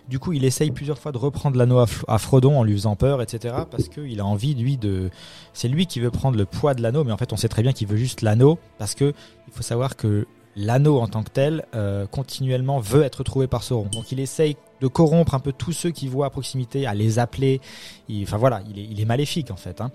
I: Du coup, il essaye plusieurs fois de reprendre l'anneau à, Fro- à Frodon en lui faisant peur, etc. Parce qu'il a envie, lui, de. C'est lui qui veut prendre le poids de l'anneau, mais en fait, on sait très bien qu'il veut juste l'anneau, parce que il faut savoir que l'anneau en tant que tel, euh, continuellement, veut être trouvé par Sauron. Donc, il essaye de corrompre un peu tous ceux qu'il voit à proximité, à les appeler. Il- Enfin voilà, il est, il est maléfique en fait. hein.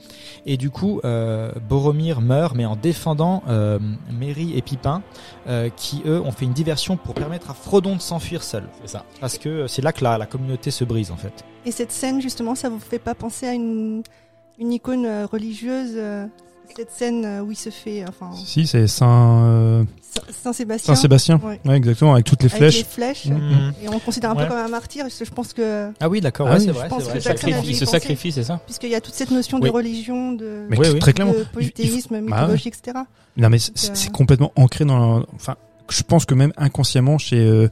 I: Et du coup, euh, Boromir meurt, mais en défendant euh, Merry et Pipin, euh, qui eux ont fait une diversion pour permettre à Frodon de s'enfuir seul.
G: c'est ça
I: Parce que euh, c'est là que la, la communauté se brise en fait.
J: Et cette scène, justement, ça vous fait pas penser à une, une icône euh, religieuse euh, cette scène euh, où il se fait. Enfin,
H: Si, c'est Saint. euh,
J: Saint-Sébastien.
H: Saint-Sébastien.
J: Ouais.
H: Ouais, exactement, avec toutes les
J: Avec
H: flèches.
J: les flèches.
H: Mhm.
J: Et on le considère un
H: Ouais.
J: peu comme un martyr. parce que Je pense que.
I: Hmm. Ah oui, d'accord,
J: Je
I: ouais, c'est vrai,
J: pense
I: c'est
J: que
I: vrai.
J: Jackson a dû y
G: Sacrifie, se
J: penser.
G: sacrifie, c'est ça
J: Puisqu'il y a toute cette notion
H: Oui.
J: de religion, de,
H: Mais Oui, oui. très clairement.
J: de
H: Il- il-
J: polythéisme,
H: bah
J: mythologie,
H: ouais.
J: etc.
H: Non, mais
J: Donc,
H: c'est
J: euh,
H: c'est complètement ancré dans. Enfin, je pense que même inconsciemment, chez. euh,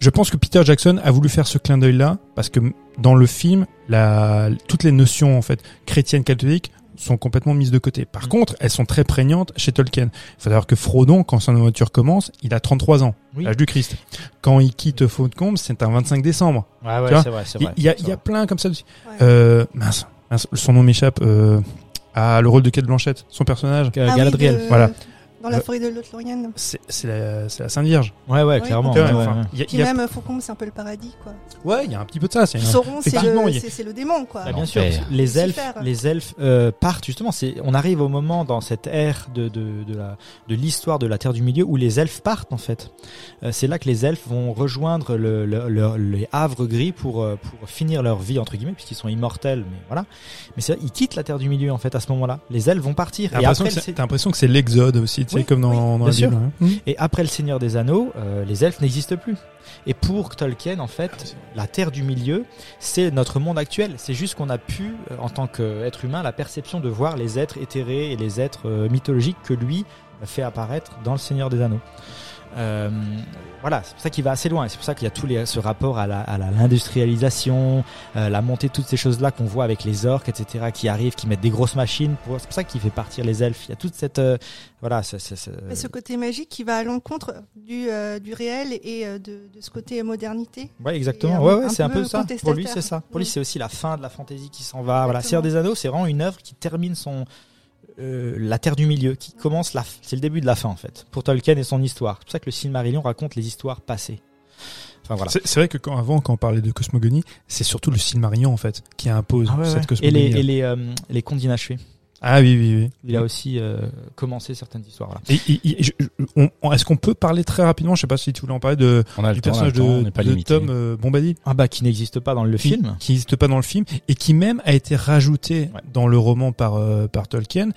H: je pense que Peter Jackson a voulu faire ce clin d'œil-là parce que m- dans le film, la, toutes les notions en fait chrétiennes catholiques sont complètement mises de côté.
I: Mm.
H: Par contre, elles sont très prégnantes chez Tolkien. Il faut savoir que Frodon, quand son aventure commence, il a 33 ans,
I: Oui.
H: l'âge du Christ. Quand il quitte Fautecombe, c'est un 25 décembre.
I: Ouais, ouais,
H: Tu vois
I: c'est vrai, c'est
H: Il-
I: vrai,
H: Il y a,
I: c'est
H: il y a
I: vrai.
H: plein comme ça aussi. Euh, mince, mince, son nom m'échappe. Euh, à le rôle de Kate Blanchett, son personnage.
I: euh,
J: Ah oui,
H: Galadriel.
J: de-
H: Voilà.
J: Dans la
H: Euh,
J: forêt de Lothlorien.
H: c'est c'est la, c'est la Sainte Vierge.
I: Ouais, ouais,
J: Ah Oui.
I: clairement.
H: Tu vois,
I: ouais, ouais,
H: enfin,
I: ouais.
H: il y a-
J: Puis
H: il y a-
J: même euh, Faucon, c'est un peu le paradis, quoi.
H: Ouais, il y a un petit peu de ça. C'est
J: Sauron, c'est
H: effectivement, il y
J: le,
H: a-
J: c'est- c'est le démon, quoi.
I: Bah, bien sûr, les elfes, les elfes euh, partent justement. C'est, on arrive au moment dans cette ère de, de, de la de l'histoire de la Terre du Milieu où les elfes partent en fait. Euh, c'est là que les elfes vont rejoindre le, le- le- les havres gris pour euh, pour finir leur vie entre guillemets puisqu'ils sont immortels. Mais voilà. Mais c'est, ils quittent la Terre du Milieu en fait à ce moment-là. Les elfes vont partir.
H: T'as l'impression
I: après,
H: que
I: le-
H: c'est- t'as l'impression que c'est l'exode aussi, tu sais, comme dans, dans
I: Bien
H: la
I: sûr. Mmh.
H: Bible. hein.
I: Et après le Seigneur des Anneaux, euh, les elfes n'existent plus. Et pour Tolkien, en fait, la Terre du Milieu, c'est notre monde actuel. C'est juste qu'on a pu, euh, en tant qu'être humain, la perception de voir les êtres éthérés et les êtres euh, mythologiques que lui fait apparaître dans le Seigneur des Anneaux. Euh, voilà, c'est pour ça qu'il va assez loin. et C'est pour ça qu'il y a tout les, ce rapport à la- à la- l'industrialisation, euh, la montée de toutes ces choses-là qu'on voit avec les orques, etc., qui arrivent, qui mettent des grosses machines. pour- C'est pour ça qu'il fait partir les elfes. Il y a toute cette... euh, voilà, c'est- c'est- c'est-
J: Mais ce côté magique qui va à l'encontre du, euh, du réel et euh, de, de ce côté modernité.
I: Ouais,
J: Et,
I: exactement.
J: euh,
I: Ouais, ouais, c'est un peu ça.
J: contestataire.
I: Pour lui, c'est ça. Pour lui, c'est aussi la fin de la fantaisie qui s'en va. Voilà,
J: Exactement.
I: Seigneur des Anneaux, c'est vraiment une œuvre qui termine son euh, la Terre du Milieu, qui commence la. f- C'est le début de la fin en fait. Pour Tolkien et son histoire. C'est pour ça que le Silmarillion raconte les histoires passées. Enfin voilà.
H: C'est c'est vrai que quand, avant, quand on parlait de cosmogonie, c'est surtout le Silmarillion en fait qui impose
I: Ah ouais,
H: cette
I: ouais. Et les
H: cosmogonie. hein.
I: et les euh, les contes inachevés.
H: Ah oui, oui, oui.
I: Il a aussi euh, commencé certaines histoires. Voilà.
H: Et- et- et- je- je- on- on- Est-ce qu'on peut parler très rapidement Je sais pas si tu voulais en parler de
G: On a le
H: du
G: temps, on a
H: personnage
G: le temps, on
H: de,
G: n'est pas
H: de
G: limité.
H: Tom euh, Bombadil.
I: Ah bah qui n'existe pas dans le
H: qui-
I: film.
H: qui n'existe pas dans le film et qui même a été rajouté dans le roman par euh, par Tolkien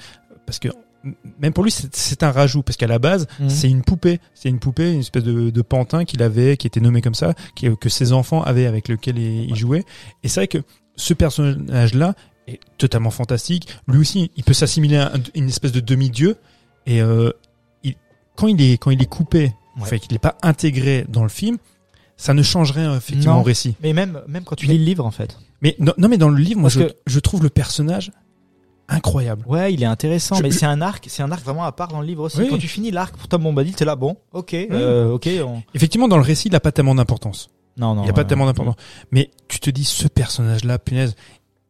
H: parce que m- même pour lui c'est- c'est un rajout parce qu'à la base
I: Mhm.
H: c'est une poupée c'est une poupée une espèce de, de pantin qu'il avait qui était nommé comme ça qui- que ses enfants avaient avec lequel il, il jouait et c'est vrai que ce personnage là est totalement fantastique lui aussi il peut s'assimiler à un- une espèce de demi-dieu et euh, il- quand il est quand il est coupé
I: Ouais.
H: fait qu'il n'est pas intégré dans le film ça ne change rien effectivement
I: Non.
H: au récit
I: Mais même même quand tu lis le livre en fait.
H: mais non, non, mais dans le livre, moi,
I: Parce
H: je,
I: que-
H: je trouve le personnage incroyable.
I: Ouais, il est intéressant,
H: Je-
I: mais
H: je-
I: c'est un arc, c'est un arc vraiment à part dans le livre aussi.
H: Oui.
I: Quand tu finis l'arc pour Tom Bombadil, t'es là, bon, ok, euh, ok, on-
H: Effectivement, dans le récit, il n'a pas tellement d'importance.
I: Non, euh, non.
H: il n'a pas
I: ouais.
H: tellement d'importance. Mais tu te dis, ce personnage-là, punaise,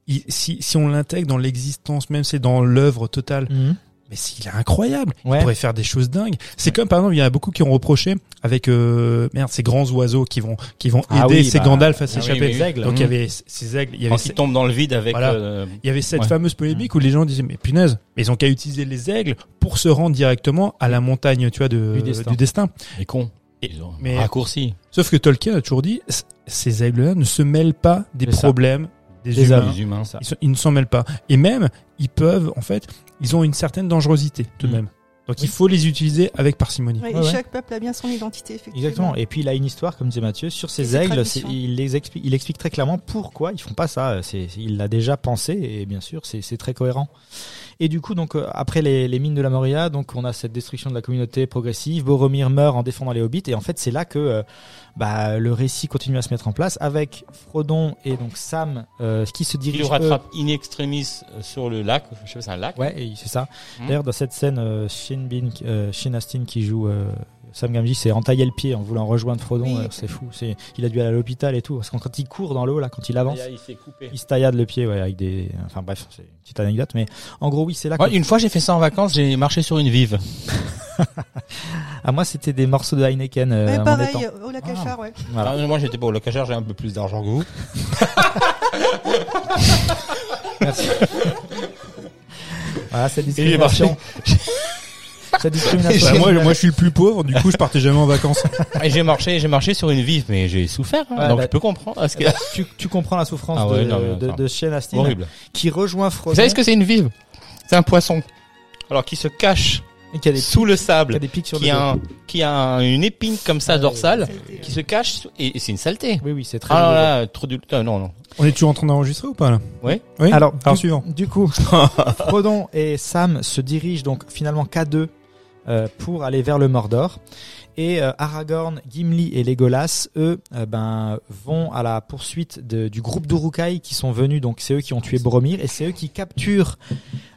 H: il- si, si on l'intègre dans l'existence même, c'est dans l'œuvre totale.
I: Mhm.
H: Mais s'il est incroyable,
I: Ouais.
H: il pourrait faire des choses dingues. C'est comme par exemple, il y en a beaucoup qui ont reproché avec euh, merde ces grands oiseaux qui vont qui vont
I: Ah
H: aider
I: oui,
H: ces
I: bah,
H: Gandalf à
I: ah oui,
H: s'échapper.
I: les aigles.
H: Donc il y
I: Mhm.
H: avait ces aigles, il y avait
G: Quand
H: ces-
G: il tombe dans le vide avec.
H: Voilà.
G: euh,
H: Il y avait cette
G: ouais.
H: fameuse polémique où les gens disaient mais punaise, mais ils ont qu'à utiliser les aigles pour se rendre directement à la montagne, tu vois, de,
I: Du destin.
G: Les cons. Ils ont raccourci.
H: Sauf que Tolkien a toujours dit c- ces aigles-là ne se mêlent pas des
G: C'est ça.
H: problèmes des,
I: Des
H: humains.
I: hommes.
G: Des humains, ça.
H: Ils, sont- ils ne s'en mêlent pas. Et même, ils peuvent, en fait, ils ont une certaine dangerosité tout de même. Donc il faut les utiliser avec parcimonie.
J: Ouais, et
I: Ouais, ouais.
J: Chaque peuple a bien son identité, effectivement.
I: Exactement. Et puis il a une histoire, comme disait Mathieu, sur ces
J: ses
I: aigles. c'est-
J: traditions.
I: Il, les explique, il explique très clairement pourquoi ils font pas ça. C'est, il l'a déjà pensé et bien sûr, c'est c'est très cohérent. Et du coup, donc euh, après les, les mines de la Moria, donc on a cette destruction de la communauté progressive. Boromir meurt en défendant les hobbits et en fait c'est là que euh, bah, le récit continue à se mettre en place avec Frodon et donc Sam euh, qui se
G: Il
I: dirigent.
G: le
I: eux,
G: rattrape in extremis euh, sur le lac. Je sais pas, c'est un lac.
I: Ouais, et c'est ça.
G: Mhm.
I: D'ailleurs, dans cette scène, euh, Shin, Bin, euh, Shin Astin qui joue euh, Sam Gamgee s'est entaillé le pied en voulant rejoindre Frodon.
G: Oui.
I: euh, c'est fou. C'est, il a dû aller à l'hôpital et tout. Parce que quand il court dans l'eau, là, quand il avance,
G: Il a- il s'est coupé.
I: il se taillade le pied ouais, avec des. Enfin bref, c'est une petite anecdote. Mais en gros, oui, c'est là.
G: Ouais,
I: que-
G: une fois, j'ai fait ça en vacances. J'ai marché sur une vive.
I: À moi, c'était des morceaux de Heineken. euh, à
J: Ouais,
I: mon
J: pareil,
I: étang.
J: au lac Achard, ouais.
I: Voilà.
G: Ah, mais moi, j'étais pas au locataire. J'ai un peu plus d'argent que vous.
I: Merci. voilà, cette
G: Et j'ai marché.
I: discrimination. cette discrimination.
H: Bah, moi, moi, je suis le plus pauvre, du coup, je partais jamais en vacances.
G: Et j'ai marché, j'ai marché sur une vive, mais j'ai souffert. hein.
I: Ouais,
G: donc
I: bah,
G: je peux comprendre. parce que-
I: Bah, tu, tu comprends la souffrance
G: Ah ouais,
I: de,
G: non, mais
I: de,
G: enfin,
I: de Shane Astin
G: horrible.
I: qui rejoint Frodon.
G: Vous savez ce que c'est une vive C'est un poisson. alors qui se cache
I: Et qu'il y a des
G: sous le sable,
I: qu'il y a des pics sur
G: qui,
I: le
G: a un-
I: dos.
G: qui a un- une épine comme ça dorsale,
I: saleté.
G: qui se cache sous- et, et c'est une saleté.
I: Oui, oui, c'est très
G: Ah là
I: mauvais.
G: là, trop du... ah, non non.
H: <laughs> On est toujours en train d'enregistrer ou pas là
G: Oui.
H: Oui.
I: Alors, du,
H: suivant. <laughs>
I: Du coup, Frodon et Sam se dirigent donc finalement K2 euh, pour aller vers le Mordor. Et euh, Aragorn, Gimli et Legolas, eux, euh, ben, vont à la poursuite de- du groupe d'Urukai qui sont venus. Donc, c'est eux qui ont tué Boromir et c'est eux qui capturent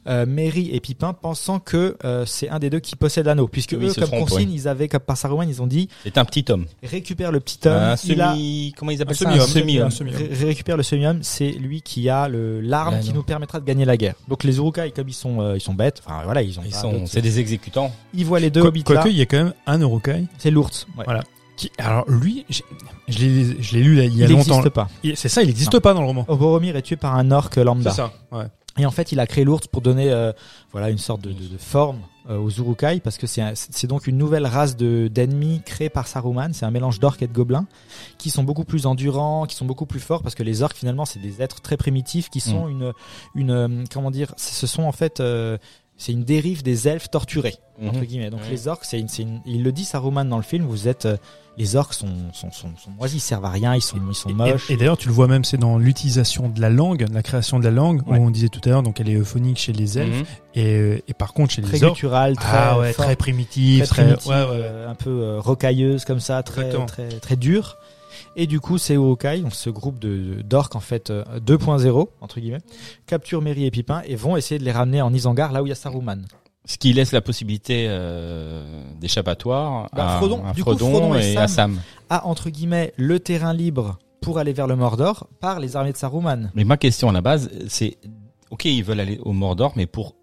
I: euh, Merry et Pipin, pensant que euh, c'est un des deux qui possède l'anneau, puisque
G: Oui,
I: eux,
G: ils se
I: comme
G: trompent,
I: consigne,
G: oui.
I: ils avaient comme par Saruman, ils ont dit
G: C'est un petit homme.
I: récupère le petit homme.
G: Un
I: il a-
G: semi- comment ils appellent
I: Ah, c'est
G: ça,
I: un
G: un semi-homme.
I: semi-homme. Ré- récupère le semi-homme, c'est lui qui a le l'arme
G: L'anneau.
I: qui nous permettra de gagner la guerre. Donc les Urukai, comme ils sont, euh, ils sont bêtes, enfin voilà, ils ont.
G: Ils
I: pas
G: sont,
I: d'autres-
G: c'est des exécutants.
I: Ils voient les deux
H: Quoi-
I: hobbits là.
H: Quoique, il y a quand même un Urukai.
I: C'est l'ours.
H: Voilà. Qui, alors lui, j'ai- je l'ai je l'ai lu là, il y a
I: Il
H: longtemps.
I: n'existe pas.
H: Il- C'est ça, il n'existe
I: Non.
H: pas dans le roman.
I: Boromir est tué par un orc lambda.
H: C'est ça, ouais.
I: Et en fait, il a créé l'ours pour donner euh, voilà une sorte de, de- de forme euh, aux Urukai parce que c'est un- c'est donc une nouvelle race de d'ennemis créée par Saruman. C'est un mélange d'orques et de gobelins qui sont beaucoup plus endurants, qui sont beaucoup plus forts parce que les orques finalement c'est des êtres très primitifs qui
H: Mm.
I: sont une une euh, comment dire ce sont en fait euh, c'est une dérive des elfes torturés
H: Mm-hmm.
G: Mhm.
I: entre guillemets. Donc
G: Ouais.
I: les orques c'est une, c'est une- il le dit Saruman dans le film. Vous êtes euh, les orques sont sont, sont sont moisis, ils servent à rien, ils sont ils sont moches.
H: Et, et d'ailleurs, tu le vois même, c'est dans l'utilisation de la langue, la création de la langue,
I: Ouais.
H: où on disait tout à l'heure, donc elle est euphonique chez les elfes,
I: Mhm.
H: et, euh, et par contre chez
I: très
H: les orques.
I: guttural, très
H: ah ouais,
I: fort,
H: très primitif,
I: très
H: très,
I: primitive,
H: ouais, ouais, ouais.
I: euh, un peu euh, rocailleuse comme ça, très
H: Exactement.
I: très très dure. Et du coup, c'est Urukai, donc ce groupe de de- d'orques en fait euh, 2.0 entre guillemets, capture Merry et Pipin et vont essayer de les ramener en Isengard là où il y a Saruman.
G: Ce qui laisse la possibilité euh, d'échappatoire
I: Bah,
G: à,
I: Frodon,
G: à
I: du coup,
G: Frodon
I: Frodon et
G: et, à
I: Sam.
G: Sam.
I: À entre guillemets le terrain libre pour aller vers le Mordor par les armées de Saruman.
G: Mais ma question à la base, c'est ok, ils veulent aller au Mordor, mais pour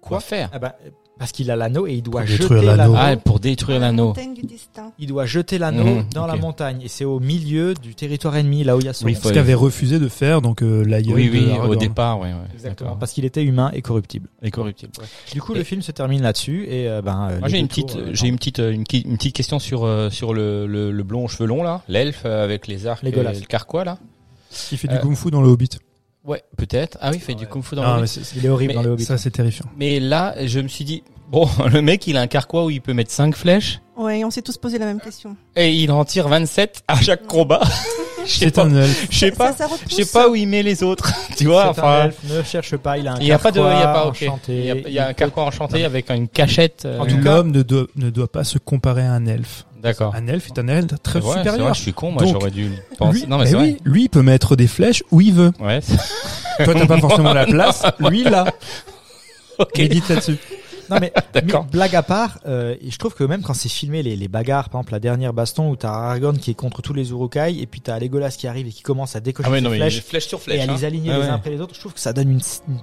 G: quoi faire
I: Ah bah, parce qu'il a l'anneau et il doit
G: Pour
I: jeter
G: détruire
I: l'anneau.
G: Ah, pour détruire l'anneau.
J: Montagne du destin.
I: Il doit jeter l'anneau
G: Mhm,
I: dans la
G: ok.
I: montagne et c'est au milieu du territoire ennemi là où il y a Sauron.
H: Ce qu'avait refusé de faire, donc euh, l'aïeul
G: Oui,
H: de
G: oui, au
H: Aragorn.
G: départ, oui, oui.
I: Exactement, parce qu'il était humain et corruptible.
G: Et corruptible. ouais.
I: Du coup,
G: Et-
I: le film se termine là-dessus et euh, ben. euh,
G: Moi,
I: les
G: j'ai une
I: détours,
G: petite,
I: euh,
G: j'ai une petite, euh, une, qui- une petite question sur euh, sur le, le, le blond aux cheveux longs là, l'elfe euh, avec les arcs, et
I: Legolas.
G: le carquois là.
H: Il fait du
G: Euh,
H: kung-fu dans le Hobbit.
G: Ouais, peut-être. Ah oui, il fait du kung-fu dans
H: Ah,
G: le
H: mais
G: Hobbit.
H: c'est- c'est-
I: Il est horrible
G: Mais
I: dans le Hobbit.
H: Ça, c'est terrifiant.
G: Mais là, je me suis dit, bon, <laughs> le mec, il a un carquois où il peut mettre 5 flèches
J: Ouais, on s'est tous posé la même question.
G: et il en tire 27 à chaque combat. Je sais
H: C'est
G: pas,
H: un elfe.
G: je sais
J: <laughs>
G: pas,
J: Ça, ça repousse.
G: je sais pas où il met les autres. <laughs> Tu
I: C'est
G: vois,
I: un
G: enfin,
I: elfe, ne cherche pas, il a un.
G: il y a pas de, il y a pas,
I: carquois
G: ok.
I: enchanté,
G: Il y a, il y a un
I: peut-
G: carquois enchanté avec une cachette. euh,
H: En tout cas, l'homme ne doit, ne doit pas se comparer à un elfe.
G: d'accord.
H: Un elfe est un elfe très
G: Ah. Ouais, c'est vrai,
H: supérieur.
G: je suis con, moi,
H: Donc,
G: j'aurais dû penser.
H: Lui,
G: non, mais
H: mais
G: c'est vrai.
H: oui, lui, il peut mettre des flèches où il veut.
G: Ouais.
I: <laughs>
H: Toi, t'as pas
G: <laughs>
H: forcément la place. Lui, là.
G: Ok.
H: Médite là-dessus.
I: Non
G: <laughs>
I: mais,
G: D'accord.
I: mais blague à part, euh, et je trouve que même quand c'est filmé les, les bagarres, par exemple la dernière baston où t'as Aragorn qui est contre tous les Urukai et puis t'as Legolas qui arrive et qui commence à décocher
G: Ah ouais,
I: ses
G: non, mais
I: flèches
G: flèche sur flèche.
I: et à
G: hein.
I: les aligner
G: Ah
I: les
G: ouais.
I: uns après les autres, je trouve que ça donne une, une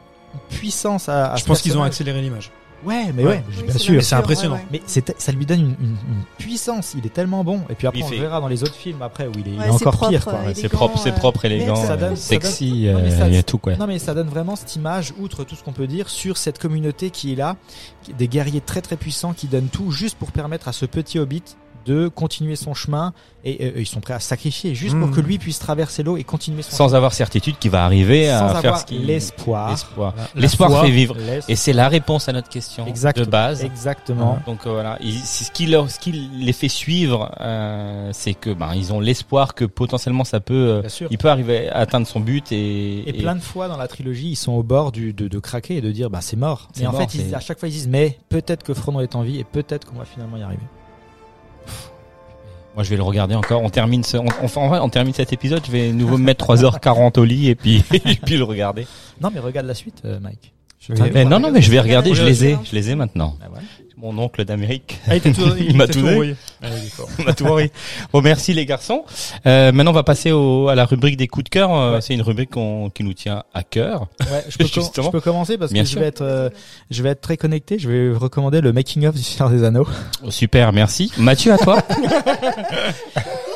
I: puissance
G: Ah,
I: à. à
H: Je
I: ce
H: pense qu'ils ont
I: personnage.
H: accéléré l'image.
I: Ouais, mais ouais,
H: Ouais.
J: Oui,
I: bien
J: c'est
I: sûr.
J: la
H: Mais c'est impressionnant.
J: ouais, ouais.
I: Mais c'est- ça lui donne une, une- une puissance. Il est tellement bon. Et puis après,
G: Il
I: on
G: fait-
I: le verra dans les autres films après où il est, il est
J: Ouais, c'est
I: encore
J: propre,
I: pire. Quoi.
J: euh,
G: Ouais, c'est
J: élégant,
G: propre, c'est
J: euh,
G: propre, élégant,
I: ça
G: euh,
I: donne- ça
G: sexy,
I: donne- non, mais
G: euh,
I: ça-
G: il y a tout quoi.
I: Non mais ça donne vraiment cette image, outre tout ce qu'on peut dire, sur cette communauté qui est là, qui- des guerriers très très puissants qui donnent tout juste pour permettre à ce petit hobbit de continuer son chemin et euh, ils sont prêts à se sacrifier juste pour
H: Mmh.
I: que lui puisse traverser l'eau et continuer son
G: Hmm. Sans avoir certitude qu'il va arriver
I: chemin,
G: à
I: sans
G: faire
I: avoir
G: ce qu'il
I: l'espoir.
G: l'espoir.
H: Voilà. La
G: L'espoir
H: foi,
G: fait vivre.
I: L'espoir.
G: Et c'est la réponse à notre question
I: Exactement.
G: de base.
I: Exactement.
G: Donc euh, voilà, Ils- c'est ce qui leur, ce qui les fait suivre, euh, c'est que ben ils ont l'espoir que potentiellement ça peut, euh,
I: Bien sûr.
G: il peut arriver à atteindre son but et,
I: Et plein de fois dans la trilogie, ils sont au bord du, de, de craquer et de dire bah c'est mort.
G: C'est
I: Mais en
G: mort,
I: fait, ils-
G: c'est-
I: à chaque fois ils disent mais peut-être que Frodon est en vie et peut-être qu'on va finalement y arriver.
G: Moi je vais le regarder encore. On termine ce, on, enfin, en vrai, on termine cet épisode. Je vais nouveau me mettre 3h40 au lit et puis <laughs> et puis le regarder.
I: Non mais regarde la suite, euh, Mike.
G: Mais non non mais je vais regarder. Je
J: Oui,
G: les ai,
J: oui.
G: je les ai maintenant.
I: Ah, voilà.
G: Mon oncle d'Amérique
H: Ah,
G: <laughs>
H: il t'a tout,
G: Il m'a
H: t'a
G: tout donné.
H: envoyé. Ah, il est fort.
G: m'a tout envoyé. Bon merci les garçons. Euh, maintenant on va passer au, à la rubrique des coups de cœur. Euh, C'est une rubrique qu'on- qui nous tient à cœur.
I: Ouais,
G: <laughs>
I: je, peux com-
G: Justement.
I: je peux commencer parce
G: Bien
I: que
G: sûr.
I: je vais être euh, je vais être très connecté. Je vais recommander le making of du Seigneur des Anneaux.
G: Oh, Super, merci. Mathieu, à toi
I: <laughs>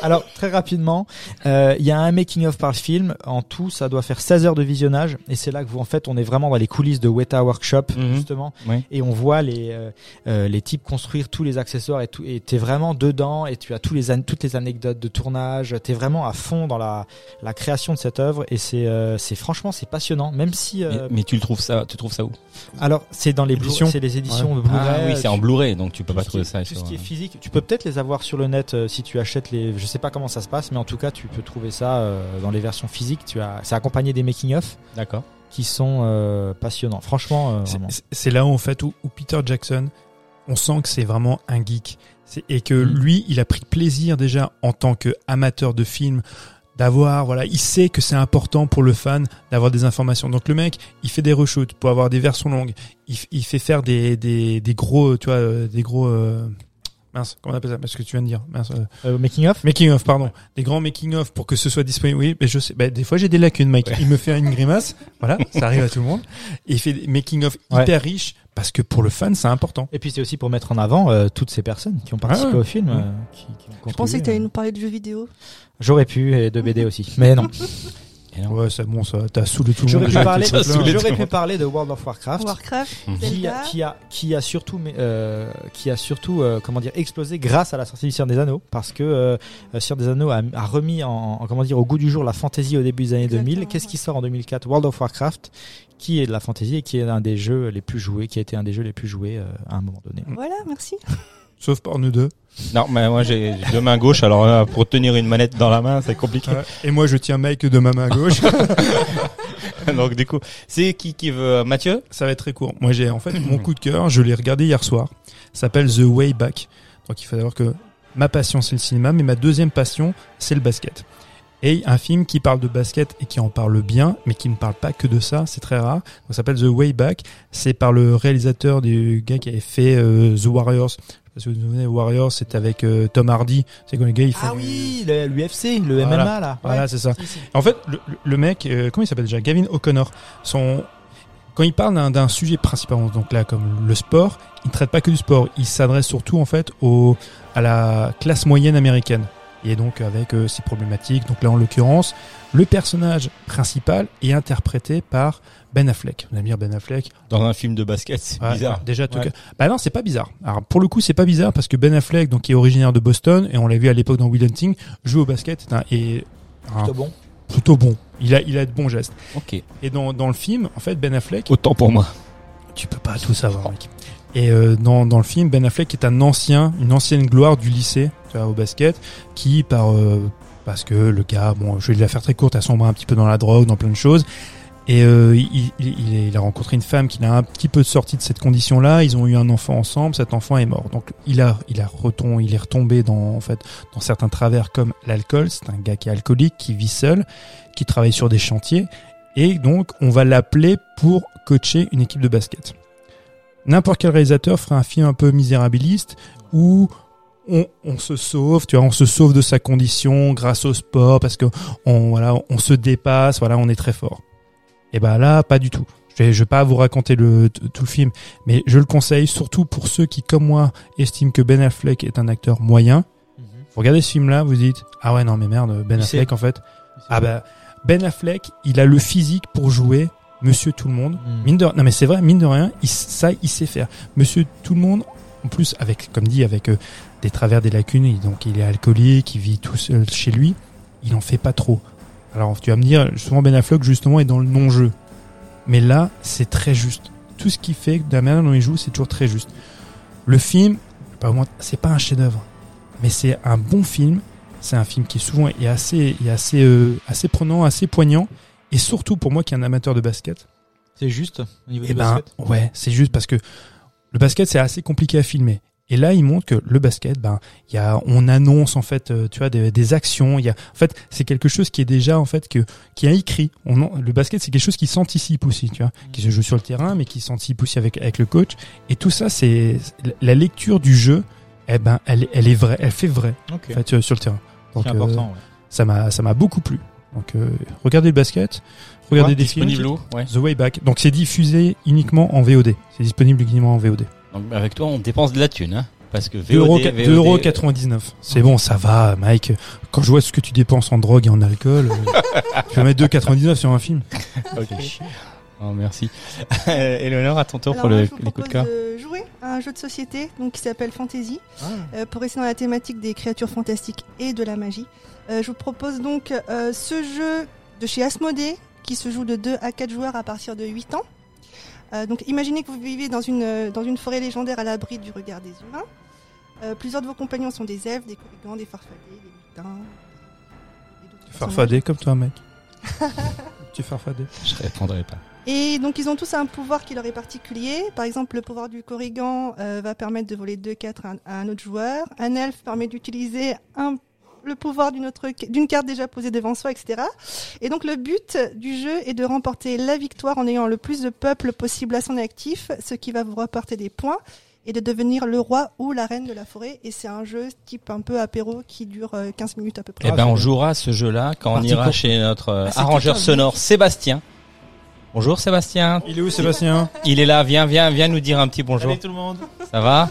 I: Alors, très rapidement, euh, il y a un making-of par film. En tout, ça doit faire 16 heures de visionnage. Et c'est là que vous, en fait, on est vraiment dans les coulisses de Weta Workshop,
G: Mhm.
I: justement.
G: Oui.
I: Et on voit les, euh, euh, les types construire tous les accessoires et tout. Et t'es vraiment dedans et tu as tous les an- toutes les anecdotes de tournage. T'es vraiment à fond dans la, la création de cette œuvre. Et c'est euh, c'est- franchement, c'est passionnant. Même si. euh,
G: Mais, mais tu le trouves ça, tu trouves ça où
I: alors, c'est dans les Blu-
G: Édition
I: c'est les éditions
G: Ouais.
I: de Blu-ray.
G: Ah
I: euh,
G: oui, c'est en
I: Tu-
G: Blu-ray, donc tu peux
I: tout
G: pas
I: ce qui
G: trouver
I: est-
G: ça
I: Tout
G: sur- euh,
I: ce qui est physique, tu peux peut-être les avoir sur le net euh, si tu achètes les. Je sais pas comment ça se passe, mais en tout cas, tu peux trouver ça euh, dans les versions physiques. Tu as, c'est accompagné des making of.
G: D'accord.
I: Qui sont euh, passionnants. Franchement, euh, vraiment.
H: C'est- C'est là où, en fait, où, où Peter Jackson, on sent que c'est vraiment un geek. C'est- Et que lui, il a pris plaisir déjà en tant qu'amateur de films d'avoir, voilà, il sait que c'est important pour le fan d'avoir des informations. Donc le mec, il fait des reshoots pour avoir des versions longues. Il, f- il fait faire des, des, des gros, tu vois, euh, des gros... euh, Mince, comment on appelle ça Parce que tu viens de dire. Mince, euh,
I: Euh, making of
H: Making of, pardon. Des grands making of pour que ce soit disponible. Oui, mais je sais. bah, des fois, j'ai des lacunes, Mike. Il me fait une grimace. voilà, ça arrive à tout le monde. Et il fait des making of
I: Ouais.
H: hyper riches parce que pour le fan, c'est important.
I: Et puis c'est aussi pour mettre en avant euh, toutes ces personnes qui ont participé
H: Ah ouais.
I: au film. euh,
H: Ouais.
I: qui- qui ont
J: Je
I: contribué. euh.
J: pensais que tu allais nous parler de jeux vidéo.
I: J'aurais pu et de BD aussi, mais non.
H: Ouais, c'est bon, ça. T'as saoulé tout le monde.
I: <laughs> J'aurais pu,
H: déjà,
I: parler,
H: t'es pas plein.
I: j'aurais pu parler de World of Warcraft,
J: Warcraft,
I: qui,
J: Zelda.
I: qui a qui a surtout mais, euh, qui a surtout euh, comment dire explosé grâce à la sortie du Seigneur des Anneaux parce que euh, euh, Seigneur des Anneaux a, a remis en, en- comment dire au goût du jour la fantasy au début des années 2000. Qu'est-ce qui sort en 2004 World of Warcraft qui est de la fantasy et qui est un des jeux les plus joués, qui a été un des jeux les plus joués euh, à un moment donné.
J: Voilà,
I: <laughs>
J: merci.
H: Sauf par nous deux.
G: Non, mais moi j'ai j'ai deux mains gauches, alors là, pour tenir une manette dans la main, c'est compliqué.
H: Ouais. Et moi, je tiens Mike de ma main gauche.
G: <laughs> Donc du coup, c'est qui qui veut euh, Mathieu
H: Ça va être très court. Moi, j'ai en
I: <laughs>
H: fait mon coup de cœur. Je l'ai regardé hier soir. Ça S'appelle The Way Back. Donc, il faut savoir que ma passion c'est le cinéma, mais ma deuxième passion c'est le basket. Et un film qui parle de basket et qui en parle bien, mais qui ne parle pas que de ça, c'est très rare. Donc, ça s'appelle The Way Back. C'est par le réalisateur du gars qui avait fait euh, The Warriors. Je sais pas si vous vous souvenez, Warriors, c'est avec euh, Tom Hardy. C'est quand les gars ils font
I: Ah
H: du-
I: oui, l'UFC, le
H: voilà.
I: MMA là.
H: Voilà,
I: Ouais.
H: c'est ça.
I: Si, si.
H: En fait, le, le mec, euh, comment il s'appelle déjà Gavin O'Connor. Son... Quand il parle d'un- d'un sujet principalement, donc là, comme le sport, il ne traite pas que du sport. Il s'adresse surtout, en fait, au, à la classe moyenne américaine. Et donc, avec euh, ses problématiques. Donc là, en l'occurrence, le personnage principal est interprété par Ben Affleck. On aime dire Ben Affleck.
G: Dans un film de basket, c'est
H: Ouais,
G: bizarre.
H: Déjà, tout
G: Ouais.
H: cas. Bah non, c'est pas bizarre. Alors, pour le coup, c'est pas bizarre parce que Ben Affleck, donc, qui est originaire de Boston, et on l'a vu à l'époque dans Will Hunting, joue au basket est un- et un-
I: Plutôt bon.
H: Plutôt bon. Il a, il a de bons gestes.
G: Ok.
H: Et dans, dans le film, en fait, Ben Affleck.
G: Autant pour moi.
H: Tu peux pas tout savoir, mec. Et euh, dans, dans le film, Ben Affleck est un ancien, une ancienne gloire du lycée tu vois, au basket, qui par euh, parce que le gars, bon, je vais la faire très courte, a sombré un petit peu dans la drogue, dans plein de choses. Et euh, il, il- il est- il a rencontré une femme qui l'a un petit peu sorti de cette condition-là. Ils ont eu un enfant ensemble. Cet enfant est mort. Donc il a, il a retom- il est retombé dans en fait dans certains travers comme l'alcool. C'est un gars qui est alcoolique, qui vit seul, qui travaille sur des chantiers. Et donc on va l'appeler pour coacher une équipe de basket n'importe quel réalisateur ferait un film un peu misérabiliste où on, on se sauve, tu vois, on se sauve de sa condition grâce au sport parce que on voilà, on se dépasse, voilà, on est très fort. Et ben là, pas du tout. Je vais, je vais pas vous raconter le t- tout le film, mais je le conseille surtout pour ceux qui, comme moi, estiment que Ben Affleck est un acteur moyen. Vous regardez ce film-là, vous dites ah ouais non mais merde, Ben
I: Il
H: Affleck
I: sait.
H: en fait. Ah bah Ben Affleck, il a le physique pour jouer Monsieur Tout le Monde.
I: Hmm.
H: Mine de, non mais c'est vrai, mine de rien, il, ça il sait faire. Monsieur Tout le Monde, en plus avec, comme dit, avec euh, des travers, des lacunes, il- donc il est alcoolique, il vit tout seul chez lui, il en fait pas trop. Alors tu vas me dire, souvent Ben Affleck justement est dans le non-jeu, mais là c'est très juste. Tout ce qu'il fait, de la manière dont il joue, c'est toujours très juste. Le film, je vais pas vous mentir, c'est pas un chef-d'œuvre, mais c'est un bon film. C'est un film qui souvent est assez, est assez, euh, assez prenant, assez poignant, et surtout pour moi qui est un amateur de basket.
I: C'est juste au niveau
H: Eh
I: du
H: ben,
I: basket.
H: ouais, c'est juste parce que le basket c'est assez compliqué à filmer. Et là, il montre que le basket, ben, il y a, on annonce en fait, euh, tu vois, des, des actions. Il y a, en fait, c'est quelque chose qui est déjà en fait que qui a écrit. On, en- le basket, c'est quelque chose qui s'anticipe aussi, tu vois,
I: Mm.
H: qui se joue sur le terrain, mais qui s'anticipe aussi avec avec le coach. Et tout ça, c'est la lecture du jeu. Eh ben, elle, est- elle est vraie, elle fait vrai
I: Ok.
H: en fait, euh, sur le terrain. Donc,
I: C'est
H: euh,
I: important. ouais.
H: ça m'a ça m'a beaucoup plu. Donc euh, regardez le basket, regardez
G: Ouais,
H: des films.
G: disponible où Ouais.
H: The Way Back. Donc c'est diffusé uniquement en VOD. C'est disponible uniquement en VOD.
G: bah, Donc avec toi, on dépense de la thune. Hein Parce que
H: 2
G: VOD,
H: euros-
G: VOD,
H: 2,99 euros. 99. C'est bon, ça va, Mike. Quand je vois ce que tu dépenses en drogue et en alcool,
G: <laughs>
H: euh, tu vas mettre 2,99 sur un film.
G: Ok. Oh, merci. <laughs> Eleonore, à ton tour
J: Alors
G: pour
J: moi,
G: le,
J: je vous
G: les coups de cœur.
J: propose de jouer à un jeu de société donc, qui s'appelle Fantasy, euh, pour rester dans la thématique des créatures fantastiques et de la magie. Euh, je vous propose donc euh, ce jeu de chez Asmodée qui se joue de 2 à 4 joueurs à partir de 8 ans. Euh, donc imaginez que vous vivez dans une, euh, dans une forêt légendaire à l'abri du regard des humains. Euh, plusieurs de vos compagnons sont des elfes, des corrigans, des farfadets, des lutins. et d'autres
H: Farfadé comme toi, <laughs> mec. tu farfadé.
G: Je répondrai pas.
J: et donc ils ont tous un pouvoir qui leur est particulier. Par exemple, le pouvoir du Corrigan euh, va permettre de voler 2 4 à, un- à un autre joueur. Un elfe permet d'utiliser un- le pouvoir d'une autre d'une carte déjà posée devant soi, etc. Et donc le but du jeu est de remporter la victoire en ayant le plus de peuples possible à son actif, ce qui va vous rapporter des points et de devenir le roi ou la reine de la forêt. Et c'est un jeu type un peu apéro qui dure euh, 15 minutes à peu
M: Ah,
J: près.
G: Eh ben, on jouera ce jeu-là quand on
H: Parti
G: ira
H: pour-
G: chez notre euh,
H: Ah, c'est
G: arrangeur
H: quelqu'un,
G: sonore Sébastien. Bonjour Sébastien.
H: Il est où, Sébastien
G: Il est là, viens, viens, viens nous dire un petit bonjour.
M: Salut tout le monde.
G: Ça va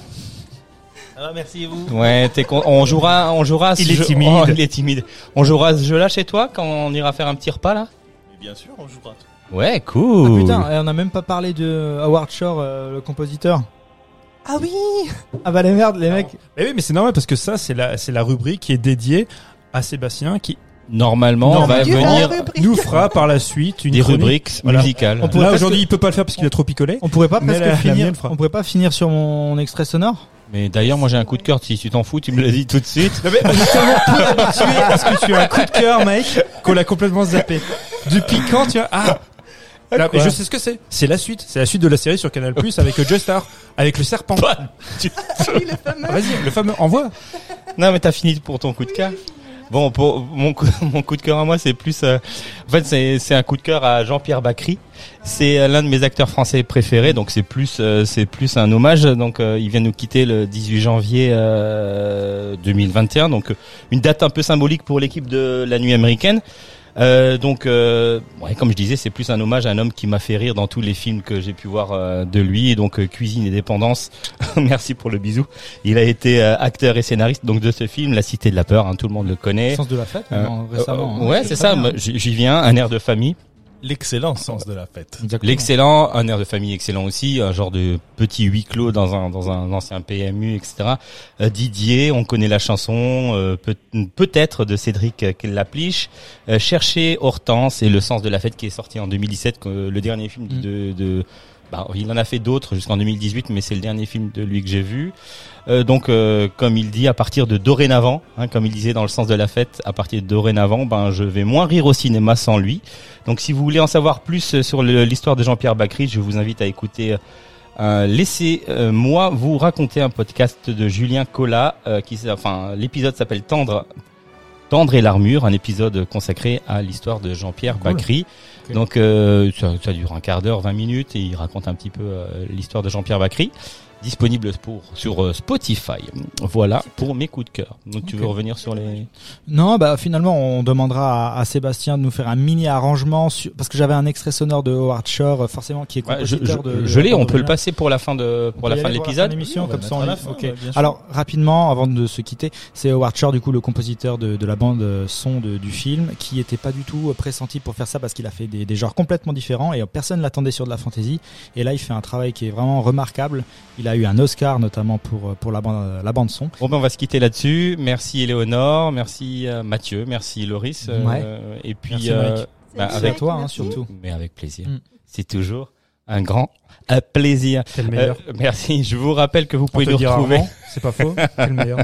M: Ça va, merci et vous
G: Ouais, t'es con- on jouera, on jouera. à ce
M: Il est
G: jeu-
M: timide.
G: Oh, il est timide. On jouera à ce jeu-là chez toi quand on ira faire un petit repas là.
M: Mais Bien sûr, on jouera.
G: Ouais, cool.
I: Ah
H: oh.
I: putain, et on n'a même pas parlé de Howard Shore, euh, le compositeur.
J: Ah oui
I: Ah bah les merdes, les mecs.
H: Mais oui, mais c'est normal parce que ça, c'est la, c'est la rubrique qui est dédiée à Sébastien qui.
G: Normalement, on va venir-
H: nous fera par la suite une
G: Des
H: chronique.
G: rubriques musicales. On
H: On pourrait
G: pourrait
H: Là
G: presque-
H: aujourd'hui, il peut pas le faire parce qu'il a trop picolé.
I: On pourrait pas
H: Mais
I: presque
H: la- la
I: finir.
H: mienne fera.
I: on pourrait pas finir sur mon extrait sonore.
G: Mais d'ailleurs, moi j'ai un coup de cœur. Si tu t'en fous, tu me le dis tout de suite.
H: <laughs> Parce que tu as un coup de cœur, mec, qu'on l'a complètement zappé. Depuis quand tu as ah Là,
G: quoi
H: je sais ce que c'est. C'est la suite. C'est la suite de la série sur Canal Plus avec euh, Joe Star, avec le serpent. Ah, Vas-y, le fameux envoie.
G: Non, mais t'as fini pour ton coup de cœur. Bon, pour mon <laughs> coup, mon coup de cœur à moi, c'est plus. euh, en fait, c'est c'est un coup de cœur à Jean-Pierre Bacry. C'est euh, l'un de mes acteurs français préférés, donc c'est plus euh, c'est plus un hommage. Donc, euh, il vient nous quitter le 18 janvier euh, 2021, donc euh, une date un peu symbolique pour l'équipe de la nuit américaine. Euh, donc, euh, ouais, comme je disais, c'est plus un hommage à un homme qui m'a fait rire dans tous les films que j'ai pu voir euh, de lui. Et donc, euh, Cuisine et Dépendance, <laughs> merci pour le bisou. Il a été euh, acteur et scénariste donc de ce film, La Cité de la Peur, hein, tout le monde le connaît.
I: Sens de la fête, non, récemment, hein.
G: Euh, ouais, c'est
I: C'est très
G: ça,
I: bien.
G: moi, j'y j'y viens, un air de famille.
M: L'excellent sens de la fête.
G: L'excellent, un air de famille excellent aussi, un genre de petit huis clos dans un dans un ancien PMU, etc. Euh, Didier, on connaît la chanson, euh, peut- peut-être de Cédric euh, Lapliche. Euh, Chercher Hortense et le sens de la fête qui est sorti en 2017, que- euh, le dernier film
I: Mm.
G: de, de bah, il en a fait d'autres jusqu'en 2018, mais c'est le dernier film de lui que j'ai vu. Euh, donc, euh, comme il dit, à partir de dorénavant, hein, comme il disait dans le sens de la fête, à partir de dorénavant, ben je vais moins rire au cinéma sans lui. Donc, si vous voulez en savoir plus euh, sur le- l'histoire de Jean-Pierre Bacry, je vous invite à écouter. euh, un Laissez-moi vous raconter un podcast de Julien Collat, euh, qui, s- enfin, l'épisode s'appelle Tendre, Tendre et l'armure, un épisode consacré à l'histoire de Jean-Pierre
I: Cool.
G: Bacry.
I: Ok.
G: Donc euh, ça, ça dure un quart d'heure, 20 minutes, et il raconte un petit peu euh, l'histoire de Jean-Pierre Bacry. Disponible pour, sur euh, Spotify. Voilà pour mes coups de cœur. Donc tu veux revenir sur les...
I: Non, bah finalement, on demandera à, à Sébastien de nous faire un mini arrangement sur- parce que j'avais un extrait sonore de Howard Shore, euh, forcément qui est
G: Ouais, je
I: compositeur
G: je,
I: de. de
G: je l'ai,
I: Band
G: on
I: of
G: peut le
I: Brothers.
G: passer pour la fin de, pour
I: On
G: la
I: peut y
G: fin de
I: aller pour
G: l'épisode.
I: fin de l'émission,
G: Oui, on va
I: comme
G: le
I: ça, on
G: mettre à
I: y-
G: la fin,
I: ok.
G: ouais, bien sûr.
I: Alors rapidement, avant de se quitter, c'est Howard Shore du coup le compositeur de, de la bande euh, son de- du film, qui était pas du tout euh, pressenti pour faire ça parce qu'il a fait des, des genres complètement différents et euh, personne l'attendait sur de la fantasy. Et là, il fait un travail qui est vraiment remarquable. Il a eu un Oscar notamment pour euh, pour la bande euh, la bande son.
G: Bon ben on va se quitter là-dessus. Merci Éléonore, merci euh, Mathieu, merci Loris. euh,
I: Ouais.
G: Et puis euh,
I: Merci, Mike.
G: Ah,
I: Merci à toi, hein, Merci. surtout.
G: Mais avec plaisir.
I: Mm.
G: C'est toujours un grand euh, plaisir.
H: T'es le meilleur.
G: merci. Je vous rappelle que vous pouvez
H: te
G: nous
H: le dit
G: Euh, retrouver.
H: rarement, c'est pas faux. T'es le meilleur.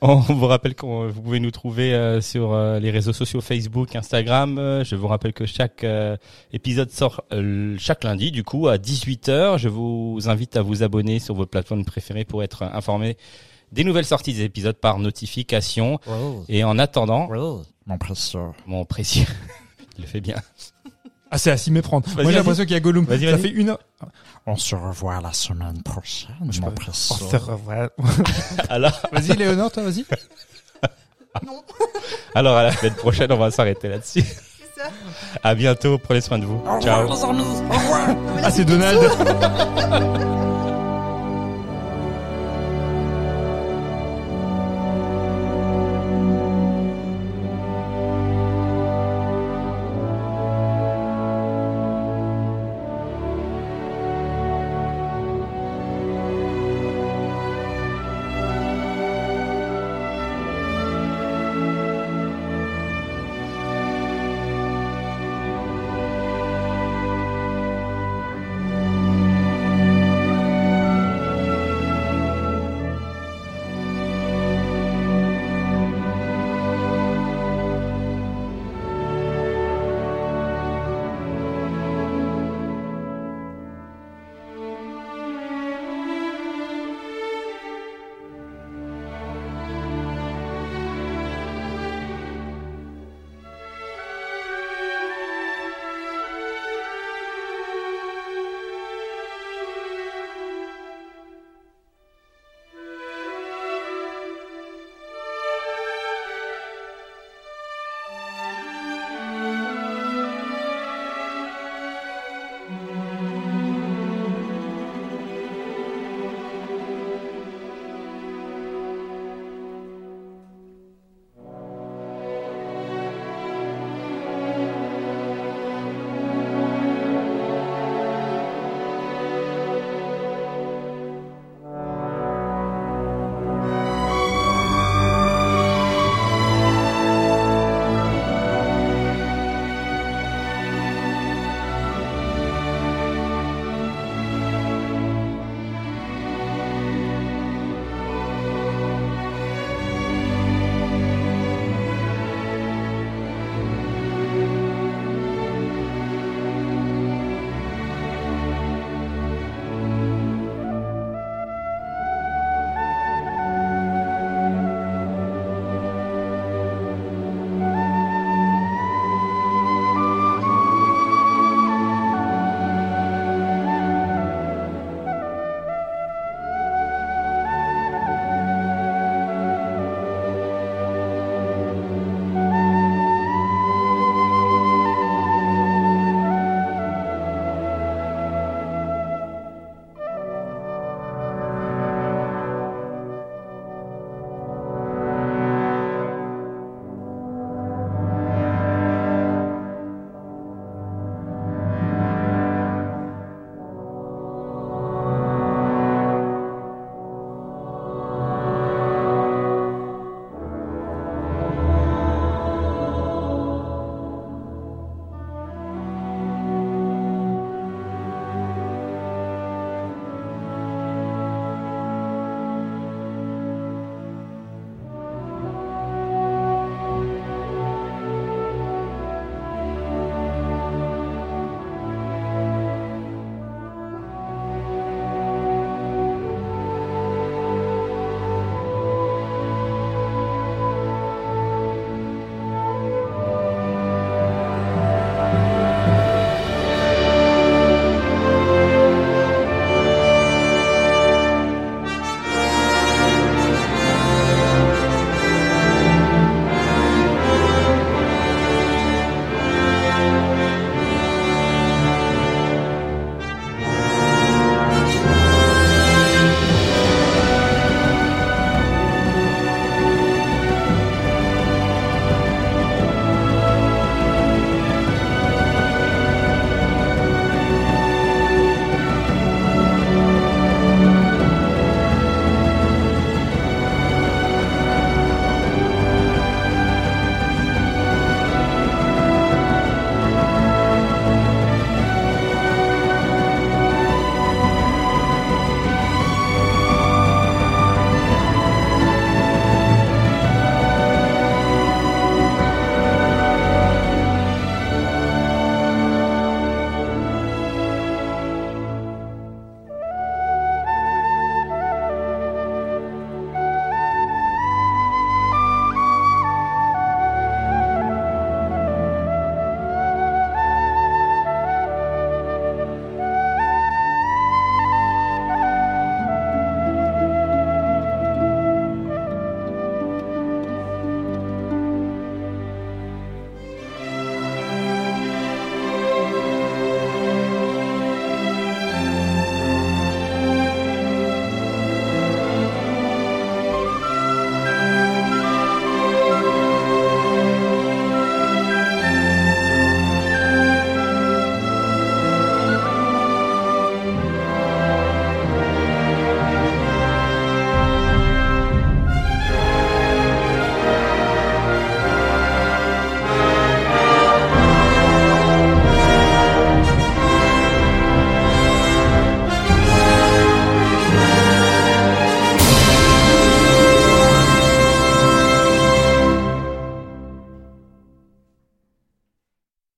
G: On <laughs> vous rappelle que vous pouvez nous trouver euh, sur euh, les réseaux sociaux Facebook, Instagram. Euh, Je vous rappelle que chaque euh, épisode sort euh, chaque lundi, du coup, à 18h. Je vous invite à vous abonner sur vos plateformes préférées pour être euh, informé des nouvelles sorties des épisodes par notification.
I: Wow.
G: Et en attendant...
I: Mon précieux.
G: Mon précieux. <laughs> Il le fait bien.
H: Ah, c'est à s'y méprendre.
G: Vas-y,
H: Moi, j'ai
G: vas-y.
H: l'impression qu'il y a Gollum.
G: Vas-y,
H: Ça
G: vas-y.
H: fait une heure.
I: On se revoit la semaine prochaine.
H: Je
I: mon
H: peux-
I: précieux.
H: On se revoit.
G: Alors
H: Oh, Vas-y, Léonore, toi, vas-y.
G: Alors, à la semaine prochaine, on va s'arrêter là-dessus. À bientôt, prenez soin de vous. Ciao.
H: Ah, c'est Donald.